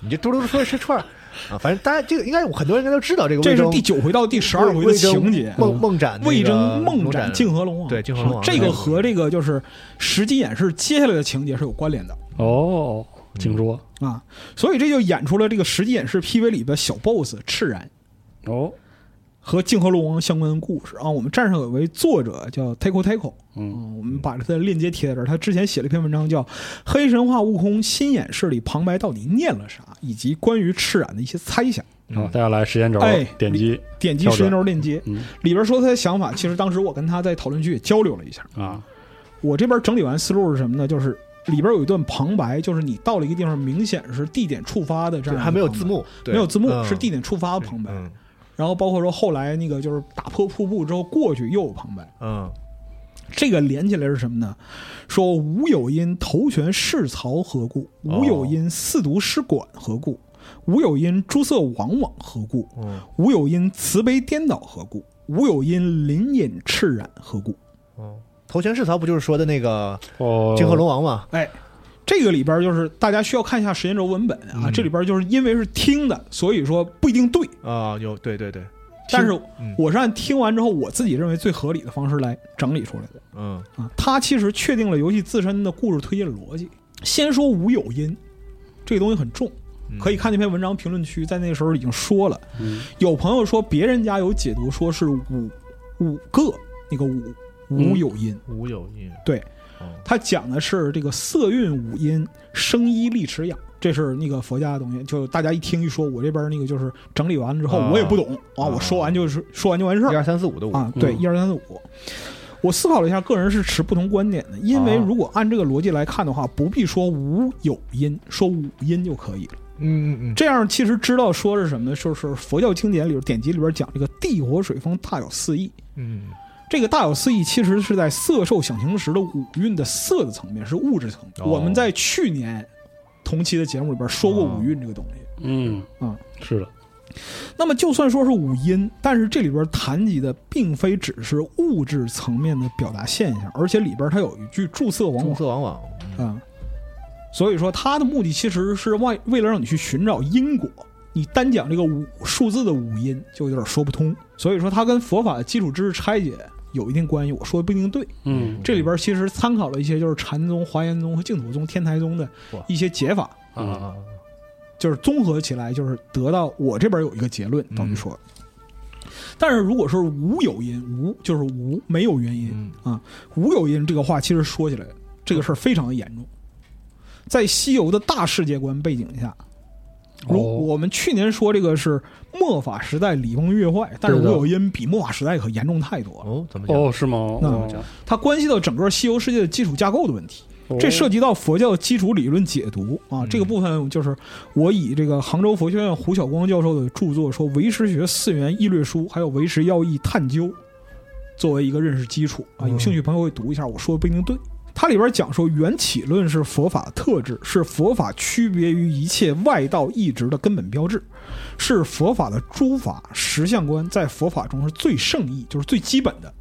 D: 你这嘟噜说是串儿啊，反正大家这个应该很多人应该都知道这个魏
E: 这是
D: 征。
E: 第九回到第十二回的
D: 魏征
E: 情节。嗯啊
D: 梦梦斩那个
E: 魏征梦
D: 龙
E: 斩泾河龙王，
D: 对泾河龙王
E: 这个和这个就是实际演示接下来的情节是有关联的
F: 哦，请说，
E: 啊，所以这就演出了这个实际演示 PV 里的小 BOSS 赤然
F: 哦，
E: 和泾河龙王相关的故事啊。我们站上有位作者叫 Taco Taco，
F: 嗯
E: 嗯，我们把他的链接贴在这儿。他之前写了一篇文章叫《黑神话：悟空新演示里旁白到底念了啥》，以及关于赤然的一些猜想。
F: 好，大家来时间轴
E: 哎
F: 点击，
E: 点击时间轴链接，
F: 嗯
E: 里边说他的想法。其实当时我跟他在讨论区也交流了一下，
F: 啊，
E: 我这边整理完思路是什么呢？就是里边有一段旁白，就是你到了一个地方，明显是地点触发的这样一
D: 对
E: 个
D: 还没有
E: 旁白
D: 字，幕，对
E: 没有字幕、
D: 嗯
E: 是地点触发的旁白。
D: 嗯
E: 然后包括说后来那个就是打破瀑布之后过去又有旁白，
D: 嗯
E: 这个连起来是什么呢？说吾有因头悬世曹何故？
D: 哦
E: 吾有因四毒师管何故？吾有因诸色往往何故？
D: 嗯
E: 吾有因慈悲颠倒何故？吾有因临隐炽然何故？
D: 嗯，头衔是曹不就是说的那个
F: 哦，
D: 金河龙王吗？
E: 哎，这个里边就是大家需要看一下时间轴文本啊，这里边就是因为是听的，所以说不一定哦对，
D: 啊，有对对对，
E: 但是
D: 嗯
E: 我是按听完之后我自己认为最合理的方式来整理出来的。
D: 嗯
E: 啊，它其实确定了游戏自身的故事推进逻辑。先说无有因，这个东西很重，
D: 嗯
E: 可以看那篇文章评论区，在那个时候已经说了。
F: 嗯
E: 有朋友说别人家有解读说是五五个那个五无
F: 嗯
E: 有因，
D: 无有音，
E: 对，
D: 哦
E: 它讲的是这个色蕴五音，声依力持养。这是那个佛家的东西，就大家一听一说，我这边那个就是整理完了之后，
D: 啊
E: 我也不懂啊，
D: 啊
E: 我说完就是说完就完事
D: 一
E: 儿
D: 二三四五的五，
E: 啊。对，
F: 嗯
E: 一二三四五，我思考了一下，个人是持不同观点的，因为
D: 啊
E: 如果按这个逻辑来看的话，不必说无有因，说五音就可以了。
D: 嗯嗯嗯，
E: 这样其实知道说是什么呢？就是佛教经典里边典籍里边讲这个地火水风大有四意，
D: 嗯
E: 这个大有四意其实是在色受想行识的五蕴的色的层面，是物质层。
D: 哦
E: 我们在去年同期的节目里边说过
D: 哦
E: 五蕴这个东西。
F: 嗯
E: 啊，
F: 是的，
E: 那么就算说是五音，但是这里边谈及的并非只是物质层面的表达现象，而且里边它有一句注色往
D: 棕
E: 往
D: 色往往，嗯
E: 啊。所以说，它的目的其实是为为了让你去寻找因果。你单讲这个五数字的五音，就有点说不通。所以说，它跟佛法的基础知识拆解有一定关系。我说的不一定对，
F: 嗯
E: 这里边其实参考了一些就是禅宗、华严宗和净土宗、天台宗的
D: 哇
E: 一些解法，
D: 啊啊
F: 啊，
D: 啊
E: 就是综合起来，就是得到我这边有一个结
F: 嗯
E: 论，等于说。但是如果说无有因，无就是无，没有原因、
D: 嗯
E: 啊，无有因这个话，其实说起来，这个事儿非常的严重。在西游的大世界观背景下，如
F: 哦
E: 我们去年说这个是末法时代礼崩乐坏，但是无
F: 对的
E: 有因比末法时代可严重太多了。
D: 哦，怎么讲？
F: 哦，是吗？
E: 那
F: 哦
E: 它关系到整个西游世界的基础架构的问题，
F: 哦
E: 这涉及到佛教基础理论解读啊。
D: 嗯
E: 这个部分就是我以这个杭州佛学院胡晓光教授的著作说《唯识学四元义略书》还有《唯识要义探究》作为一个认识基础啊。有兴趣朋友会读一下，我说的不一定对。它里边讲说，缘起论是佛法特质，是佛法区别于一切外道意志的根本标志，是佛法的诸法实相观在佛法中是最圣义，就是最基本的。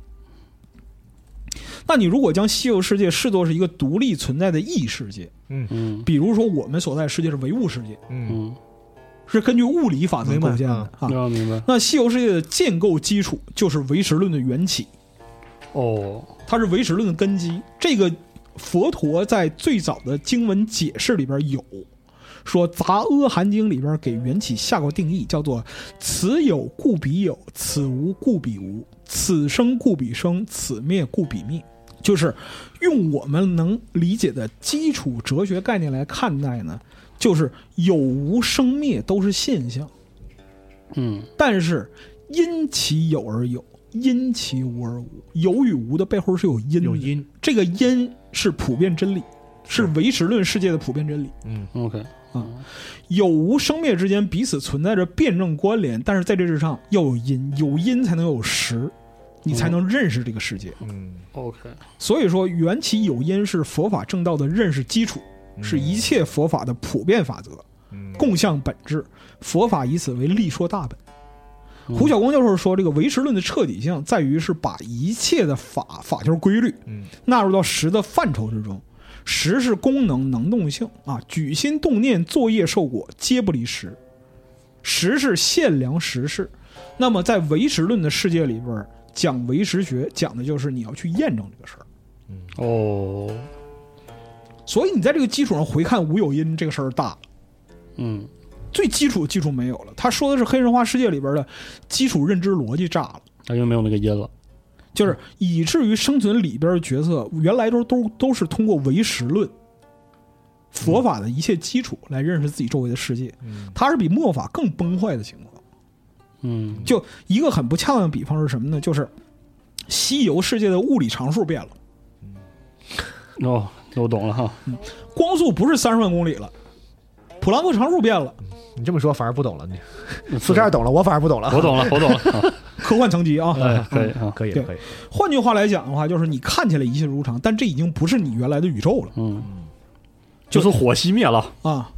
E: 那你如果将西游世界视作是一个独立存在的异世界，
F: 嗯
E: 比如说我们所在世界是唯物世界，
D: 嗯
F: 嗯，
E: 是根据物理法则构建的啊。
F: 那明白
E: 那西游世界的建构基础就是唯识论的缘起，
F: 哦，
E: 它是唯识论的根基。这个佛陀在最早的经文解释里边有说，《杂阿含经》里边给缘起下过定义，叫做“此有故彼有，此无故彼无，此生故彼生，此灭故彼灭”，就是用我们能理解的基础哲学概念来看待呢，就是有无生灭都是现象。
F: 嗯
E: 但是因其有而有，因其无而无。有与无的背后是有因的，
D: 嗯有音，
E: 这个因是普遍真理，是唯识论世界的普遍真理。
D: 嗯
F: ，OK，
E: 有无生灭之间彼此存在着辩证关联，但是在这之上要有因，有因才能有实，你才能认识这个世界。
D: 嗯，
F: OK，
E: 所以说，缘起有因是佛法正道的认识基础，是一切佛法的普遍法则。
D: 嗯
E: 共向本质，佛法以此为立说大本。
F: 嗯
E: 胡晓光教授说，这个唯识论的彻底性在于是把一切的法法就是规律
D: 嗯
E: 纳入到实的范畴之中，实是功能能动性啊，举心动念、作业受果皆不离实，实是限量实事。那么在唯识论的世界里边儿，讲唯识学讲的就是你要去验证这个事儿。
F: 哦，
E: 所以你在这个基础上回看无有因这个事儿大了。
F: 嗯
E: 最基础的基础没有了。他说的是黑神话世界里边的基础认知逻辑炸了，
F: 那啊就没有那个音了，
E: 就是以至于生存里边的角色原来都都都是通过唯识论。佛法的一切基础来认识自己周围的世界，
D: 嗯
E: 它是比末法更崩坏的情况。
F: 嗯
E: 就一个很不恰当的比方是什么呢？就是西游世界的物理常数变了，
F: 哦，我懂了哈。
E: 光速不是三十万公里了，普朗克常数变了，
D: 你这么说反而不懂了，你
F: 是
D: 四十二懂了，嗯我反而不懂了。
F: 我懂了，我懂了。 [laughs] 啊
E: 科幻层级啊。
F: 哎，可以啊，
D: 可以
E: 对
D: 了，可以了。
E: 换句话来讲的话，就是你看起来一切如常，但这已经不是你原来的宇宙了
F: 嗯， [laughs] 就是火熄灭了，
E: 啊！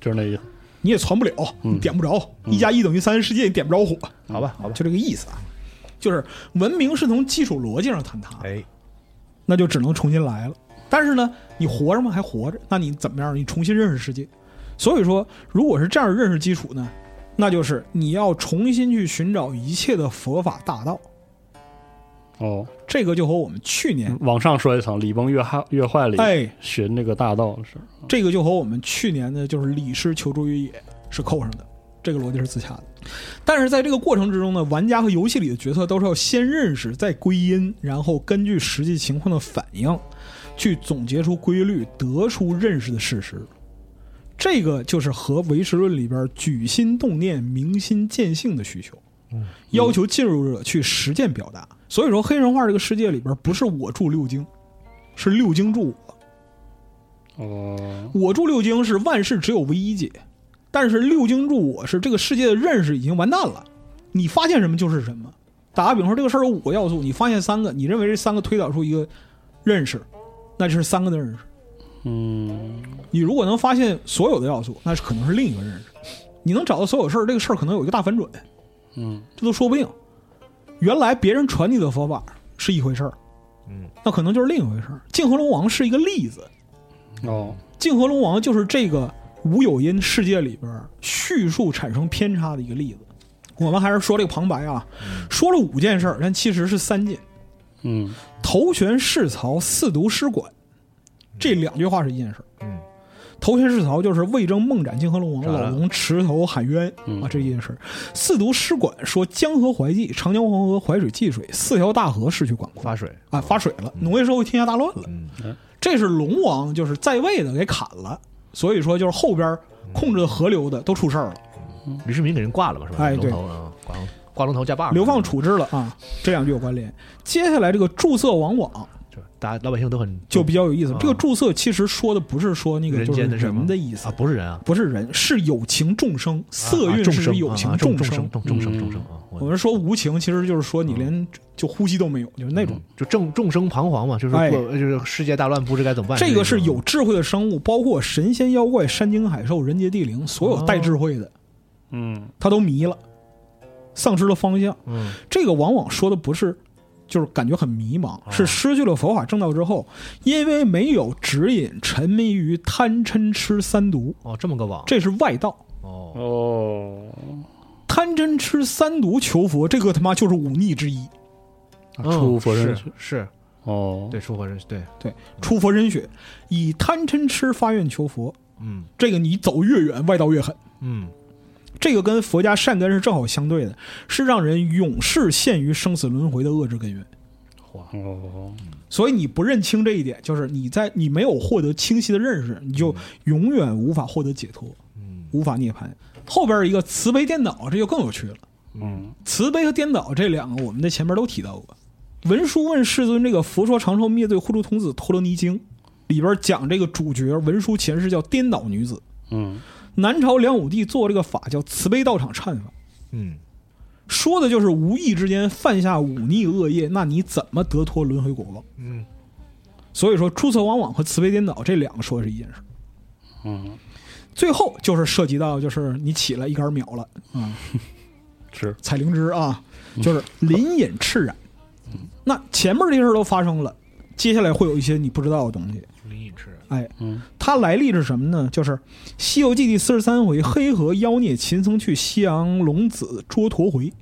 F: 就是那意思。
E: 你也传不了，
F: 嗯
E: 你点不着，一加一等于三，世界你点不着火，
D: 好吧，好吧。
E: 就这个意思啊。就是文明是从基础逻辑上坍塌，
D: 哎，
E: 那就只能重新来了。但是呢，你活着吗？还活着，那你怎么样？你重新认识世界。所以说，如果是这样认识基础呢，那就是你要重新去寻找一切的佛法大道。
F: 哦，
E: 这个就和我们去年，
F: 往上说一层，礼崩乐坏乐坏里
E: 哎，
F: 寻那个大道是，
E: 这个就和我们去年的就是李师求助于野是扣上的，这个逻辑是自洽的。但是在这个过程之中呢，玩家和游戏里的角色都是要先认识，再归因，然后根据实际情况的反应，去总结出规律，得出认识的事实。这个就是和唯识论里边举心动念、明心见性的需求，要求进入者去实践表达。所以说，黑神话这个世界里边，不是我助六经，是六经助我。
F: 哦，
E: 我助六经是万事只有唯一解，但是六经助我是这个世界的认识已经完蛋了，你发现什么就是什么。打个比方说，这个事儿有五个要素，你发现三个，你认为这三个推导出一个认识，那就是三个的认识。
F: 嗯，
E: 你如果能发现所有的要素，那是可能是另一个认识。你能找到所有事儿，这个事儿可能有一个大反转，
F: 嗯，
E: 这都说不定。原来别人传你的佛法是一回事儿，
D: 嗯，
E: 那可能就是另一回事儿。镜河龙王是一个例子，
F: 哦，
E: 泾河龙王就是这个无有因世界里边叙述产生偏差的一个例子。我们还是说这个旁白啊，
D: 嗯
E: 说了五件事儿，但其实是三件：
F: 嗯，
E: 头悬世曹，四毒师馆。这两句话是一件事儿。
D: 嗯，
E: 头悬世曹就是魏征梦斩泾河龙王，
D: 咋
E: 老
D: 了
E: 龙持头喊冤
F: 嗯
E: 啊，这一件事儿。四毒师馆说江河淮济、长江黄河、淮水济水，四条大河失去管控
D: 发水。
E: 啊，发水了，农业社会天下大乱了。
D: 嗯，
E: 这是龙王就是在位的给砍了，所以说就是后边控制河流的都出事儿了，
D: 吕世民给人挂了嘛，是吧？
E: 哎
D: 龙
E: 对
D: 头啊，挂龙挂龙头加把儿
E: 流放，处置了啊，这两句有关联。接下来这个注册王网
D: 嗯是吧大家老百姓都很
E: 就比较有意思
D: 啊，
E: 这个注册其实说的不是说那个
D: 人
E: 就是
D: 间的事儿吗
E: 人的意思
D: 啊，，不是人啊，
E: 不是人，是有情众生，色
D: 啊
E: 蕴
D: 众
E: 是
D: 生
E: 有情
D: 啊众
E: 生
D: 生，。嗯众众生
F: 嗯
D: 众生啊。
E: 我们说无情，其实就是说你连就呼吸都没有，就是那种。
D: 就众众生彷徨嘛，就是
E: 哎
D: 过就是世界大乱，不知该怎么办。
E: 这个是
D: 种
E: 有智慧的生物，包括神仙、妖怪、山精、海兽、人杰地灵，所有带智慧的，
F: 嗯，
E: 他都迷了，丧失了方向。
D: 嗯
E: 这个往往说的不是，就是感觉很迷茫，是失去了佛法正道之后，因为没有指引，沉迷于贪嗔痴三毒，
D: 哦这么个网
E: 这是外道。
D: 哦
F: 哦，
E: 贪嗔痴三毒求佛，这个他妈就是忤逆之一，啊
D: 嗯
F: 出佛身
D: 是是
F: 哦，
D: 对出佛身对
E: 出佛身血，以贪嗔痴发愿求佛。
D: 嗯
E: 这个你走越远，外道越狠。
D: 嗯
E: 这个跟佛家善根是正好相对的，是让人永世陷于生死轮回的恶之根源。
F: 哦，
E: 所以你不认清这一点，就是你在你没有获得清晰的认识，你就永远无法获得解脱，
D: 嗯
E: 无法涅槃。后边一个慈悲颠倒，这就更有趣了。
F: 嗯，
E: 慈悲和颠倒这两个，我们在前面都提到过。文殊问世尊这个《佛说长寿灭罪护度童子陀罗尼经》里边讲这个主角文殊前世叫颠倒女子，
F: 嗯，
E: 南朝梁武帝做这个法叫慈悲道场忏法，
D: 嗯
E: 说的就是无意之间犯下忤逆恶业，那你怎么得脱轮回果报？
D: 嗯
E: 所以说，注册往往和慈悲颠倒这两个说的是一件事。
F: 嗯，
E: 最后就是涉及到，就是你起来一杆秒了 [laughs] 啊，
F: 嗯是嗯
E: 采灵芝啊，就是临隐赤染。那前面这些事儿都发生了，接下来会有一些你不知道的东西。
D: 林隐赤
E: 哎，
F: 嗯
E: 它来历是什么呢？就是《西游记》第四十三回，黑河妖孽秦僧去西洋龙子捉驼回。
D: 嗯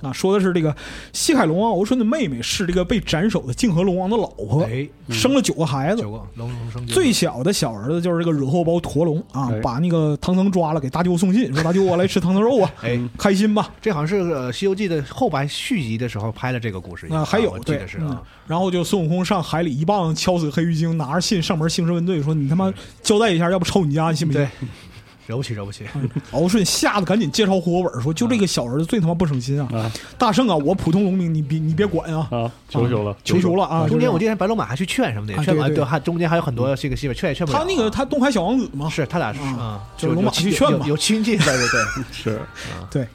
E: 啊，说的是这个西海龙王啊敖顺的妹妹是这个被斩首的泾河龙王的老婆，
D: 哎
E: 生了九个孩子
D: 九。个龙龙生九个
E: 最小的小儿子就是这个惹后包驼龙啊
F: 哎，
E: 把那个唐僧抓了，给大舅送信，说大舅我来吃唐僧
D: [laughs]
E: 肉啊，
D: 哎
E: 开心吧？
D: 这好像是呃《西游记》的后白续集的时候拍的这个故事
E: 啊，还有
D: 哎我记
E: 对
D: 得，是
E: 嗯
D: 啊，
E: 然后就孙悟空上海里一棒
D: 嗯
E: 嗯敲死黑鱼精，拿着信上门兴师问罪，说你他妈交代一下，要不抄你家，你信不信
D: 对？惹不起，惹不起。
E: 嗯敖顺吓得赶紧介绍户口本，说：“就这个小儿子最他妈不省心啊！
F: 啊
E: 大圣啊，我普通农民，你别你别管啊，
F: 啊，求求了，
E: 求求了啊！”
D: 中间我
E: 就
D: 记得白龙马还去劝什么的，
E: 啊
D: 也劝
E: 对
D: 完
E: 对
D: 对，还中间还有很多这个戏份，劝也劝不
E: 是
D: 了。啊
E: 他那个他东海小王子嘛，
D: 是他俩是
E: 啊
D: 啊，
E: 就是龙马去劝
D: 有
E: 嘛
D: 有亲戚在这对。
F: 是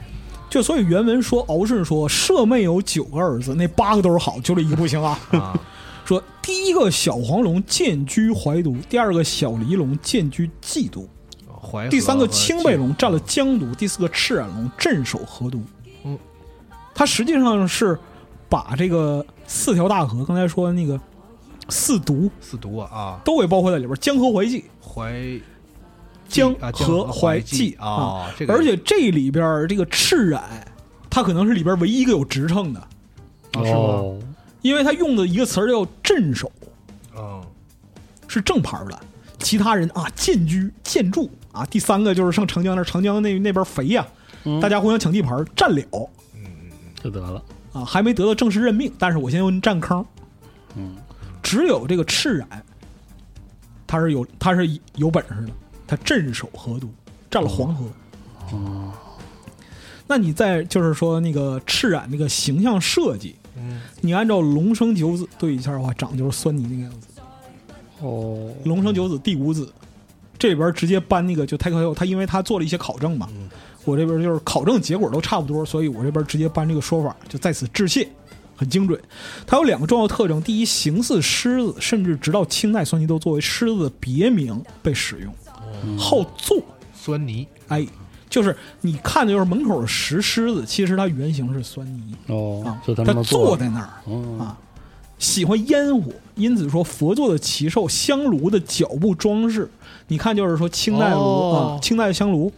E: 就所以原文说敖顺说舍妹有九个儿子，那八个都是好，就这一个不行啊。
D: [laughs] 啊，
E: 说第一个小黄龙建居怀都，第二个小离龙建居冀都，
D: 淮河
E: 第三个青背龙
D: 和
E: 占了江都，第四个赤染龙镇守河东。
D: 啊嗯，
E: 他实际上是把这个四条大河，刚才说那个四毒
D: 四毒啊啊，
E: 都给包括在里边，江河淮济，
D: 淮
E: 江
D: 啊
E: 河淮
D: 济
E: 济
D: 啊，这个
E: 而且这里边儿这个赤染，他可能是里边唯一一个有职称的，
F: 哦，
E: 因为他用的一个词儿叫镇守，
D: 嗯
E: 是正牌儿的，其他人啊建居建筑啊，第三个就是上长江那儿，长江那那边儿肥呀、
F: 嗯
E: 大家互相抢地盘儿，占了
F: 就得了，
E: 啊，还没得到正式任命，但是我先用占坑，
F: 嗯，
E: 只有这个赤染，他是有他是有本事的，他镇守河都，占了黄河。
F: 哦，
E: 那你再就是说那个赤染那个形象设计，
D: 嗯，
E: 你按照龙生九子对一下的话，长得就是酸泥那个样子。
F: 哦，
E: 龙生九子第五子，这里边直接搬那个就 t a k o 他因为他做了一些考证嘛，我这边就是考证结果都差不多，所以我这边直接搬这个说法，就在此致谢，很精准。它有两个重要特征：第一，形似狮子，甚至直到清代酸泥都作为狮子的别名被使用；好坐，
D: 酸泥
E: 哎，就是你看的就是门口的石狮子，其实它原型是酸泥
F: 哦
E: 啊，，
F: 就他
E: 它
F: 们
E: 坐
F: 的
E: 在那儿。
F: 哦
E: 啊，喜欢烟火，因此说佛座的奇兽、香炉的脚部装饰，你看就是说清代炉、
D: 哦
E: 啊，清代的香炉，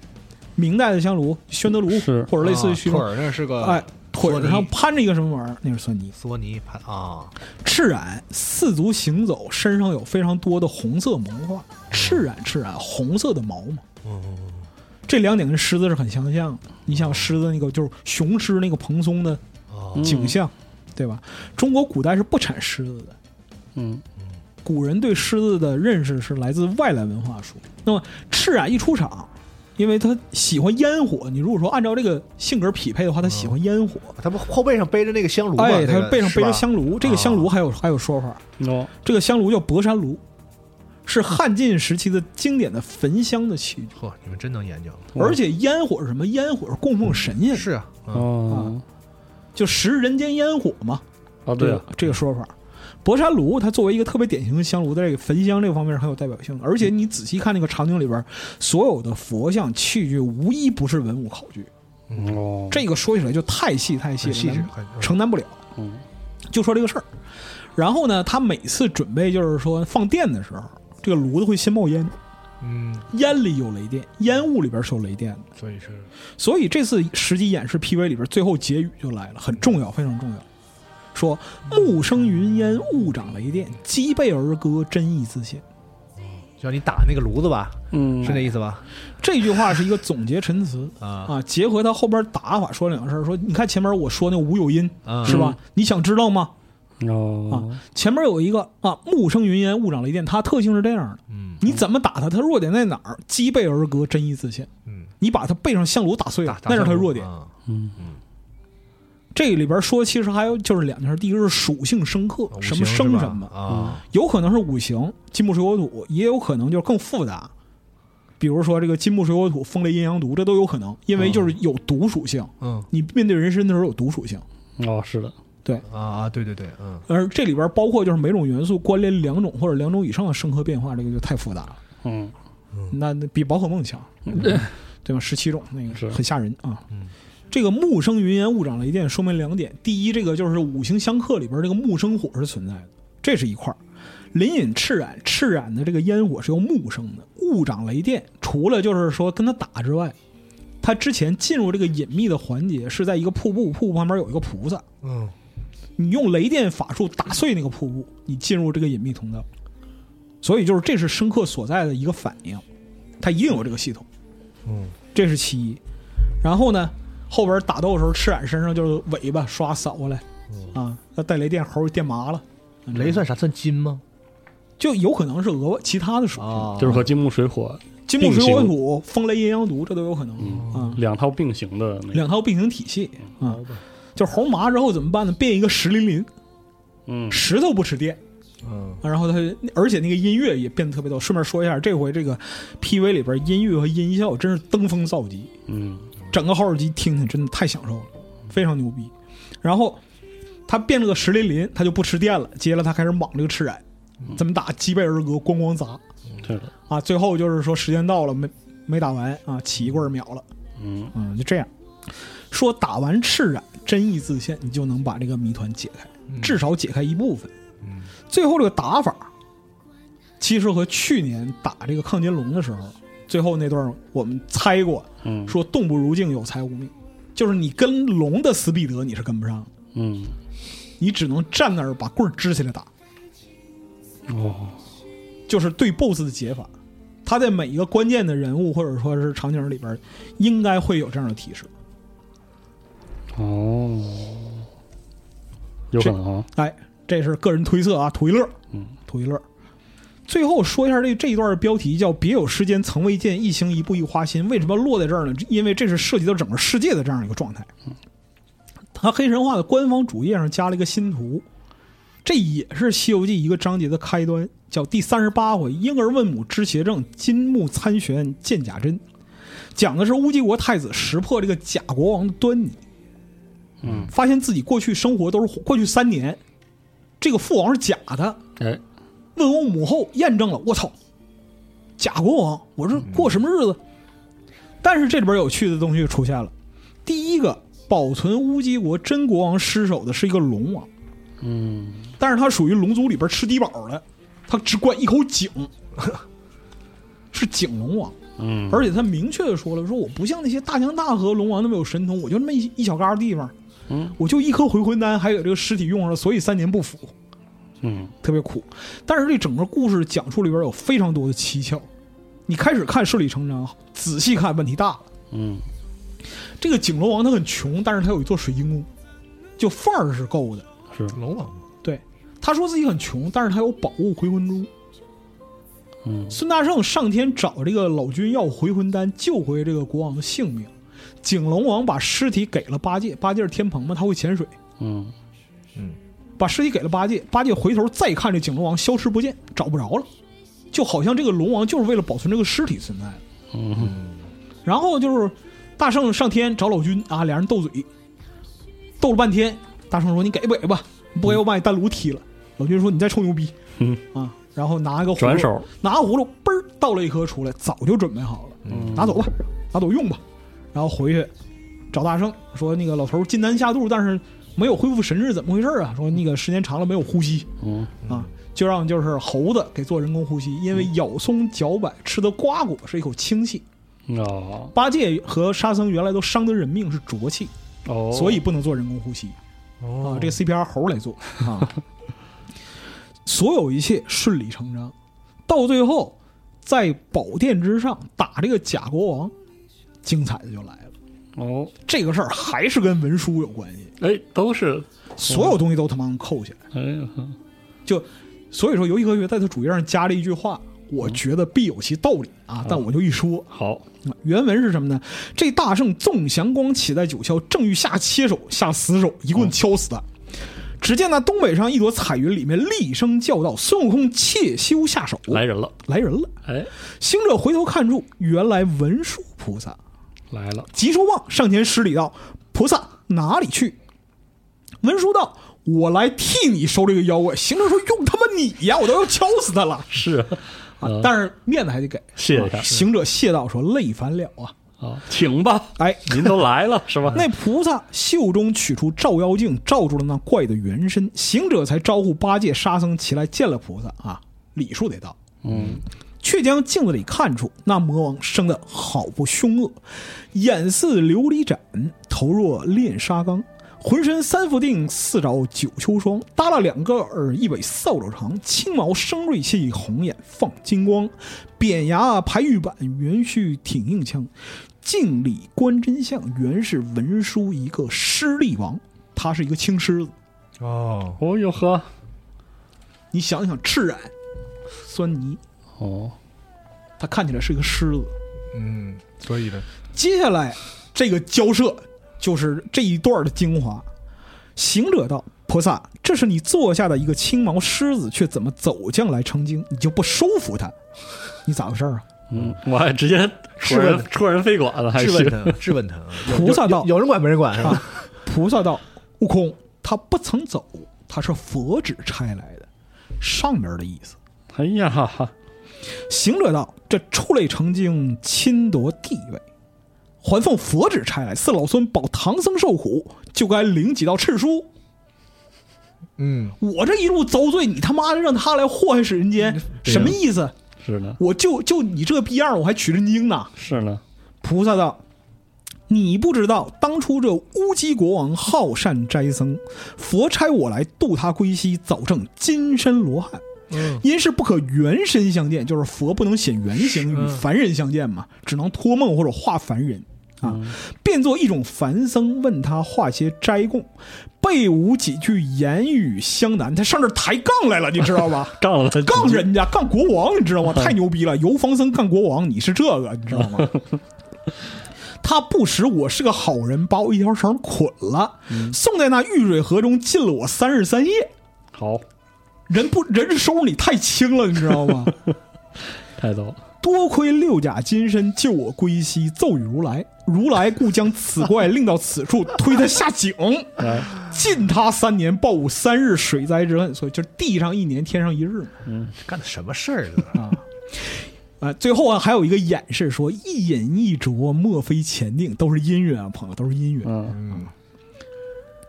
E: 明代的香炉、宣德炉
F: 是，
E: 或者类似于
D: 啊
E: 徐
D: 腿儿那是个
E: 哎腿
D: 索尼
E: 上攀着一个什么玩意儿，那是酸泥。
D: 索尼盘啊，
E: 赤染四足行走，身上有非常多的红色蒙化，赤染赤染红色的毛嘛。
D: 嗯
E: 这两点跟狮子是很相像的。你想狮子那个就是雄狮那个蓬松的
D: 哦
F: 嗯
E: 景象，对吧？中国古代是不产狮子的，
F: 嗯，
E: 古人对狮子的认识是来自外来文化书。那么赤染一出场，因为他喜欢烟火，你如果说按照这个性格匹配的话，
D: 嗯
E: 他喜欢烟火。
D: 啊他不后背上背着那个香炉吗？
E: 哎，
D: 那
E: 他
D: 个
E: 背上背着，香
D: 是吧啊
E: 炉，这个香炉还有还有说法，
F: 哦，
E: 这个香炉叫博山炉，是汉晋时期的经典的焚香的器具。
D: 呵，你们真能研究，
E: 而且烟火是什么？烟火是供奉神仙，
D: 是啊，嗯
F: 哦，
E: 就食人间烟火嘛。
F: 啊，对
E: 这
F: 啊
E: 个，这个说法。博山炉它作为一个特别典型的香炉，在这个焚香这个方面是很有代表性的。而且你仔细看那个场景里边，所有的佛像器具无一不是文物考据。
F: 哦，
E: 这个说起来就太细太细
D: 很
E: 了，
D: 细致，
E: 咱
D: 很
E: 承担不了。
F: 嗯
E: 就说这个事儿。然后呢，他每次准备就是说放电的时候，这个炉子会先冒烟，
D: 嗯，
E: 烟里有雷电，烟雾里边是有雷电的。
D: 所以是
E: 所以这次实际演示 PV 里边最后结语就来了，很重要，非常重要。说木生云烟，雾长雷电，击背而歌，真意自现。
D: 就像你打那个炉子吧，
F: 嗯，
D: 是那意思吧？
E: 这句话是一个总结陈词
D: 啊
E: 啊，结合他后边打法说两个事儿，说你看前面我说那吴有音
D: 啊
E: 是吧？你想知道吗？
F: 哦
E: 啊，前面有一个啊，木生云烟，雾长雷电，它特性是这样的，
D: 嗯
E: 你怎么打它？它弱点在哪儿？击背而歌，真意自现。
D: 嗯，
E: 你把它背上香炉打碎了，那是它弱点。
D: 啊
F: 嗯
E: 这里边说，其实还有就是两件事，第一个是属性深刻，
D: 五
E: 什么
D: 行是
E: 生
D: 吧
E: 什么，
D: 啊，
E: 有可能是五行金木水火土，也有可能就是更复杂，比如说这个金木水火土风雷阴阳毒，这都有可能，因为就是有毒属性，
D: 嗯
E: 你面对人身的时候有毒属性，
F: 哦，是的，
D: 啊啊，对对对，嗯
E: 而这里边包括就是每种元素关联两种或者两种以上的生克变化，这个就太复杂了，
F: 嗯，
E: 那那比宝可梦强，对吧？十七种那
F: 是
E: 个很吓人啊。
D: 嗯
E: 这个木生云烟，雾长雷电，说明两点：第一，这个就是五行相克里边这个木生火是存在的，这是一块儿；林隐赤染，赤染的这个烟火是由木生的，雾长雷电，除了就是说跟他打之外，他之前进入这个隐秘的环节是在一个瀑布，瀑布旁边有一个菩萨，
D: 嗯，
E: 你用雷电法术打碎那个瀑布，你进入这个隐秘通道，所以就是这是深刻所在的一个反应，它一定有这个系统，
D: 嗯，
E: 这是其一。然后呢，后边打斗的时候，赤染身上就是尾巴刷扫过来，啊，那带雷电猴电麻了，
D: 嗯
E: 嗯
D: 雷算啥？算金吗？
E: 就有可能是额外其他的属性，
D: 啊，
F: 就是和金木水火
E: 金木
F: 并
E: 水火
F: 行
E: 土、风雷阴阳毒，这都有可能
F: 嗯
E: 啊。
F: 两套并行的那个，
E: 两套并行体系
D: 嗯
E: 啊，就猴麻之后怎么办呢？变一个石林林，
F: 嗯，
E: 石头不吃电，啊
D: 嗯，
E: 然后他，而且那个音乐也变得特别逗。顺便说一下，这回这个 PV 里边音乐和音效真是登峰造极，
F: 嗯，
E: 整个号耳机听听真的太享受了，非常牛逼。然后他变了个石林林，他就不吃电了，接了他开始莽这个吃染，怎么打击败而哥咣咣砸
F: 对的，
E: 啊！最后就是说时间到了没没打完啊，起一棍儿秒了。
F: 嗯
E: 嗯，就这样。说打完赤染，真意自现，你就能把这个谜团解开，至少解开一部分。最后这个打法，其实和去年打这个抗金龙的时候，最后那段我们猜过，
F: 嗯，
E: 说动不如静，有才无命，就是你跟龙的斯必德你是跟不上的，
F: 嗯，
E: 你只能站那儿把棍儿支起来打，
F: 哦，
E: 就是对 BOSS 的解法。他在每一个关键的人物或者说是场景里边，应该会有这样的提示。
F: 哦，有可能啊，
E: 哎，这是个人推测啊，图一乐，
F: 嗯，
E: 图一乐。最后说一下这这一段的标题叫“别有世间曾未见，一行一步一花心”。为什么落在这儿呢？因为这是涉及到整个世界的这样一个状态。
F: 嗯
E: 它黑神话的官方主页上加了一个新图，这也是《西游记》一个章节的开端，叫第三十八回“婴儿问母知邪正，金木参玄见假真”，讲的是乌鸡国太子识破这个假国王的端倪。
F: 嗯，
E: 发现自己过去生活都是过去三年，这个父王是假的。
F: 哎，
E: 问候母后验证了，我操，假国王，我
F: 嗯
E: 这过什么日子？但是这里边有趣的东西就出现了。第一个，保存乌鸡国真国王尸首的是一个龙王，
F: 嗯，
E: 但是他属于龙族里边吃低保的，他只管一口井， [laughs] 是井龙王。
F: 嗯，
E: 而且他明确的说了，说我不像那些大江大河龙王那么有神通，我就那么一一小嘎地方，
F: 嗯，
E: 我就一颗回魂丹，还有这个尸体用上了，所以三年不腐，
F: 嗯，
E: 特别苦。但是这整个故事讲述里边有非常多的蹊跷，你开始看顺理成章，仔细看问题大了。
F: 嗯，
E: 这个景龙王他很穷，但是他有一座水晶宫，就范儿是够的。
F: 是，
D: 龙王
E: 对，他说自己很穷，但是他有宝物回魂珠。
F: 嗯，
E: 孙大圣上天找这个老君要回魂丹，救回这个国王的性命。景龙王把尸体给了八戒，八戒是天蓬嘛，他会潜水，
F: 嗯，
E: 把尸体给了八戒。八戒回头再看这景龙王消失不见，找不着了，就好像这个龙王就是为了保存这个尸体存在的。
F: 嗯，
E: 然后就是大圣上天找老君啊，俩人斗嘴，斗了半天，大圣说：“你给不给吧？不给我把你丹炉踢了。”老君说：“你再臭牛逼。”
F: 嗯
E: 啊，然后拿一个葫芦
F: 转手，
E: 拿个葫芦嘣儿倒了一颗出来，早就准备好了，
F: 嗯
E: 拿走吧，拿走用吧。然后回去找大圣说：“那个老头儿金丹下肚，但是没有恢复神智，怎么回事儿啊？”说那个时间长了没有呼吸
F: 嗯，
E: 啊，就让就是猴子给做人工呼吸，因为咬松嚼柏吃的瓜果是一口清气。
F: 哦，
E: 八戒和沙僧原来都伤得人命，是浊气，
F: 哦，
E: 所以，不能做人工呼吸啊。这个 CPR 猴来做啊，所有一切顺理成章。到最后，在宝殿之上打这个假国王，精彩的就来了。
F: 哦，
E: 这个事儿还是跟文书有关系，
F: 哎，都是，
E: 所有东西都他妈能扣起来。
F: 哎呀，
E: 就所以说，游戏科学在它主页上加了一句话，我觉得必有其道理啊，但我就一说，
F: 好，
E: 原文是什么呢？这大圣纵祥光起在九霄，正欲下切手，下死手，一棍敲死他。只见那东北上一朵彩云里面厉声叫道：“孙悟空，切休下手！”
F: 来人了，
E: 来人了！
F: 哎，
E: 行者回头看住，原来文殊菩萨。
F: 来了，
E: 急书望上前施礼道：“菩萨哪里去？”文殊道：“我来替你收这个妖怪。”行者说：“用他妈你呀！我都要敲死他了！”
F: 是，
E: 啊，但是面子还得给。
F: 嗯谢
E: 啊
F: 一下，
E: 行者谢道说：“累烦了啊！”
F: 啊，请吧，
E: 哎，
F: 您都来 [laughs] 了是吧？
E: 那菩萨袖中取出照妖镜，罩住了那怪的原身。行者才招呼八戒、沙僧齐来见了菩萨啊，礼数得到。
F: 嗯，
E: 却将镜子里看出那魔王生的好不凶恶，眼似琉璃盏，头若炼沙缸，浑身三伏定，四爪九秋霜，耷拉两个耳，一尾扫帚长，青毛生锐气，红眼放金光，扁牙排玉板，圆须挺硬枪，镜里观真相，原是文殊一个狮力王，他是一个青狮子。
D: 哦，
F: 哦哟呵，
E: 你想想，赤染、酸泥，
F: 哦，
E: 他它看起来是一个狮子。
G: 嗯，所以呢，
E: 接下来这个交涉就是这一段的精华。行者道：“菩萨，这是你坐下的一个青毛狮子，却怎么走将来成精？你就不收服它，你咋回事儿啊
F: 嗯，我还直接戳
D: 是
F: 人
D: 的
F: 戳人肺管了，还
D: 质
F: 是
D: 问他， [laughs] 质问他，有
E: 菩萨道啊
D: 有有人管没人管是吧？？”
E: 菩萨道：“悟空，他不曾走，他是佛指差来的，上面的意思。”
F: 哎呀，
E: 行者道：“这触类成精，侵夺地位，还奉佛旨差来，四老孙保唐僧受苦，就该领几道敕书。
G: 嗯，
E: 我这一路遭罪，你他妈让他来祸害世人间，
F: 对呀
E: 什么意思？
F: 是的，
E: 我就就你这逼样儿，我还取真经呢？”
F: 是的，
E: 菩萨道：“你不知道，当初这乌鸡国王好善斋僧，佛差我来度他归西，早证金身罗汉。因是不可原身相见，就是佛不能显原形与凡人相见嘛，只能托梦或者化凡人啊。变作一种凡僧，问他化些斋供，备无几句言语相难，他上这儿抬杠来了，你知道吧？
F: 杠了他几句
E: 杠人家，杠国王，你知道吗？太牛逼了！游方僧干国王，你是这个，你知道吗？他不识我是个好人，把我一条绳捆了，送在那玉水河中浸了我三日三夜。
F: 好，
E: 人不人收拾你太轻了，你知道吗？
F: 太逗了，
E: 多亏六甲金身救我归西，奏与如来，如来故将此怪令到此处，推他下井，
F: 哎，
E: 禁他三年，报五三日水灾之恨。所以就是地上一年，天上一日嘛。
D: 干的什么事儿呢？
E: 啊，最后啊，还有一个演示说，一饮一啄，莫非前定，都是姻缘啊，朋友，都是姻缘。
F: 嗯，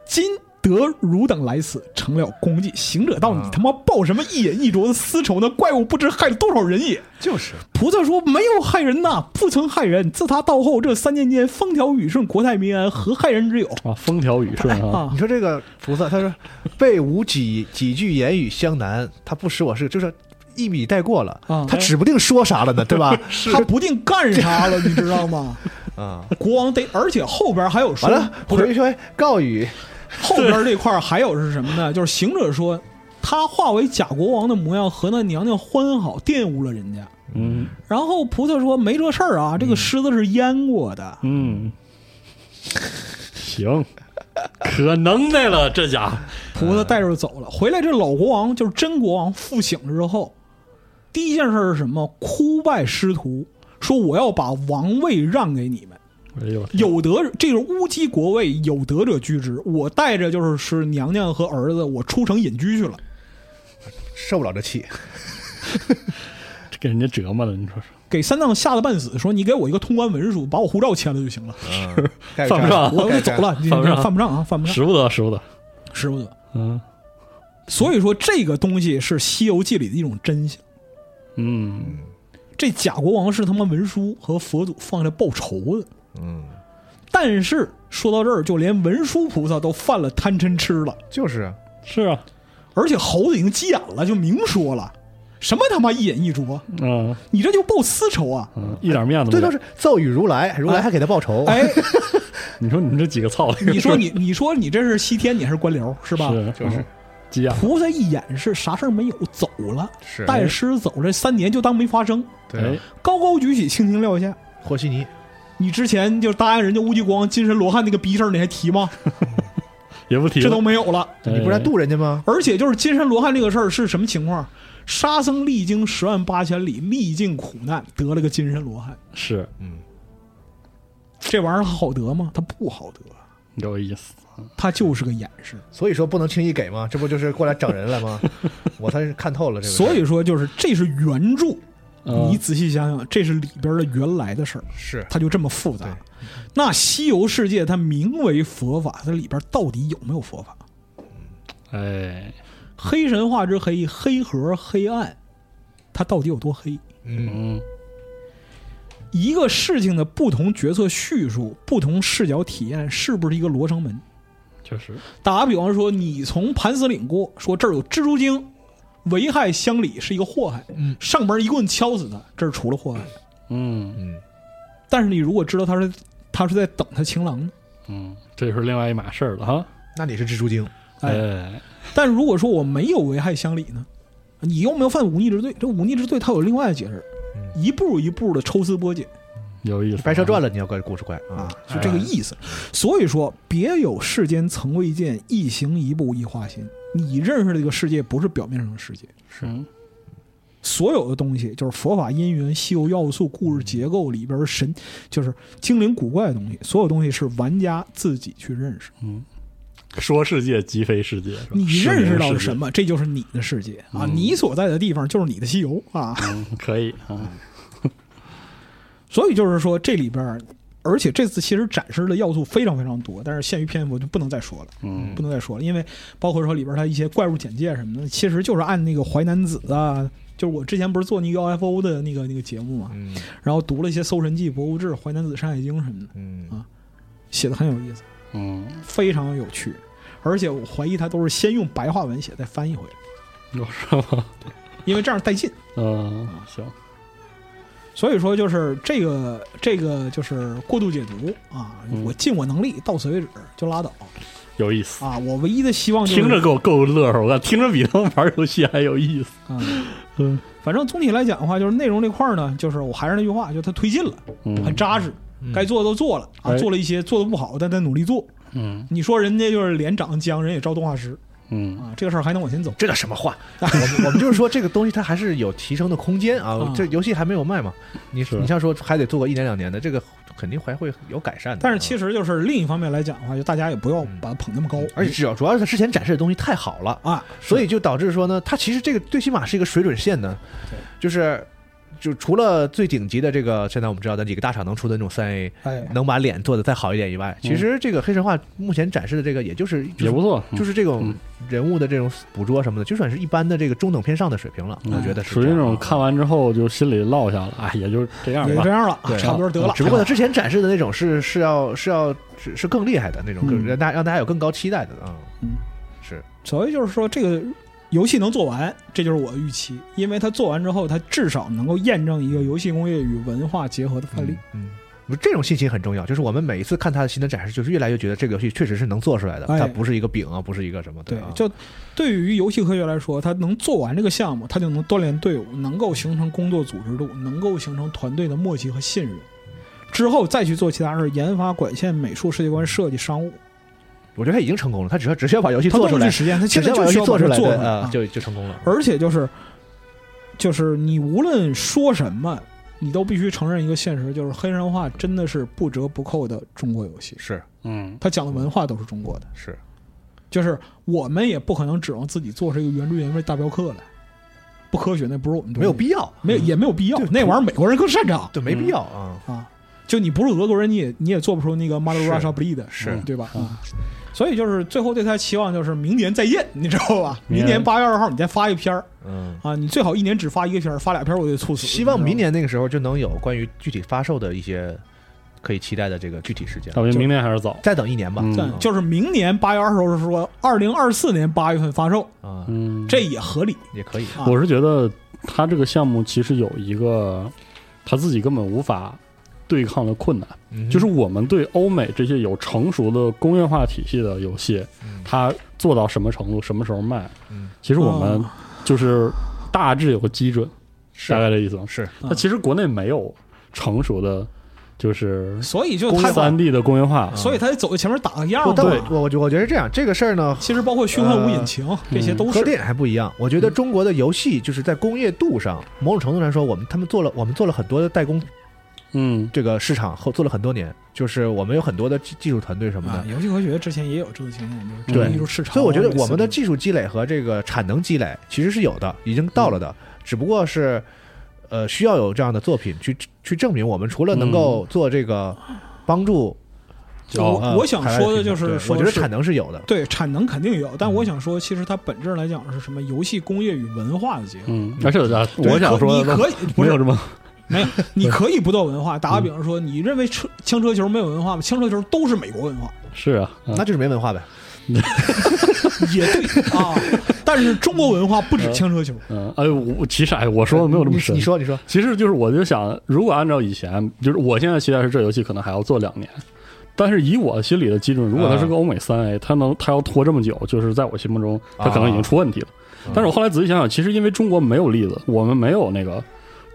E: 今得汝等来此，成了功绩。行者道，你他妈报什么一饮一啄的私仇呢？怪物不知害了多少人也。
D: 就是
E: 菩萨说：“没有害人呐，不曾害人。自他到后这三年间，风调雨顺，国泰民安，何害人之有
F: 啊，风调雨顺 [laughs] 啊，
E: 啊
D: 你说这个菩萨，他说被无几几句言语相难，他不识我是，就是一笔带过了
E: 啊，
D: 他指不定说啥了呢，
E: [laughs]
D: 对吧？是
E: 他不定干啥了，你知道吗？
D: 啊，
E: 国王得，而且后边还有说
D: 完，了，
E: 不是
D: 回说告语，
E: 后边这块儿还有是什么呢？就是行者说，他化为假国王的模样和那娘娘欢好，玷污了人家。
F: 嗯
E: 然后菩萨说没这事儿啊，这个狮子是阉过的。
F: 嗯，行，可能耐了，这家伙，
E: 菩萨带着走了。回来，这老国王就是真国王复醒了之后，第一件事是什么？哭拜师徒，说我要把王位让给你们，
F: 哎呦，
E: 有德这个乌鸡国位，有德者居之。我带着就是是娘娘和儿子，我出城隐居去了，
D: 受不了这气，
F: 给人家折磨了，你说是
E: 给三藏吓得半死，说你给我一个通关文书，把我护照签了就行了，
D: 犯
F: 犯不上
E: 我就走了，你
F: 犯不上
E: 犯不上啊，犯不上，
F: 使不得，使不得，
E: 使不得。
F: 嗯
E: 所以说，这个东西是《西游记》里的一种真相。
F: 嗯，
E: 这假国王是他妈文殊和佛祖放下来报仇的。
D: 嗯，
E: 但是说到这儿，就连文殊菩萨都犯了贪嗔痴了，
D: 就是啊
F: 是啊，
E: 而且猴子已经急眼了，就明说了，什么他妈一饮一啄，
F: 嗯
E: 你这就报私仇啊！
F: 嗯，一点面子
D: 这
F: 没
D: 都
F: 有，
D: 是奏语如来，如来还给他报仇，
E: 哎，
F: 你 [laughs] 说你们这几个操蛋，
E: 你说你你说你这是西天，你还是官僚是吧？
F: 是
D: 就是
F: 急眼，
E: 菩萨一掩饰，啥事儿没有，走了，
D: 是
E: 带着狮子走，这三年就当没发生，
F: 哎
D: 对，，
E: 高高举起，轻轻撂下。
D: 和稀
E: 哎
D: 泥，
E: 你之前就答应人家乌鸡国王金身罗汉那个逼事儿，你还提吗？
F: 也不提了，哎
E: 这都没有了。
D: 你不是在渡人家吗？
E: 而且就是金山罗汉这个事儿是什么情况？沙僧历经十万八千里，历尽苦难，得了个金身罗汉，
F: 是
E: 这玩意儿好得吗？他不好得，
F: 有意思，
E: 他就是个掩饰。
D: 所以说不能轻易给吗？这不就是过来整人来
E: [laughs]
D: 吗？我才是看透了这个事儿，
E: 所以说，就是这是原著，
F: 嗯
E: 你仔细想想，这是里边的原来的事儿，
D: 是
E: 它就这么复杂。那西游世界它名为佛法，它里边到底有没有佛法？
F: 哎，
E: 黑神话之黑，黑盒黑暗，它到底有多黑？
F: 嗯
E: 一个事情的不同决策叙述、不同视角体验，是不是一个罗生门？
F: 确实，
E: 打个比方说，你从盘丝岭过，说这儿有蜘蛛精，危害乡里是一个祸害，上门一棍敲死他，这儿除了祸害。
F: 嗯
D: 嗯，
E: 但是你如果知道他是他是在等他情郎呢？
F: 嗯，这是另外一码事儿了哈，
D: 那你是蜘蛛
E: 啊
D: 精，
F: 哎，
E: 但如果说我没有危害乡里呢？你又没有犯忤逆之罪，这忤逆之罪它有另外的解释，
F: 嗯
E: 一步一步的抽丝剥茧
F: 有意思。啊
D: 白蛇传了，你要怪故事怪
E: 啊
F: 嗯
D: 啊，，
F: 哎
E: 就这个意思。所以说，别有世间曾未见，一行一步一花心。你认识的这个世界不是表面上的世界，
F: 是
E: 所有的东西就是佛法因缘、西游要素、故事结构里边神，就是精灵古怪的东西。所有东西是玩家自己去认识。
F: 嗯，说世界即非世界，是吧
E: 你认识到了什？
F: 是
E: 么，这就是你的世界啊！
F: 嗯
E: 你所在的地方就是你的西游啊！
F: 明世界嗯，可以啊，
E: 所以就是说，这里边儿，而且这次其实展示的要素非常非常多，但是限于篇幅就不能再说了，
F: 嗯
E: 不能再说了，因为包括说里边儿它一些怪物简介什么的，其实就是按那个淮南子啊，就是我之前不是做那个 UFO 的那个那个节目嘛，
D: 嗯
E: 然后读了一些《搜神记》《博物志》《淮南子山海经》什么的，
D: 嗯
E: 啊写的很有意思，
F: 嗯，
E: 非常有趣，而且我怀疑它都是先用白话文写再翻译回来，
F: 有什么？
E: 因为这样带劲。
F: 嗯，行，
E: 所以说，就是这个这个就是过度解读啊
F: 嗯，
E: 我尽我能力，到此为止就拉倒。
F: 有意思。
E: 啊，我唯一的希望就是
F: 听着够够乐呵，我看听着比他们玩游戏还有意
E: [laughs]
F: 思。
E: 啊，
F: 嗯
E: 反正总体来讲的话，就是内容这块儿呢，就是我还是那句话，就他推进了，很
F: 嗯
E: 扎实，该做的都做了啊，
F: 哎
E: 做了一些做的不好，但在努力做。
F: 嗯
E: 你说人家就是脸长僵，人也招动画师
F: 嗯，
E: 啊，这个事儿还能往
F: [laughs]
E: 前走。
D: 这叫什么话？ [laughs] 我们我们就是说这个东西它还是有提升的空间啊
E: 啊，
D: 这游戏还没有卖嘛，你
F: 是
D: 你像说还得做个一年两年的，这个肯定还会有改善的。啊
E: 但是其
D: 实，
E: 实就是另一方面来讲的话，就大家也不要
F: 嗯
E: 把它捧那么高，
D: 而且主要主要是它之前展示的东西太好了，
E: 啊，
D: 所以就导致说呢，它其实这个最起码是一个水准线呢，就是。就除了最顶级的这个，现在我们知道的几个大厂能出的那种三 A，
E: 哎，
D: 能把脸做的再好一点以外，其实这个黑神话目前展示的这个，也就是
F: 嗯也不错，
D: 就是这种
F: 嗯
D: 人物的这种捕捉什么的，就算是一般的这个中等偏上的水平了，
F: 嗯
D: 我觉得是
F: 属于
D: 这
F: 那
D: 样
F: 种
D: 啊
F: 看完之后就心里落下了，哎，也就这样
E: 也就
F: 吧
E: 这。样了，啊
D: 对
E: 差不多得了
D: 只。不过他之前展示的那种是是要是要是是更厉害的那种，
E: 嗯
D: 更让大让大家有更高期待的啊。
E: 嗯
D: 是，
E: 所以就是说，这个游戏能做完，这就是我的预期，因为它做完之后，它至少能够验证一个游戏工业与文化结合的范例。
D: 嗯，嗯，这种信心很重要。就是我们每一次看他的新的展示，就是越来越觉得这个游戏确实是能做出来的，
E: 哎
D: 它不是一个饼啊，不是一个什么
E: 对
D: 啊，，
E: 就对于游戏科学来说，它能做完这个项目，它就能锻炼队伍，能够形成工作组织度，能够形成团队的默契和信任。之后再去做其他事儿，研发、管线、美术、世界观设计、商务，
D: 我觉得他已经成功了，他只要只需要把游戏
E: 它
D: 做
E: 都
D: 出
E: 是
D: 来
E: 去，实践。它
D: 只
E: 现
D: 需
E: 在
D: 要把
E: 就
D: 游
E: 需
D: 戏
E: 要
D: 做
E: 把
D: 出
E: 它
D: 来
E: 做出
D: 的
E: 来
D: 啊
E: 啊，
D: 就就成功了。
E: 而且就是，就是你无论说什么，你都必须承认一个现实，就是黑神话真的是不折不扣的中国游戏，
D: 是
F: 嗯
E: 它讲的文化都是中国的，
D: 是，
E: 就是我们也不可能指望自己做出一个原汁原味大镖客来，不科学，那不是我们东西
D: 没有必要，
E: 没有也没有必要，那玩意儿美国人更擅长
D: 对，没必要啊。
E: 啊。就你不是俄国人，你也你也做不出那个 Mother
D: 是
E: Russia Bleed，
D: 是
E: 对吧？啊，所以就是最后对他期望就是明年再见，你知道吧？
F: 明
E: 明
F: 年
E: 年八月二号你再发一篇儿
D: 嗯，
E: 啊，你最好一年只发一个片儿，发俩片儿我就猝死。
D: 希望明
E: 你知
D: 年那个时候就能有关于具体发售的一些可以期待的这个具体时间
F: 大。明明天还是早。
D: 再等一年吧，
E: 道
F: 嗯
E: 吗，对，就是明年八月二十号是说二零二四年八月份发售，
D: 啊，
F: 嗯，
E: 这也合理。
D: 也可以。
E: 啊
F: 我是觉得他这个项目其实有一个他自己根本无法对抗的困难，
D: 嗯
F: 就是我们对欧美这些有成熟的工业化体系的游戏，它做到什么程度，什么时候卖
D: 嗯，
F: 其实我们就是大致有个基准，
D: 是
F: 大概这意思。
D: 是
F: 那其实国内没有成熟的，就是
E: 所以就他，
F: 三 D 的工业
D: 啊
F: 化，
E: 所以他走在前面打个样
D: 不，
E: 儿
D: 但
E: 嘛。
D: 我我我觉我觉得是这样，这个事儿呢
E: 其实包括虚幻无引擎这些都
D: 和
E: 是
D: 嗯电影还不一样。我觉得中国的游戏就是在工业度上，某种程度上说，我们他们做了我们做了很多的代工
F: 嗯，
D: 这个市场后做了很多年，就是我们有很多的技技术团队什么
E: 啊
D: 的。，
E: 游戏科学之前也有这种情况，就是
F: 对
E: 艺术市场。啊
D: 所以我觉得我们的
E: 这
D: 技术积累和这个产能积累其实是有的，已经到了的，
E: 嗯
D: 只不过是呃需要有这样的作品去去证明我们除了能够做这个帮助
E: 嗯就我
D: 呃
E: 我想
D: 海外
E: 说的
D: 平台
E: 就是
D: 对
E: 说
D: 我觉得
E: 是
D: 产能是有的，
E: 对，产能肯定有，但
D: 嗯
E: 我想说，其实它本质来讲是什么？游戏工业与文化的结合。
F: 嗯，而且啊
E: 对
F: 我想说
E: 你，可以不
F: 没
E: 是
F: 有什么，
E: 没有，
D: 嗯
E: 你可以不做文化。打个比方说，你认为车枪车球没有文化吗？枪车球都是美国文化，
F: 是啊，嗯
D: 那就是没文化呗。
E: 也对
D: [laughs]
E: 啊。但是中国文化不止枪车球，
F: 嗯，哎，我其实哎，我说的没有这么
D: 你
F: 深。
D: 你说你说，
F: 其实就是我就想，如果按照以前，就是我现在期待是这游戏可能还要做两年，但是以我心里的基准，如果它是个欧美三 A，它能它要拖这么久，就是在我心目中它可能已经出问题了。但是我后来仔细想想，其实因为中国没有例子，我们没有那个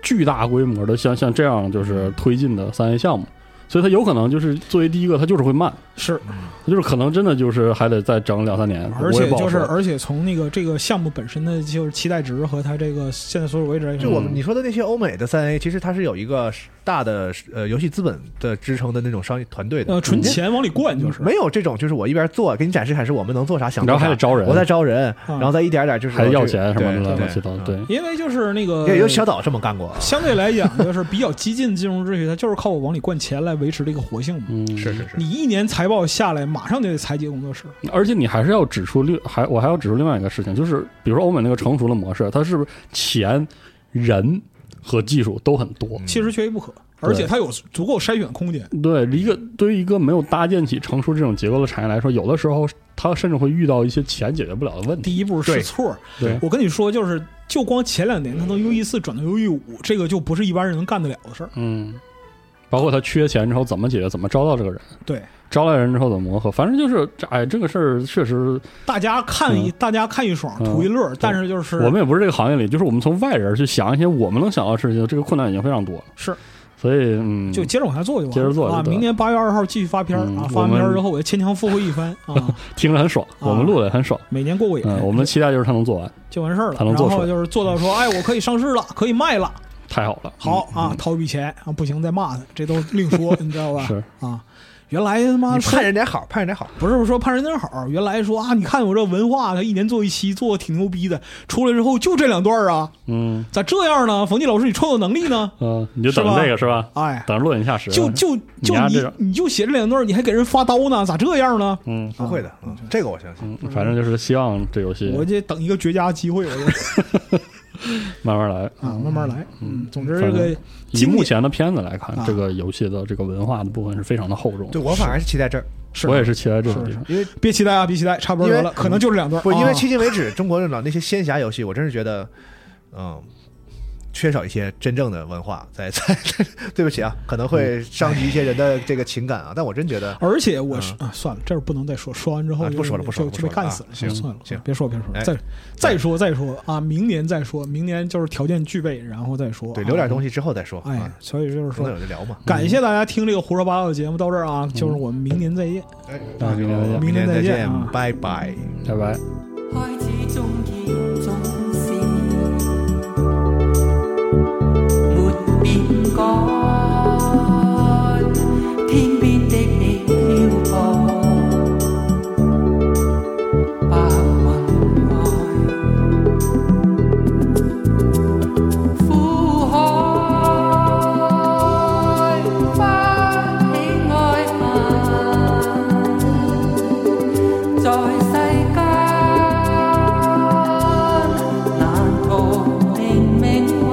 F: 巨大规模的像像这样就是推进的三 A 项目，所以它有可能就是作为第一个，它就是会慢，
E: 是，
F: 它就是可能真的就是还得再整两三年，
E: 而
F: 我
E: 且
F: 也不好
E: 就是
F: 说
E: 而且从那个这个项目本身的就是期待值和它这个现在所有为止来
D: 就
E: 说，
D: 我
F: 嗯
D: 们你说的那些欧美的三 A，其实它是有一个大的呃游戏资本的支撑的那种商业团队的，
E: 呃，纯
D: 你这
E: 钱往里灌就是，
D: 嗯没有这种，就是我一边做给你展示展示我们能做啥，想
F: 然
D: 做
F: 后还
D: 啥
F: 得，招人，
D: 我再招人，
E: 啊
D: 然后再一点点就是
F: 还得要
D: 这个
F: 钱什么的
D: 对
F: 乱
D: 对
F: 七八糟，
D: 嗯
F: 对，
E: 因为就是那个
D: 也有小岛这么干过，
E: 相对来讲就是比较激进的金融秩序，它就是靠我往里灌钱来维持这个活性嘛。
F: 嗯，
D: 是是是，
E: 你一年财报下来，马上就得裁减工作室，
F: 而且你还是要指出另还我还要指出另外一个事情，就是比如说欧美那个成熟的模式，它是不是钱、人和技术都很多？
D: 嗯
E: 其实缺一不可，而且它有足够筛选空间。
F: 对，一个对于一个没有搭建起成熟这种结构的产业来说，有的时候它甚至会遇到一些钱解决不了的问题。
E: 第一步试错，
F: 对
E: 我跟你说，就是就光前两年，它从 U E 四转到 U E 五，这个就不是一般人能干得了的事儿。
F: 嗯，包括他缺钱之后怎么解决，怎么招到这个人，
E: 对，
F: 招来人之后怎么磨合，反正就是哎，这个事儿确实
E: 大家看一，大家看一爽，
F: 嗯
E: 图一乐，但是就是
F: 我们也不是这个行业里，就是我们从外人去想一些我们能想到的事情，这个困难已经非常多了。
E: 是，
F: 所以嗯，
E: 就接着往下做就完了，
F: 接着做就
E: 啊！
F: 得了
E: 明年八月二号继续发片儿
F: 嗯
E: 啊，
F: 我
E: 发完片儿
F: 们
E: 之后我就牵强附会一番
F: [laughs]
E: 啊，
F: 听着很爽，我们录的也很爽。
E: 每年过过瘾，
F: 嗯，我们的期待就是他能做完，
E: 就完事儿了。
F: 才能做嗯
E: 然
F: 出
E: 后
F: 来
E: 就是做到说，哎，我可以上市了，可以卖了，
F: 太好了。
E: 好啊，掏一笔钱啊，不行再骂他，这都另
F: [laughs]
E: 说，你知道吧？
F: 是
E: 啊。原来他妈
D: 你
E: 说
D: 盼人点好，盼人点好，
E: 不是说盼人点好，原来说啊，你看我这文化，他一年做一期，做的挺牛逼的，出来之后就这两段啊，
F: 嗯
E: 咋这样呢？冯骥老师，你创作能力呢？
F: 嗯，你就等
E: 是吧
F: 这个是吧？
E: 哎，
F: 等着落井下石。
E: 就就就
F: 你丫这
E: 你
F: 样
E: 你就写这两段，你还给人发刀呢？咋这样呢？
F: 嗯
D: 不会的，嗯这个我相信。
F: 嗯，反正就是希望这游戏
E: 我就等一个绝佳机会，我就
F: 慢慢来。
E: 啊，慢慢来。嗯，总之
F: 反
E: 这
F: 正
E: 个
F: 以
E: 经
F: 目
E: 典
F: 前的片子来看
E: 啊，
F: 这个游戏的这个文化的部分是非常的厚重的。
D: 对，我反而是期待这儿，
E: 是
F: 我也是期待这种
E: 是
F: 地方。
D: 因为
E: 别期待啊，别期待，差不多得
D: 因
E: 了，
D: 为嗯
E: 可能就这两段。
D: 不因为
E: 啊
D: 迄今为止中国的老那些仙侠游戏，我真是觉得，嗯，缺少一些真正的文化在在。对不起啊，可能会伤及一些人的这个情感啊，但我真觉得，
E: 而且我是啊，算了，这儿不能再说，说完之后
D: 嗯啊
E: 就
D: 不说了不说了
E: 就就
D: 不说了
E: 被干死了。
D: 啊行
E: 算了，
D: 行
E: 别说了别说了，
D: 哎
E: 再再说再说啊，明年再说，明年就是条件具备，然后再说。
D: 对，
E: 啊
D: 留点东西之后再说
E: 哎
D: 啊，，
E: 所以就是
D: 总得
E: 说，
D: 有的聊嘛。
E: 感谢大家听这个胡说八道的节目到这儿啊，就是
D: 嗯
E: 我们明年再见。
D: 哎，
F: 那就啊
E: 明
D: 明天再
F: 明天再见
E: 天再
D: 见
E: 见啊，
D: 拜拜。
F: 拜拜。
H: 开始中见总是没变改，天边的你漂泊，白云外，苦海不起爱恨。在世間難逃定命運，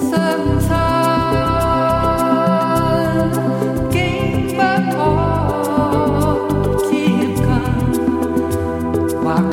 H: 相親竟不可接近，或可。